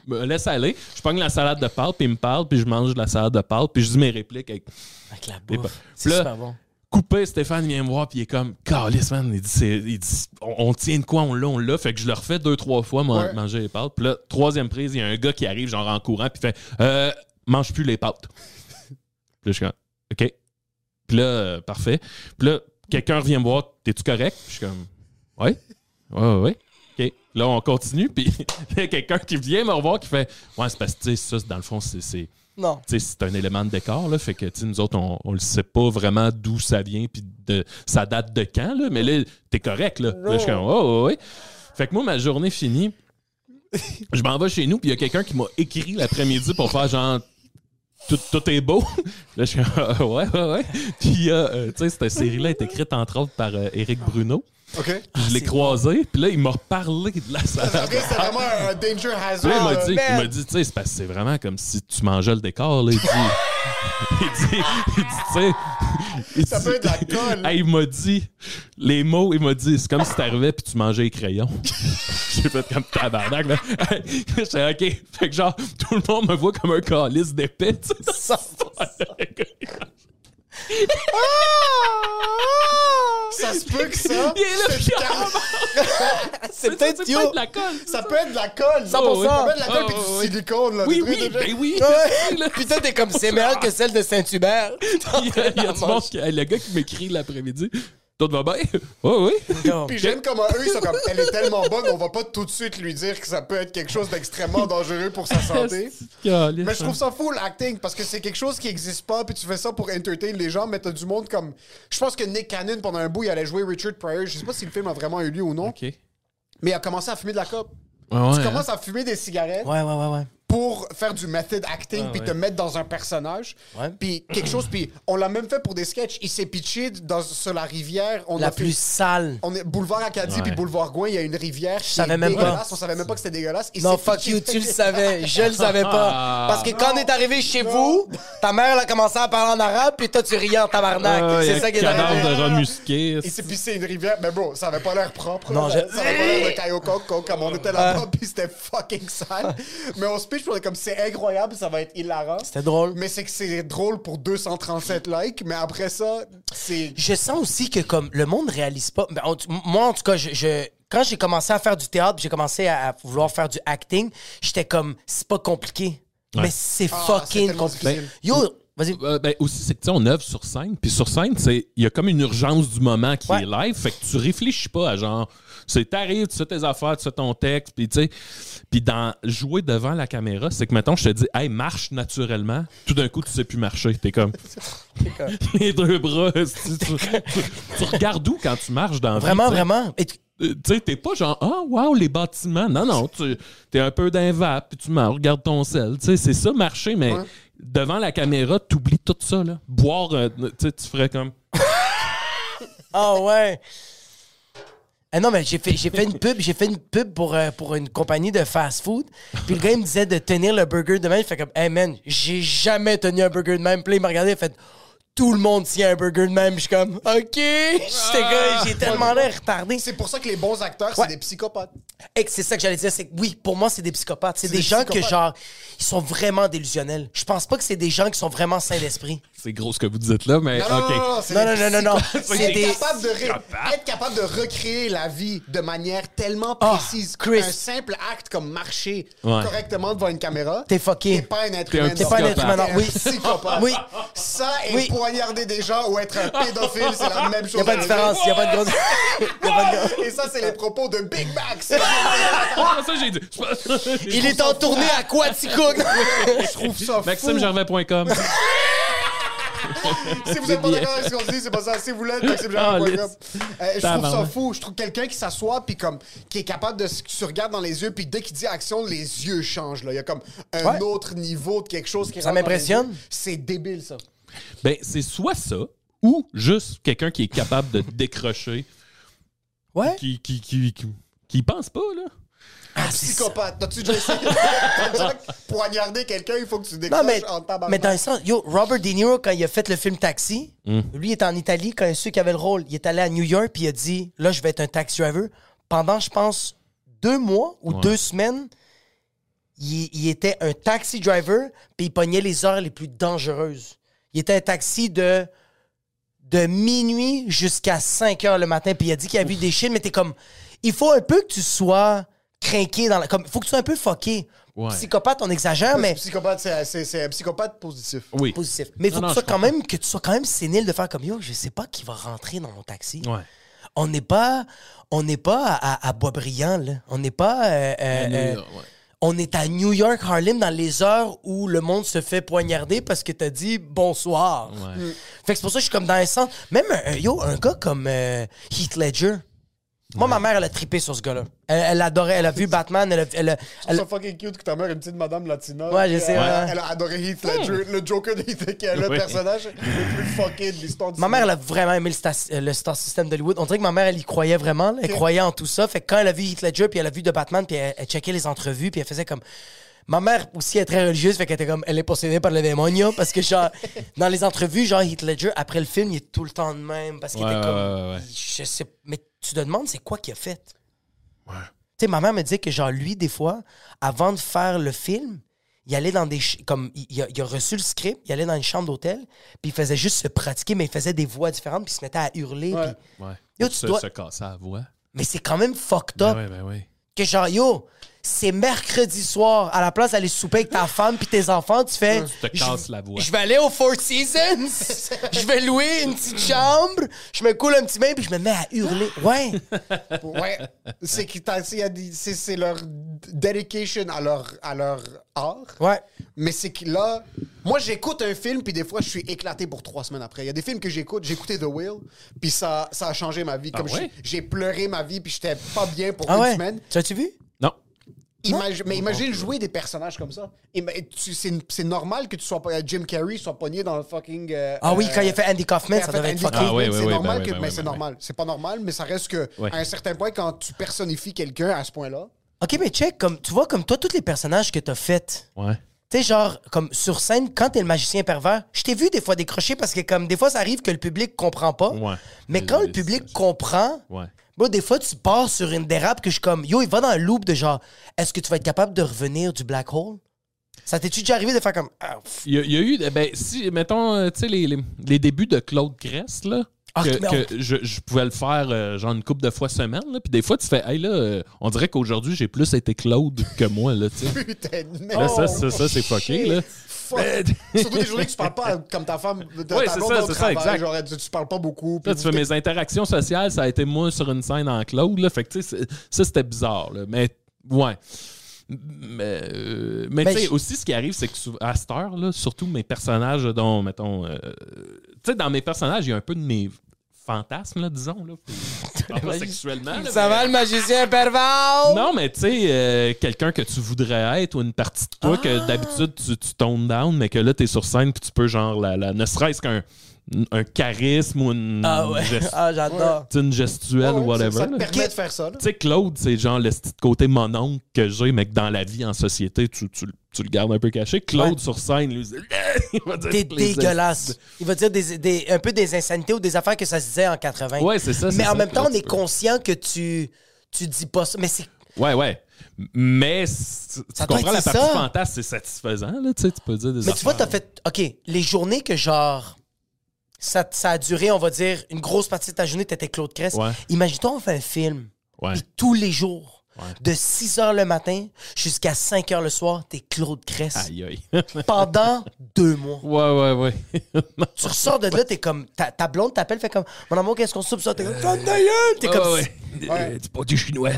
[SPEAKER 4] me laisse aller. Je pogne la salade de pâtes, puis il me parle, puis je mange de la salade de pâtes, puis je dis mes répliques avec
[SPEAKER 2] Avec la
[SPEAKER 4] Et pas-
[SPEAKER 2] bouffe. C'est
[SPEAKER 4] Là-
[SPEAKER 2] super bon.
[SPEAKER 4] coupé, Stéphane vient me voir, puis il est comme, Calice, man. Il dit, c'est- il dit, on, on tient de quoi, on l'a, on l'a. Fait que je le refais deux, trois fois, man-
[SPEAKER 3] Ouais.
[SPEAKER 4] manger les pâtes. Puis là, troisième prise, il y a un gars qui arrive, genre en courant, puis fait, euh, mange plus les pâtes. puis là, je suis comme, OK. Puis là, euh, parfait. Puis là, quelqu'un revient me voir, t'es-tu correct? Puis je suis comme, ouais, ouais, ouais. ouais. Là, on continue, puis [laughs] il y a quelqu'un qui vient me revoir qui fait Ouais, c'est parce que, tu sais, ça, c'est- dans le fond, c'est- c'est.
[SPEAKER 2] Non.
[SPEAKER 4] tu sais, c'est un élément de décor, là, fait que tu sais, nous autres, on, on le sait pas vraiment d'où ça vient, puis de ça date de quand, là, mais là, t'es correct, là. Là, je suis comme, oh, oui. Fait que moi, ma journée finie, [laughs] je m'en vais chez nous, puis il y a quelqu'un qui m'a écrit l'après-midi pour faire genre. Tout, tout est beau. [laughs] Là, je suis comme, Ah, ouais, ouais, ouais. Puis, euh, euh, tu sais, cette série-là est écrite, entre autres, par euh, Éric Bruno.
[SPEAKER 3] OK? Ah,
[SPEAKER 4] Puis je l'ai croisé, puis là, il m'a reparlé de la salade.
[SPEAKER 3] Ok, c'est vraiment un danger hazard.
[SPEAKER 4] Puis là, il m'a
[SPEAKER 3] là.
[SPEAKER 4] dit, il m'a dit, tu sais, c'est parce que c'est vraiment comme si tu mangeais le décor, là. Il dit, [laughs] il dit, il dit, tu sais. il
[SPEAKER 3] Ça
[SPEAKER 4] dit-
[SPEAKER 3] peut être de la colle.
[SPEAKER 4] [laughs] Hey, il m'a dit, les mots, il m'a dit, c'est comme si t'arrivais puis tu mangeais les crayons. [laughs] J'ai fait comme tabarnak, là. [laughs] J'étais OK. Fait que genre, tout le monde me voit comme un calice d'épais, tu sais.
[SPEAKER 2] Ça-
[SPEAKER 3] Ah,
[SPEAKER 2] Ah!
[SPEAKER 3] Ça se peut que ça.
[SPEAKER 4] Il est là, puis il en
[SPEAKER 2] C'est peut-être
[SPEAKER 4] fait
[SPEAKER 2] yo.
[SPEAKER 4] de la colle.
[SPEAKER 3] Ça peut être de la colle.
[SPEAKER 2] 100%.
[SPEAKER 3] Ça peut être de la colle
[SPEAKER 4] Ah,
[SPEAKER 3] puis
[SPEAKER 4] ouais,
[SPEAKER 3] du
[SPEAKER 4] ouais.
[SPEAKER 3] silicone. Là,
[SPEAKER 4] Oui,
[SPEAKER 3] des trucs
[SPEAKER 4] oui,
[SPEAKER 3] de-
[SPEAKER 4] ben [laughs] oui.
[SPEAKER 2] Ouais. [laughs] Putain, t'es comme c'est meilleur que celle de Saint-Hubert.
[SPEAKER 4] [laughs] Il y a, il y a du monde qui- le gars qui m'écrit l'après-midi. Tout va bien? [laughs] Oui, oui.
[SPEAKER 3] Puis j'aime comment eux, ils sont comme, elle est tellement bonne, on va pas tout de suite lui dire que ça peut être quelque chose d'extrêmement dangereux pour sa
[SPEAKER 4] [laughs]
[SPEAKER 3] santé.
[SPEAKER 4] Calice,
[SPEAKER 3] Mais je
[SPEAKER 4] hein.
[SPEAKER 3] trouve ça fou l'acting parce que c'est quelque chose qui existe pas puis tu fais ça pour entertain les gens mais t'as du monde comme je pense que Nick Cannon pendant un bout il allait jouer Richard Pryor je sais pas si le film a vraiment eu lieu ou non
[SPEAKER 4] OK. Ouais,
[SPEAKER 3] mais il a commencé à fumer de la cope tu
[SPEAKER 4] ouais, hein.
[SPEAKER 3] commences à fumer des cigarettes
[SPEAKER 2] Ouais, ouais, ouais, ouais.
[SPEAKER 3] pour faire du method acting puis te mettre dans un personnage
[SPEAKER 2] Ouais.
[SPEAKER 3] puis quelque chose puis on l'a même fait pour des sketchs il s'est pitché dans sur la rivière on
[SPEAKER 2] La
[SPEAKER 3] a fait-
[SPEAKER 2] plus sale.
[SPEAKER 3] on est boulevard Acadie puis boulevard Gouin, il y a une rivière qui
[SPEAKER 2] savais
[SPEAKER 3] est
[SPEAKER 2] même pas.
[SPEAKER 3] dégueulasse. On savait même pas que c'était dégueulasse. Il
[SPEAKER 2] Non,
[SPEAKER 3] s'est
[SPEAKER 2] fuck
[SPEAKER 3] pitché-
[SPEAKER 2] you, tu le
[SPEAKER 3] [laughs]
[SPEAKER 2] savais. Je le savais
[SPEAKER 4] Ah.
[SPEAKER 2] pas. Parce que quand on est arrivé chez vous, ta mère elle a commencé à parler en arabe, puis toi, tu riais en tabarnak.
[SPEAKER 4] Ah, il y
[SPEAKER 2] c'est
[SPEAKER 4] a
[SPEAKER 2] ça qui est
[SPEAKER 4] cadavre
[SPEAKER 2] arrivé.
[SPEAKER 4] de remusqué.
[SPEAKER 3] Il s'est pissé une rivière. Mais bro, ça avait pas l'air propre.
[SPEAKER 2] Non,
[SPEAKER 3] Non,
[SPEAKER 2] je- Ah.
[SPEAKER 3] Ça avait pas l'air de caillou coco comme on était là-bas, puis c'était fucking sale. Mais on se pitch, on est comme c'est incroyable, ça va être hilarant.
[SPEAKER 2] C'était drôle.
[SPEAKER 3] Mais c'est que c'est drôle pour 237 likes, mais après ça, c'est.
[SPEAKER 2] Je sens aussi que comme le monde réalise pas. ben, en tout- moi, en tout cas, je, je- quand j'ai commencé à faire du théâtre, puis j'ai commencé à, à vouloir faire du acting, j'étais comme c'est pas compliqué, mais c'est
[SPEAKER 4] Ah,
[SPEAKER 3] c'est
[SPEAKER 2] fucking
[SPEAKER 3] tellement
[SPEAKER 2] compliqué.
[SPEAKER 3] difficile.
[SPEAKER 2] Yo, vas-y.
[SPEAKER 4] Euh, ben, aussi, c'est que tu sais, on œuvre sur scène. Puis sur scène, c'est- il y a comme une urgence du moment qui
[SPEAKER 2] Ouais.
[SPEAKER 4] est live. Fait que tu réfléchis pas à genre, c'est t'arrives, tu fais tes affaires, tu fais ton texte. Puis tu sais, puis dans jouer devant la caméra, c'est que mettons, je te dis, hey, marche naturellement. Tout d'un coup, tu sais plus marcher.
[SPEAKER 2] [laughs]
[SPEAKER 4] T'es comme. [laughs] Les deux bras. esti, Tu, tu- tu regardes où quand tu marches dans la vie,
[SPEAKER 2] Vraiment,
[SPEAKER 4] tu sais?
[SPEAKER 2] vraiment. Et tu-
[SPEAKER 4] Euh, tu sais, t'es pas genre, ah, wow, les bâtiments. Non, non, tu t'es un peu d'un vape, puis tu m'en regardes ton sel. Tu sais, c'est ça, marcher, mais devant la caméra, t'oublies tout ça, là. Boire, euh, tu sais, tu ferais comme.
[SPEAKER 2] Ah ouais. Ah non, mais j'ai fait, j'ai fait une pub, j'ai fait une pub pour, euh, pour une compagnie de fast-food. Puis le gars, il me disait de tenir le burger de même. Il fait comme, hey man, j'ai jamais tenu un burger de même. Puis là, il m'a regardé, il a fait, tout le monde tient un burger de même. Je suis comme, OK. J'étais
[SPEAKER 3] Ah.
[SPEAKER 2] comme, j'ai tellement l'air retardé.
[SPEAKER 3] C'est pour ça que les bons acteurs,
[SPEAKER 2] Ouais.
[SPEAKER 3] c'est des psychopathes.
[SPEAKER 2] Et que c'est ça que j'allais dire, c'est que oui, pour moi, c'est des psychopathes. C'est des,
[SPEAKER 3] des
[SPEAKER 2] gens que,
[SPEAKER 3] psychopathes.
[SPEAKER 2] genre, ils sont vraiment délusionnels. Je pense pas que c'est des gens qui sont vraiment sains d'esprit.
[SPEAKER 4] C'est gros ce que vous dites là, mais
[SPEAKER 3] Non, Ah, non,
[SPEAKER 4] OK.
[SPEAKER 3] non, non, c'est
[SPEAKER 2] Non,
[SPEAKER 3] des
[SPEAKER 2] non, non, non, non.
[SPEAKER 3] psychopathes.
[SPEAKER 2] C'est
[SPEAKER 3] Être,
[SPEAKER 2] des
[SPEAKER 3] capable de ré- être capable de recréer la vie de manière tellement
[SPEAKER 2] Ah,
[SPEAKER 3] précise.
[SPEAKER 2] Chris.
[SPEAKER 3] Un simple acte comme marcher
[SPEAKER 4] Ouais.
[SPEAKER 3] correctement devant une caméra.
[SPEAKER 2] T'es fucké.
[SPEAKER 3] T'es pas un être
[SPEAKER 4] T'es un
[SPEAKER 3] humain.
[SPEAKER 4] petit
[SPEAKER 2] T'es pas un être humain, non.
[SPEAKER 3] T'es un
[SPEAKER 2] Oui.
[SPEAKER 3] psychopathe.
[SPEAKER 2] Oui.
[SPEAKER 3] Ça et
[SPEAKER 2] Oui.
[SPEAKER 3] poignarder des gens ou être un pédophile, c'est la même chose.
[SPEAKER 2] Y a pas de différence, y a pas de grosse. [laughs] y a pas
[SPEAKER 3] [laughs]
[SPEAKER 2] de grosse-
[SPEAKER 3] Et ça, c'est les propos de Big
[SPEAKER 2] [laughs]
[SPEAKER 3] Max.
[SPEAKER 4] Ah, ça, j'ai dit. C'est pas-
[SPEAKER 2] Il est en tournée à Quaticook.
[SPEAKER 3] Je trouve ça fou.
[SPEAKER 4] MaximeGervais.com.
[SPEAKER 3] si vous êtes pas d'accord avec ce qu'on dit, c'est pas ça. Si vous l'êtes, Maxime
[SPEAKER 4] Ah,
[SPEAKER 3] Gervais.com.
[SPEAKER 4] lisse.
[SPEAKER 3] Euh, je trouve ça
[SPEAKER 4] Tabarnak.
[SPEAKER 3] fou. Je trouve quelqu'un qui s'assoit puis comme qui est capable de se se regarde dans les yeux puis dès qu'il dit action, les yeux changent. Là, il y a comme un
[SPEAKER 2] Ouais.
[SPEAKER 3] autre niveau de quelque chose qui.
[SPEAKER 2] Ça
[SPEAKER 3] rentre dans les
[SPEAKER 2] m'impressionne.
[SPEAKER 3] yeux. C'est débile ça.
[SPEAKER 4] ben, c'est soit ça, ou juste quelqu'un qui est capable de décrocher,
[SPEAKER 2] Ouais.
[SPEAKER 4] qui, qui, qui, qui, qui y pense pas, là.
[SPEAKER 2] Ah, c'est ça.
[SPEAKER 3] Psychopathe. T'as-tu déjà essayé
[SPEAKER 2] [laughs]
[SPEAKER 3] de- Déjà que poignarder quelqu'un Il faut que tu décroches
[SPEAKER 2] Non, mais,
[SPEAKER 3] en tabarnak.
[SPEAKER 2] mais dans un sens, yo, Robert De Niro, quand il a fait le film Taxi, lui, il était en Italie, quand il a su qu'il avait le rôle, il est allé à New York, puis il a dit, là, je vais être un taxi driver. Pendant, je pense, deux mois ou deux semaines, il, il était un taxi driver, puis il pognait les heures les plus dangereuses. Il était un taxi de, de minuit jusqu'à 5 heures le matin, puis il a dit qu'il a vu des chiens, mais t'es comme, il faut un peu que tu sois craqué dans la. Comme, faut que tu sois un peu fucké. Psychopathe, on exagère, mais
[SPEAKER 3] Psychopathe, c'est- c'est c'est un psychopathe positif.
[SPEAKER 4] Oui.
[SPEAKER 2] positif. Mais il faut
[SPEAKER 4] Non,
[SPEAKER 2] que,
[SPEAKER 4] non,
[SPEAKER 2] tu sois
[SPEAKER 4] je
[SPEAKER 2] quand même, que tu sois quand même sénile de faire comme yo, je sais pas qui va rentrer dans mon taxi.
[SPEAKER 4] Ouais.
[SPEAKER 2] On n'est pas, on n'est pas à, à- à Boisbriand, là. On n'est pas. euh, euh, euh, on est à New York, Harlem, dans les heures où le monde se fait poignarder parce que t'as dit bonsoir. Mm. Fait que c'est pour ça que je suis comme dans un centre. Même un, un- yo, un gars comme euh, Heath Ledger. Moi, ma mère, elle a trippé sur ce gars-là. Elle, elle adorait, elle a vu Batman, elle a. elle a- elle-
[SPEAKER 3] C'est fucking cute que ta mère est une petite madame latina.
[SPEAKER 2] Ouais, je
[SPEAKER 3] Puis
[SPEAKER 2] sais, Hmm.
[SPEAKER 3] Elle,
[SPEAKER 2] ouais.
[SPEAKER 3] elle a adoré Heath Ledger, le Joker de Heath Ledger, le
[SPEAKER 4] Oui.
[SPEAKER 3] personnage le plus fucké de l'histoire du
[SPEAKER 2] Ma mère, elle
[SPEAKER 3] cinéma.
[SPEAKER 2] a vraiment aimé le star, euh, le star system d'Hollywood. On dirait que ma mère, elle y croyait vraiment. là. Elle croyait en tout ça. Fait que quand elle a vu Heath Ledger, puis elle a vu de Batman, puis elle, elle checkait les entrevues, puis elle faisait comme... Ma mère aussi est très religieuse, fait qu'elle était comme... Elle est possédée par le démonio, parce que genre... dans les entrevues, genre, Heath Ledger, après le film, il est tout le temps de même, parce qu'il
[SPEAKER 4] Ouais,
[SPEAKER 2] était
[SPEAKER 4] ouais,
[SPEAKER 2] comme...
[SPEAKER 4] ouais, ouais.
[SPEAKER 2] Je sais... Mais tu te demandes, c'est quoi qu'il a fait? Ouais. Tu sais, ma mère me dit que genre, lui, des fois, avant de faire le film... Il allait dans des. ch- Comme, il, il a, il a reçu le script, il allait dans une chambre d'hôtel, puis il faisait juste se pratiquer, mais il faisait des voix différentes, puis il se mettait à hurler.
[SPEAKER 3] Ouais.
[SPEAKER 2] puis-
[SPEAKER 4] Ouais.
[SPEAKER 2] Yo, tu
[SPEAKER 4] se,
[SPEAKER 2] dois-
[SPEAKER 4] se casser la voix.
[SPEAKER 2] Mais c'est quand même fucked
[SPEAKER 4] Ben
[SPEAKER 2] up
[SPEAKER 4] ouais, ben ouais.
[SPEAKER 2] que genre, yo, c'est mercredi soir, à la place d'aller souper avec ta femme puis tes enfants, tu fais.
[SPEAKER 4] Tu te
[SPEAKER 2] je-
[SPEAKER 4] casses la voix.
[SPEAKER 2] Je vais aller au Four Seasons, je vais louer une petite chambre, je me coule un petit bain, puis je me mets à hurler. Ouais.
[SPEAKER 3] Ouais, c'est qu'ils t'en- c'est- il y a des- c'est- c'est leur dedication à leur, à leur art.
[SPEAKER 2] Ouais.
[SPEAKER 3] Mais c'est que là, moi j'écoute un film, puis des fois je suis éclaté pour trois semaines après. Il y a des films que j'écoute, j'ai écouté The Whale, puis ça, ça a changé ma vie. Comme
[SPEAKER 4] Ah ouais?
[SPEAKER 3] j'ai- j'ai pleuré ma vie, puis j'étais pas bien pour
[SPEAKER 2] Ah
[SPEAKER 3] une
[SPEAKER 2] ouais.
[SPEAKER 3] semaine.
[SPEAKER 2] Tu as-tu vu?
[SPEAKER 4] Non.
[SPEAKER 3] Imagine- mais imagine jouer des personnages comme ça. Ima- tu- C'est c'est normal que tu sois pas- Jim Carrey soit pogné dans le fucking. euh,
[SPEAKER 2] Ah oui,
[SPEAKER 3] euh,
[SPEAKER 2] quand il a fait Andy Kaufman,
[SPEAKER 3] quand
[SPEAKER 2] ça
[SPEAKER 3] il a fait
[SPEAKER 2] devait être
[SPEAKER 3] Andy
[SPEAKER 2] fucké.
[SPEAKER 3] Kaufman,
[SPEAKER 4] Ah oui, oui,
[SPEAKER 3] c'est
[SPEAKER 4] oui,
[SPEAKER 3] normal
[SPEAKER 4] ben
[SPEAKER 3] que-
[SPEAKER 4] oui,
[SPEAKER 3] mais
[SPEAKER 4] oui,
[SPEAKER 3] c'est
[SPEAKER 4] ben
[SPEAKER 3] normal. C'est pas normal, mais ça reste que
[SPEAKER 4] Ouais.
[SPEAKER 3] à un certain point, quand tu personnifies quelqu'un à ce point-là,
[SPEAKER 2] Ok, mais check, comme, tu vois, comme toi, tous les personnages que t'as faits,
[SPEAKER 4] Ouais.
[SPEAKER 2] Tu sais, genre, comme sur scène, quand t'es le magicien pervers, je t'ai vu des fois décrocher parce que, comme, des fois, ça arrive que le public comprend pas.
[SPEAKER 4] Ouais.
[SPEAKER 2] Mais
[SPEAKER 4] Les-
[SPEAKER 2] quand
[SPEAKER 4] les-
[SPEAKER 2] le public
[SPEAKER 4] ça-
[SPEAKER 2] comprend,
[SPEAKER 4] Ouais.
[SPEAKER 2] bro, des fois, tu pars sur une dérape que je suis comme, yo, il va dans un loop de genre, est-ce que tu vas être capable de revenir du black hole? Ça t'es-tu déjà arrivé de faire comme, ah, pff,
[SPEAKER 4] Il y, a- il y a eu, ben, si, mettons, euh, tu sais, les, les- les débuts de Claude Gress, là.
[SPEAKER 2] Ah,
[SPEAKER 4] que,
[SPEAKER 2] mais
[SPEAKER 4] que je, je pouvais le faire euh, genre une couple de fois semaine là, puis des fois tu fais hey là euh, on dirait qu'aujourd'hui j'ai plus été Claude que moi là tu sais
[SPEAKER 3] putain de
[SPEAKER 4] Là,
[SPEAKER 3] merde.
[SPEAKER 4] ça, ça, ça, c'est fucké, là.
[SPEAKER 3] Fuck. Surtout des journées que tu parles pas à- comme ta femme, de ta
[SPEAKER 4] Ouais, c'est
[SPEAKER 3] blonde
[SPEAKER 4] ça,
[SPEAKER 3] au
[SPEAKER 4] c'est ça,
[SPEAKER 3] travail,
[SPEAKER 4] exact.
[SPEAKER 3] genre, tu, tu parles pas beaucoup. puis
[SPEAKER 4] Là, tu fais mes interactions sociales, ça a été moi sur une scène en Claude, là. Fait que, tu sais, c'est- ça, c'était bizarre, là. Mais, ouais. Mais, euh,
[SPEAKER 2] Mais
[SPEAKER 4] mais tu sais,
[SPEAKER 2] Ben, je-
[SPEAKER 4] aussi, ce qui arrive, c'est que sou- à cette heure, là, surtout mes personnages, dont, mettons, euh, tu sais, dans mes personnages, il y a un peu de mes fantasmes, là, disons, là.
[SPEAKER 2] [laughs]
[SPEAKER 4] Je parle pas sexuellement, là,
[SPEAKER 2] ça
[SPEAKER 4] mais-
[SPEAKER 2] va le magicien pervers?
[SPEAKER 4] Non, mais tu sais, euh, quelqu'un que tu voudrais être ou une partie de toi
[SPEAKER 2] Ah!
[SPEAKER 4] que d'habitude tu, tu tones down, mais que là, t'es sur scène puis tu peux, genre, la, la- ne serait-ce qu'un un charisme ou une,
[SPEAKER 2] Ah ouais,
[SPEAKER 4] gest-
[SPEAKER 2] ah, j'adore.
[SPEAKER 4] tu sais, une gestuelle
[SPEAKER 3] Ouais,
[SPEAKER 4] ou
[SPEAKER 3] ouais,
[SPEAKER 4] whatever.
[SPEAKER 3] Ça te
[SPEAKER 4] là.
[SPEAKER 3] permet de faire ça. là.
[SPEAKER 4] Tu sais, Claude, c'est genre le petit côté mon oncle que j'ai, mais que dans la vie, en société, tu, tu- tu le gardes un peu caché. Claude,
[SPEAKER 2] Ouais.
[SPEAKER 4] sur scène, lui, [laughs] il va dire
[SPEAKER 2] T'es
[SPEAKER 4] toutes les-
[SPEAKER 2] dégueulasse. Il va dire des, des- un peu des insanités ou des affaires que ça se disait en 80.
[SPEAKER 4] Ouais, c'est ça, c'est
[SPEAKER 2] Mais en
[SPEAKER 4] ça,
[SPEAKER 2] même
[SPEAKER 4] puis là,
[SPEAKER 2] temps, on
[SPEAKER 4] tu
[SPEAKER 2] est
[SPEAKER 4] peux-
[SPEAKER 2] conscient que tu, tu dis pas ça. Mais c'est
[SPEAKER 4] Ouais, ouais. Mais c- tu
[SPEAKER 2] Ça doit
[SPEAKER 4] comprends
[SPEAKER 2] être
[SPEAKER 4] la partie
[SPEAKER 2] ça.
[SPEAKER 4] fantasme, c'est satisfaisant, là, tu sais, tu peux dire des
[SPEAKER 2] Mais tu vois, t'as
[SPEAKER 4] affaires.
[SPEAKER 2] fait. OK, les journées que genre. Ça, ça a duré, on va dire, une grosse partie de ta journée, t'étais Claude Crest.
[SPEAKER 4] Ouais.
[SPEAKER 2] Imagine-toi, on fait un film.
[SPEAKER 4] Ouais.
[SPEAKER 2] Puis tous les jours, de 6 h le matin jusqu'à 5 h le soir, t'es Claude Crest.
[SPEAKER 4] Aïe, [laughs] aïe.
[SPEAKER 2] Pendant deux mois.
[SPEAKER 4] Ouais, ouais, ouais.
[SPEAKER 2] Tu ressors de là, t'es comme. Ta, ta blonde t'appelle, fait comme. Mon amour, qu'est-ce qu'on soupe ça? T'es comme. Ferme ta gueule! T'es comme.
[SPEAKER 4] [laughs] C'est pas du chinois.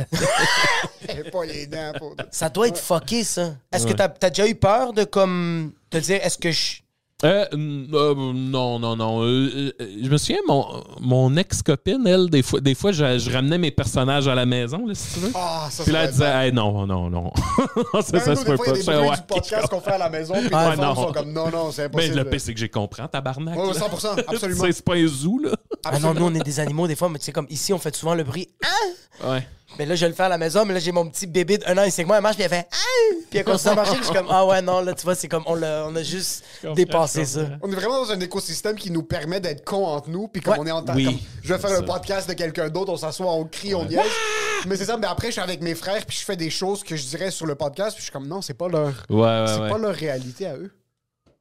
[SPEAKER 3] J'ai pas les dents pour-
[SPEAKER 2] Ça doit être fucké, ça. Est-ce que t'as as déjà eu peur de, comme. te dire, est-ce que je.
[SPEAKER 4] Euh, n- euh, non, non, non. Euh, euh, je me souviens, mon, mon ex-copine, elle, des fois, des fois je, je ramenais mes personnages à la maison, là, si tu veux.
[SPEAKER 3] Ah, ça
[SPEAKER 4] Puis là,
[SPEAKER 3] serait
[SPEAKER 4] elle disait, Hey, non, non, non. [laughs] ça,
[SPEAKER 3] Même
[SPEAKER 4] ça
[SPEAKER 3] nous,
[SPEAKER 4] se
[SPEAKER 3] des
[SPEAKER 4] peut
[SPEAKER 3] fois, il y a
[SPEAKER 4] pas.
[SPEAKER 3] des
[SPEAKER 4] Je fais,
[SPEAKER 3] bruits
[SPEAKER 4] Ouais,
[SPEAKER 3] du podcast qu'on fait à la maison, puis
[SPEAKER 4] Ah,
[SPEAKER 3] les femmes
[SPEAKER 4] non.
[SPEAKER 3] sont comme non, non, c'est
[SPEAKER 4] Mais
[SPEAKER 3] impossible.
[SPEAKER 4] le pire, c'est que j'ai compris, tabarnak.
[SPEAKER 3] Ouais,
[SPEAKER 4] là. [laughs]
[SPEAKER 3] 100%, absolument.
[SPEAKER 4] Tu sais, c'est pas un zoo, là.
[SPEAKER 2] Ah non, nous, on est des animaux des fois, mais tu sais, comme ici, on fait souvent le bruit. Ah!
[SPEAKER 4] Ouais.
[SPEAKER 2] Mais là, je le fais à la maison, mais là, j'ai mon petit bébé d'un an et cinq mois, elle marche, puis elle fait Ah! Puis elle continue à marcher, puis je suis comme Ah ouais, non, là, tu vois, c'est comme on l'a- on a, juste dépassé
[SPEAKER 4] je
[SPEAKER 2] ça.
[SPEAKER 4] comprends.
[SPEAKER 3] On est vraiment dans un écosystème qui nous permet d'être cons entre nous, puis comme
[SPEAKER 2] Ouais.
[SPEAKER 3] on est en tant
[SPEAKER 4] Oui.
[SPEAKER 3] comme, je vais faire
[SPEAKER 4] C'est
[SPEAKER 3] un
[SPEAKER 4] ça.
[SPEAKER 3] podcast de quelqu'un d'autre, on s'assoit, on crie, on niaise. Mais c'est ça, mais après, je suis avec mes frères, puis je fais des choses que je dirais sur le podcast, puis je suis comme non, c'est pas leur.
[SPEAKER 4] Ouais, ouais,
[SPEAKER 3] c'est
[SPEAKER 4] ouais.
[SPEAKER 3] pas leur réalité à eux.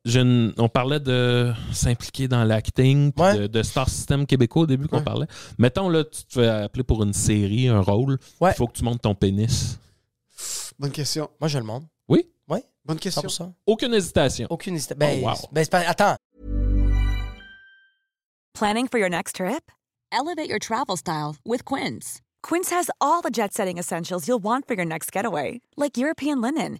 [SPEAKER 4] J'ai une- on parlait de s'impliquer dans l'acting, puis
[SPEAKER 2] Ouais.
[SPEAKER 4] de, de Star System québécois au début qu'on parlait. Mettons, là, tu te fais appeler pour une série, un rôle. Il
[SPEAKER 2] Ouais.
[SPEAKER 4] faut que tu montes ton pénis.
[SPEAKER 3] Bonne question.
[SPEAKER 2] Moi, je le montre.
[SPEAKER 4] Oui?
[SPEAKER 2] Oui,
[SPEAKER 3] Bonne question.
[SPEAKER 2] 100%.
[SPEAKER 4] Aucune hésitation.
[SPEAKER 2] Aucune hésitation. Ben,
[SPEAKER 4] Oh, wow.
[SPEAKER 2] [laughs] ben, c'est pas- attends,
[SPEAKER 5] Planning for your next trip? Elevate your travel style with Quince.
[SPEAKER 6] Quince has all the jet setting essentials you'll want for your next getaway, like European linen,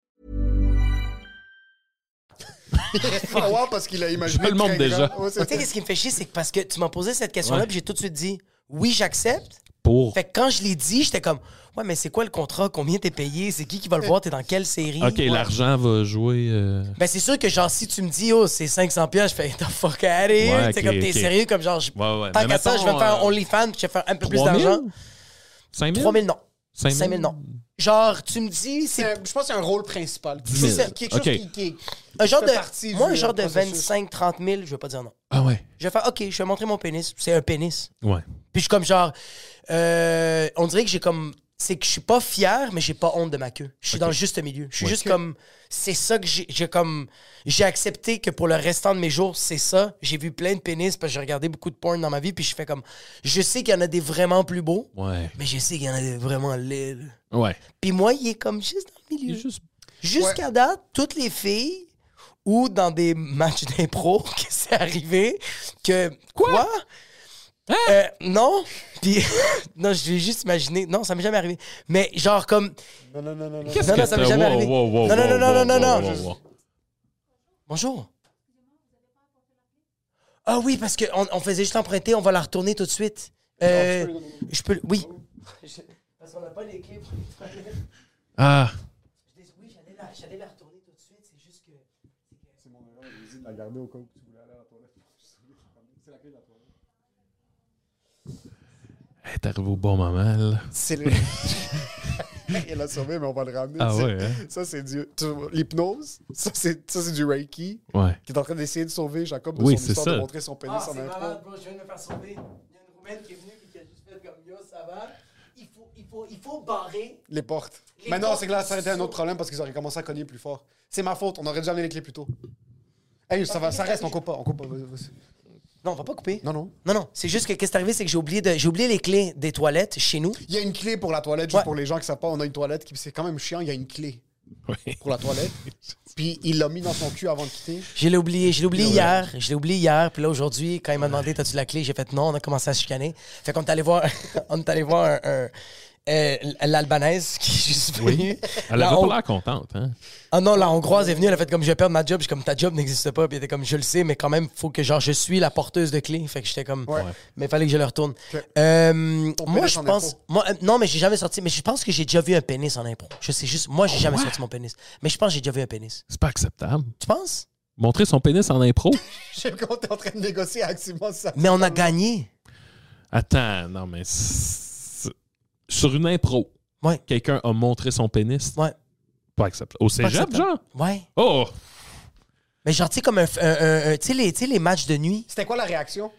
[SPEAKER 3] [laughs] Faut voir parce qu'il a imaginé.
[SPEAKER 4] Je le montre
[SPEAKER 3] très
[SPEAKER 4] déjà.
[SPEAKER 3] grand. Ouais,
[SPEAKER 2] Tu
[SPEAKER 3] c'est-
[SPEAKER 2] sais, qu'est-ce qui me fait chier, c'est que parce que tu m'as posé cette question-là,
[SPEAKER 4] Ouais.
[SPEAKER 2] puis j'ai tout de suite dit oui, j'accepte.
[SPEAKER 4] Pour.
[SPEAKER 2] Fait que quand je l'ai dit, j'étais comme ouais, mais c'est quoi le contrat Combien t'es payé C'est qui qui va [laughs] le voir T'es dans quelle série
[SPEAKER 4] OK,
[SPEAKER 2] Ouais.
[SPEAKER 4] l'argent va jouer. euh,
[SPEAKER 2] Ben, c'est sûr que, genre, si tu me dis, oh, c'est 500 pièces, je fais, the fuck out of here.
[SPEAKER 4] Ouais,
[SPEAKER 2] Tu sais,
[SPEAKER 4] ok,
[SPEAKER 2] comme, t'es
[SPEAKER 4] ok.
[SPEAKER 2] sérieux, comme, genre, je-
[SPEAKER 4] Ouais, ouais.
[SPEAKER 2] tant
[SPEAKER 4] Mais
[SPEAKER 2] qu'à ça, je vais
[SPEAKER 4] mettons,
[SPEAKER 2] faire
[SPEAKER 4] euh,
[SPEAKER 2] OnlyFans, je vais faire un peu plus
[SPEAKER 4] 3 000?
[SPEAKER 2] d'argent.
[SPEAKER 4] 5 000?
[SPEAKER 2] 3 000, non.
[SPEAKER 4] 5 000?
[SPEAKER 2] 5 000, non. Genre, tu me dis,
[SPEAKER 3] c'est
[SPEAKER 2] c'est
[SPEAKER 3] un- Je pense que c'est un rôle principal.
[SPEAKER 4] 10 000.
[SPEAKER 3] C'est quelque chose
[SPEAKER 4] Ok.
[SPEAKER 3] qui, qui est-
[SPEAKER 2] un genre
[SPEAKER 3] fait
[SPEAKER 2] de.
[SPEAKER 3] partie
[SPEAKER 2] Moi,
[SPEAKER 3] du,
[SPEAKER 2] un genre
[SPEAKER 3] euh,
[SPEAKER 2] de
[SPEAKER 3] processus.
[SPEAKER 2] 25, 30 000, je vais pas dire non.
[SPEAKER 4] Ah ouais.
[SPEAKER 2] Je vais faire, OK, je vais montrer mon pénis. C'est un pénis.
[SPEAKER 4] Ouais.
[SPEAKER 2] Puis je suis comme, genre, euh, on dirait que j'ai comme. C'est que je suis pas fier, mais j'ai pas honte de ma queue. Je suis dans le juste milieu. Je suis juste comme. C'est ça que j'ai j'ai comme. J'ai accepté que pour le restant de mes jours, c'est ça. J'ai vu plein de pénis parce que j'ai regardé beaucoup de porn dans ma vie. Puis je fais comme. Je sais qu'il y en a des vraiment plus beaux,
[SPEAKER 4] Ouais.
[SPEAKER 2] mais je sais qu'il y en a des vraiment laids. là.
[SPEAKER 4] Ouais.
[SPEAKER 2] Puis moi, il est comme juste dans le
[SPEAKER 4] Il
[SPEAKER 2] milieu.
[SPEAKER 4] est juste
[SPEAKER 2] Jusqu'à date, toutes les filles ou dans des matchs d'impro [laughs] que c'est arrivé que quoi, Euh, non puis [laughs] non je vais juste imaginer non ça m'est jamais arrivé mais genre comme
[SPEAKER 4] Qu'est-ce
[SPEAKER 2] Non,
[SPEAKER 4] que
[SPEAKER 2] non, ça m'est
[SPEAKER 4] t'as-
[SPEAKER 2] jamais
[SPEAKER 4] wow,
[SPEAKER 2] arrivé.
[SPEAKER 4] wow, wow,
[SPEAKER 2] Non, non,
[SPEAKER 4] wow,
[SPEAKER 2] non,
[SPEAKER 4] wow,
[SPEAKER 2] non, non,
[SPEAKER 4] wow,
[SPEAKER 2] non,
[SPEAKER 4] wow,
[SPEAKER 2] je-
[SPEAKER 4] wow.
[SPEAKER 2] bonjour ah oui parce que on, on faisait juste emprunter on va la retourner tout de suite Euh, je peux le- oui parce qu'on n'a pas les clés [laughs] pour les toilettes.
[SPEAKER 4] Ah.
[SPEAKER 2] oui j'allais la, j'allais la retourner tout de suite c'est juste que
[SPEAKER 4] Hey, T'es arrivé au bon moment, là.
[SPEAKER 3] C'est le. [laughs] Il l'a sauvé, mais on va le ramener.
[SPEAKER 4] Ah
[SPEAKER 3] C'est-
[SPEAKER 4] ouais, hein?
[SPEAKER 3] Ça, c'est du. tu vois, L'hypnose, ça, c'est ça, c'est du Reiki,
[SPEAKER 4] Ouais.
[SPEAKER 3] qui est en train d'essayer de sauver Jacob de
[SPEAKER 4] Oui,
[SPEAKER 3] son
[SPEAKER 4] c'est
[SPEAKER 3] histoire
[SPEAKER 4] ça.
[SPEAKER 3] de montrer son pénis
[SPEAKER 2] Ah,
[SPEAKER 3] en
[SPEAKER 2] c'est
[SPEAKER 3] impro.
[SPEAKER 2] malade, bro. Je viens de me faire sauver. Il y a une Roumaine qui est venue et qui a juste fait comme yo, ça va. Il faut, il faut, il faut barrer.
[SPEAKER 3] Les portes.
[SPEAKER 2] Les
[SPEAKER 3] Maintenant,
[SPEAKER 2] portes
[SPEAKER 3] c'est que là, ça aurait été un
[SPEAKER 2] sont-
[SPEAKER 3] autre problème parce qu'ils auraient commencé à cogner plus fort. C'est ma faute, on aurait déjà amené les clés plus tôt. Hey, ça, va, ça reste, on coupe pas, on coupe pas. vas-y, vas-y.
[SPEAKER 2] Non, on va pas couper.
[SPEAKER 3] Non, non.
[SPEAKER 2] Non, non. C'est juste que qu'est-ce qui est arrivé, c'est que j'ai oublié, de- j'ai oublié les clés des toilettes chez nous.
[SPEAKER 3] Il y a une clé pour la toilette, juste
[SPEAKER 2] Ouais.
[SPEAKER 3] pour les gens qui savent pas, on a une toilette, qui c'est quand même chiant, il y a une clé
[SPEAKER 4] Ouais.
[SPEAKER 3] pour
[SPEAKER 2] [laughs]
[SPEAKER 3] la toilette. Puis il l'a mis dans son cul avant de quitter.
[SPEAKER 2] Je l'ai oublié, je l'ai oublié hier. Je l'ai oublié hier. Puis là, aujourd'hui, quand il m'a demandé, t'as-tu la clé? J'ai fait non, on a commencé à se chicaner. Fait qu'on est allé voir, [laughs] on est allé voir un- un- euh, l'Albanaise qui est juste venue.
[SPEAKER 4] Elle
[SPEAKER 2] La
[SPEAKER 4] avait
[SPEAKER 2] Hon-
[SPEAKER 4] pas l'air contente, hein?
[SPEAKER 2] Ah non, la Hongroise est venue, elle a fait comme je vais perdre ma job, J'ai comme ta job n'existe pas, puis elle était comme je le sais, mais quand même, faut que genre je suis la porteuse de clés. Fait que j'étais comme mais il fallait que je le retourne. Euh, moi
[SPEAKER 3] pénis
[SPEAKER 2] je
[SPEAKER 3] en
[SPEAKER 2] pense
[SPEAKER 3] impro.
[SPEAKER 2] moi euh, non mais j'ai jamais sorti, mais je pense que j'ai déjà vu un pénis en impro. Je sais juste, moi j'ai jamais sorti mon pénis. Mais je pense que j'ai déjà vu un pénis.
[SPEAKER 4] C'est pas acceptable.
[SPEAKER 2] Tu penses?
[SPEAKER 4] Montrer son pénis en impro?
[SPEAKER 3] J'aime qu'on est en train de négocier activement ça.
[SPEAKER 2] Mais on a gagné.
[SPEAKER 4] Attends, non, mais. c'est- Sur une impro,
[SPEAKER 2] Ouais.
[SPEAKER 4] quelqu'un a montré son pénis?
[SPEAKER 2] Ouais.
[SPEAKER 4] Pas acceptable. Au cégep,
[SPEAKER 2] acceptable.
[SPEAKER 4] genre?
[SPEAKER 2] Ouais.
[SPEAKER 4] Oh!
[SPEAKER 2] Mais genre tu sais comme un, un- un- un- tu sais les, tu sais, les matchs de nuit,
[SPEAKER 3] C'était quoi la réaction?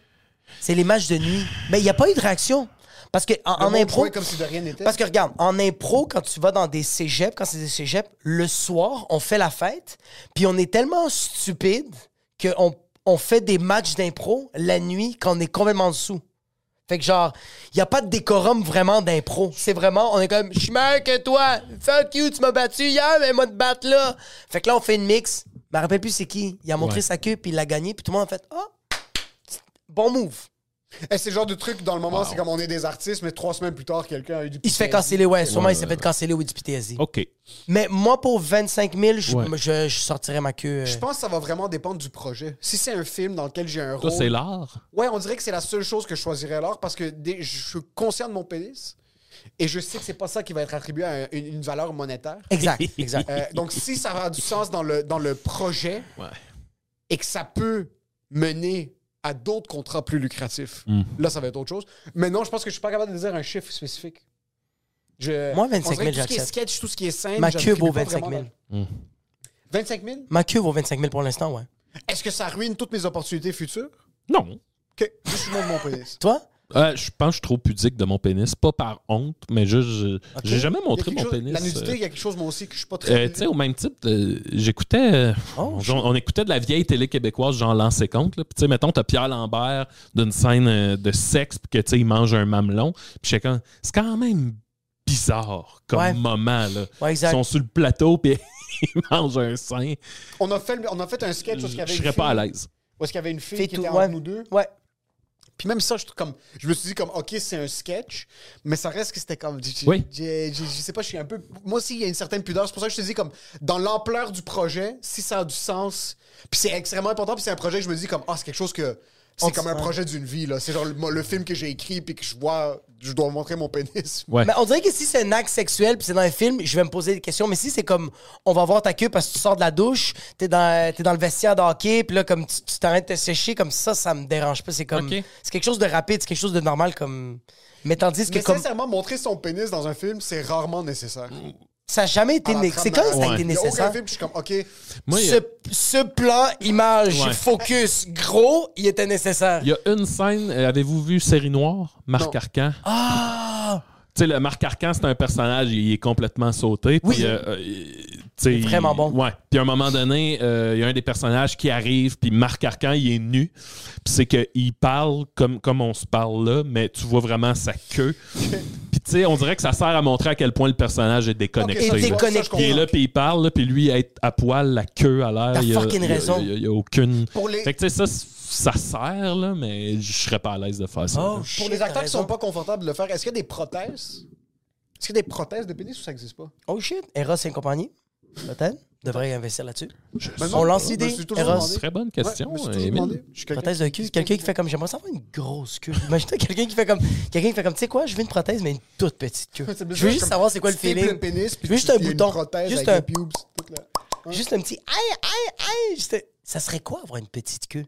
[SPEAKER 2] c'est les matchs de nuit. Mais il n'y a pas eu de réaction parce que en,
[SPEAKER 3] Le
[SPEAKER 2] en
[SPEAKER 3] monde
[SPEAKER 2] impro
[SPEAKER 3] jouait comme si de rien n'était.
[SPEAKER 2] Parce que regarde, en impro, quand tu vas dans des cégeps, quand c'est des cégeps, le soir, on fait la fête, puis on est tellement stupide qu'on on fait des matchs d'impro la nuit quand on est complètement dessous. Fait que genre, il n'y a pas de décorum vraiment d'impro. C'est vraiment, on est comme, je suis meilleur que toi, fuck you, tu m'as battu hier, mais moi te battre là. Fait que là, on fait une mix. Je me rappelle plus c'est qui. Il a montré
[SPEAKER 4] Ouais.
[SPEAKER 2] sa queue, puis il l'a gagné, puis tout le monde a fait, oh, bon move.
[SPEAKER 3] Eh, c'est le genre de truc, dans le moment, c'est comme on est des artistes, mais trois semaines plus tard, quelqu'un a eu du
[SPEAKER 2] Il se fait
[SPEAKER 3] PTSD.
[SPEAKER 2] canceller, ouais, sûrement il s'est fait canceller ou du PTSD.
[SPEAKER 4] OK.
[SPEAKER 2] Mais moi, pour 25 000, je,
[SPEAKER 4] Ouais.
[SPEAKER 2] je, je sortirais ma queue. euh.
[SPEAKER 3] Je pense que ça va vraiment dépendre du projet. Si c'est un film dans lequel j'ai un rôle.
[SPEAKER 4] Toi,
[SPEAKER 2] Oh.
[SPEAKER 4] c'est l'art?
[SPEAKER 3] Ouais, on dirait que c'est la seule chose que je choisirais alors parce que dès- je suis conscient de mon pénis et je sais que c'est pas ça qui va être attribué à un- une, une valeur monétaire.
[SPEAKER 2] Exact, exact.
[SPEAKER 3] Euh, donc, si ça a du sens dans le, dans le projet
[SPEAKER 4] Ouais.
[SPEAKER 3] et que ça peut mener à d'autres contrats plus lucratifs,
[SPEAKER 4] Hmm.
[SPEAKER 3] là, ça va être autre chose. Mais non, je pense que je suis pas capable de dire un chiffre spécifique. Je,
[SPEAKER 2] Moi,
[SPEAKER 3] on dirait que
[SPEAKER 2] 25 000,
[SPEAKER 3] Tout ce qui est
[SPEAKER 2] j'accepte.
[SPEAKER 3] sketch, tout ce qui est scène.
[SPEAKER 2] Ma queue vaut
[SPEAKER 3] j'attribue pas
[SPEAKER 2] 25 000.
[SPEAKER 3] vraiment la-
[SPEAKER 4] Hmm.
[SPEAKER 3] 25 000?
[SPEAKER 2] Ma queue vaut 25 000 pour l'instant, ouais.
[SPEAKER 3] Est-ce que ça ruine toutes mes opportunités futures?
[SPEAKER 4] Non. [laughs]
[SPEAKER 3] Ok, juste le nom de mon pénis.
[SPEAKER 2] Toi?
[SPEAKER 4] Euh, je pense que je suis trop pudique de mon pénis. Pas par honte, mais juste, je- j'ai jamais montré
[SPEAKER 3] Il y a
[SPEAKER 4] mon
[SPEAKER 3] quelque chose-
[SPEAKER 4] pénis.
[SPEAKER 3] La nudité,
[SPEAKER 4] euh,
[SPEAKER 3] il y a Oh, quelque chose, moi aussi, que je suis pas très.
[SPEAKER 4] Euh, tu sais, au même titre, euh, j'écoutais. euh, on, on écoutait de la vieille télé québécoise, genre Lancé compte. Puis, tu sais, mettons, t'as Pierre Lambert d'une scène euh, de sexe, puis que, tu sais, il mange un mamelon. Puis, j'étais comme, c'est quand même bizarre comme
[SPEAKER 3] Ouais.
[SPEAKER 4] moment, là.
[SPEAKER 3] Ouais, exact.
[SPEAKER 4] Ils sont sur le plateau, puis [laughs] ils mangent un sein.
[SPEAKER 3] on, a fait, le- on a fait un sketch où il y
[SPEAKER 4] Je
[SPEAKER 3] avait une
[SPEAKER 4] serais pas à
[SPEAKER 3] fille-
[SPEAKER 4] l'aise.
[SPEAKER 3] Où est-ce qu'il y avait une fille
[SPEAKER 2] Fais
[SPEAKER 3] qui
[SPEAKER 2] tout,
[SPEAKER 3] était entre
[SPEAKER 2] ouais.
[SPEAKER 3] nous deux.
[SPEAKER 2] Ouais.
[SPEAKER 3] Puis même ça, je, comme, je me suis dit comme, OK, c'est un sketch, mais ça reste que c'était comme... j'ai-
[SPEAKER 4] Oui.
[SPEAKER 3] j'ai- j'ai- Je sais pas, je suis un peu... Moi aussi, il y a une certaine pudeur. C'est pour ça que je te dis comme, dans l'ampleur du projet, si ça a du sens, puis c'est extrêmement important, puis c'est un projet que je me dis comme, ah, c'est quelque chose que...
[SPEAKER 2] On
[SPEAKER 3] C'est
[SPEAKER 2] dit-
[SPEAKER 3] comme un
[SPEAKER 2] ouais.
[SPEAKER 3] projet d'une vie, là. C'est genre le, le film que j'ai écrit, puis que je vois... Je dois montrer mon pénis.
[SPEAKER 4] Ouais.
[SPEAKER 2] Mais on dirait que si c'est un acte sexuel puis c'est dans un film, je vais me poser des questions. Mais si c'est comme on va voir ta queue parce que tu sors de la douche, t'es dans, t'es dans le vestiaire de hockey, puis là, comme tu tu t'arrêtes de te sécher, comme ça, ça me dérange pas. C'est comme.
[SPEAKER 4] Ok.
[SPEAKER 2] C'est quelque chose de rapide, c'est quelque chose de normal, comme. Mais tandis que
[SPEAKER 3] Mais
[SPEAKER 2] comme.
[SPEAKER 3] sincèrement, montrer son pénis dans un film, c'est rarement nécessaire.
[SPEAKER 2] Ça n'a jamais été.
[SPEAKER 3] À la
[SPEAKER 2] né-
[SPEAKER 3] trame
[SPEAKER 2] C'est quand
[SPEAKER 3] narrative.
[SPEAKER 2] ça a été
[SPEAKER 3] Il y a
[SPEAKER 2] nécessaire?
[SPEAKER 3] aucun film, je suis comme, OK,
[SPEAKER 4] Moi, il y a-
[SPEAKER 2] Ce, ce plan, image,
[SPEAKER 4] Ouais.
[SPEAKER 2] focus, gros, il était nécessaire.
[SPEAKER 4] Il y a une scène, euh, avez-vous vu Série Noire? Marc Arcan. Ah! Tu sais, le Marc Arcan, c'est un personnage, il est complètement sauté.
[SPEAKER 2] Oui.
[SPEAKER 4] puis, euh, euh, tu sais,
[SPEAKER 2] Il est vraiment
[SPEAKER 4] il-
[SPEAKER 2] bon.
[SPEAKER 4] Ouais. Puis à un moment donné, euh, il y a un des personnages qui arrive, puis Marc Arcan, il est nu. Puis c'est qu'il parle comme, comme on se parle là, mais tu vois vraiment sa
[SPEAKER 2] [laughs]
[SPEAKER 4] queue. puis tu sais, on dirait que ça sert à montrer à quel point le personnage est déconnecté.
[SPEAKER 2] Et
[SPEAKER 4] là.
[SPEAKER 2] déconnecté.
[SPEAKER 4] Il est là, puis il parle, là, puis lui, être à poil, la queue à l'air.
[SPEAKER 2] T'as
[SPEAKER 4] il y a-
[SPEAKER 2] fucking
[SPEAKER 4] il y a-
[SPEAKER 2] raison.
[SPEAKER 4] Il y a- il y a aucune.
[SPEAKER 3] Pour les-
[SPEAKER 4] Fait que tu sais, ça, c- ça sert, là, mais je serais pas à l'aise de faire ça.
[SPEAKER 2] Oh,
[SPEAKER 4] là.
[SPEAKER 3] Pour
[SPEAKER 2] shit,
[SPEAKER 3] les
[SPEAKER 2] t'as
[SPEAKER 3] acteurs qui
[SPEAKER 2] raison.
[SPEAKER 3] sont pas confortables de le faire, est-ce qu'il y a des prothèses? Est-ce qu'il y a des prothèses de pénis ou ça n'existe pas?
[SPEAKER 2] Oh shit, Eros et compagnie, peut-être, devrait investir là-dessus.
[SPEAKER 3] sais
[SPEAKER 2] On
[SPEAKER 3] pas.
[SPEAKER 2] lance
[SPEAKER 3] Ben Je me
[SPEAKER 2] l'idée,
[SPEAKER 3] suis toujours
[SPEAKER 2] Eros.
[SPEAKER 3] demandé.
[SPEAKER 4] Très bonne question,
[SPEAKER 3] Ouais, je me suis toujours
[SPEAKER 4] Émile.
[SPEAKER 3] demandé. Je suis quelqu'un-
[SPEAKER 2] Prothèse de cul, quelqu'un qui fait comme j'aimerais savoir une grosse queue. [laughs] Imagine quelqu'un qui fait comme quelqu'un qui fait comme tu sais quoi, je veux une prothèse mais une toute petite queue.
[SPEAKER 3] [laughs] C'est bizarre,
[SPEAKER 2] Je veux juste
[SPEAKER 3] comme
[SPEAKER 2] savoir c'est quoi le
[SPEAKER 3] tu tapes
[SPEAKER 2] feeling.
[SPEAKER 3] le pénis, puis
[SPEAKER 2] je veux juste
[SPEAKER 3] tu-
[SPEAKER 2] un
[SPEAKER 3] il y a une
[SPEAKER 2] bouton,
[SPEAKER 3] prothèse
[SPEAKER 2] juste
[SPEAKER 3] avec
[SPEAKER 2] un,
[SPEAKER 3] les pubes, tout là.
[SPEAKER 2] juste un petit aïe aïe aïe. Juste un- Ça serait quoi avoir une petite queue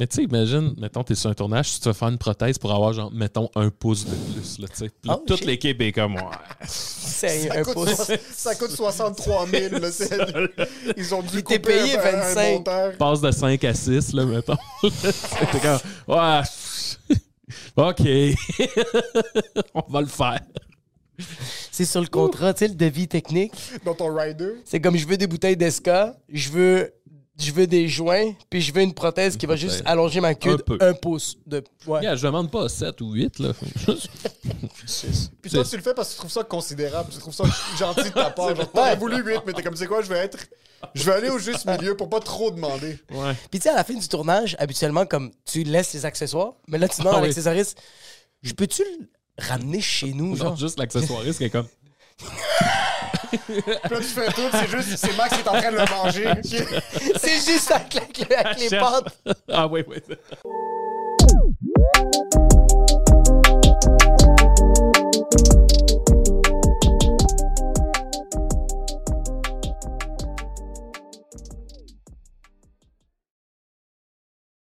[SPEAKER 4] Mais tu sais, imagine, mettons, t'es sur un tournage, tu te fais faire une prothèse pour avoir, genre, mettons, un pouce de plus, là, tu sais.
[SPEAKER 3] Ah
[SPEAKER 4] Puis là,
[SPEAKER 2] Oh,
[SPEAKER 4] toute
[SPEAKER 2] shit.
[SPEAKER 4] l'équipe est comme, ouais.
[SPEAKER 2] C'est
[SPEAKER 3] Ça
[SPEAKER 2] un
[SPEAKER 3] coûte,
[SPEAKER 2] pouce.
[SPEAKER 3] so- ça coûte 63 000.
[SPEAKER 2] [laughs]
[SPEAKER 3] là, c'est- [laughs] Ils ont dû couper
[SPEAKER 2] t'est payé
[SPEAKER 3] un- un
[SPEAKER 2] 25.
[SPEAKER 3] monteur.
[SPEAKER 4] Passe de 5 à 6, là, mettons. [laughs] T'es comme, ouais. [laughs] OK. [laughs] On va le faire.
[SPEAKER 2] C'est sur le contrat, tu sais le devis technique.
[SPEAKER 3] Dans ton rider.
[SPEAKER 2] C'est comme je veux des bouteilles d'esca, je veux je veux des joints, puis je veux une prothèse qui va juste
[SPEAKER 4] bouteille.
[SPEAKER 2] allonger ma queue
[SPEAKER 4] Un
[SPEAKER 2] de
[SPEAKER 4] peu.
[SPEAKER 2] un pouce de ouais.
[SPEAKER 4] Regarde, je demande pas 7 ou 8, là. [laughs] Juste-
[SPEAKER 3] Puis toi,
[SPEAKER 4] C'est-
[SPEAKER 3] tu le fais parce que tu trouves ça considérable. Tu trouves ça gentil de ta part. Genre, t'aurais voulu 8, mais t'es comme, c'est quoi, je vais être. Je vais aller au juste milieu pour pas trop demander.
[SPEAKER 4] ouais.
[SPEAKER 2] Puis tu sais, à la fin du tournage, habituellement, comme tu laisses les accessoires, mais là, tu demandes
[SPEAKER 4] Ah
[SPEAKER 2] à
[SPEAKER 4] oui.
[SPEAKER 2] l'accessoiriste, je peux-tu le ramener chez nous, genre?
[SPEAKER 4] Genre, juste l'accessoiriste qui est comme, [laughs]
[SPEAKER 3] Puis là, tu fais tout, c'est juste, c'est Max qui est en train de le manger.
[SPEAKER 2] [laughs] C'est juste avec, la- avec les
[SPEAKER 4] Chef.
[SPEAKER 2] pâtes.
[SPEAKER 4] ah oui, oui.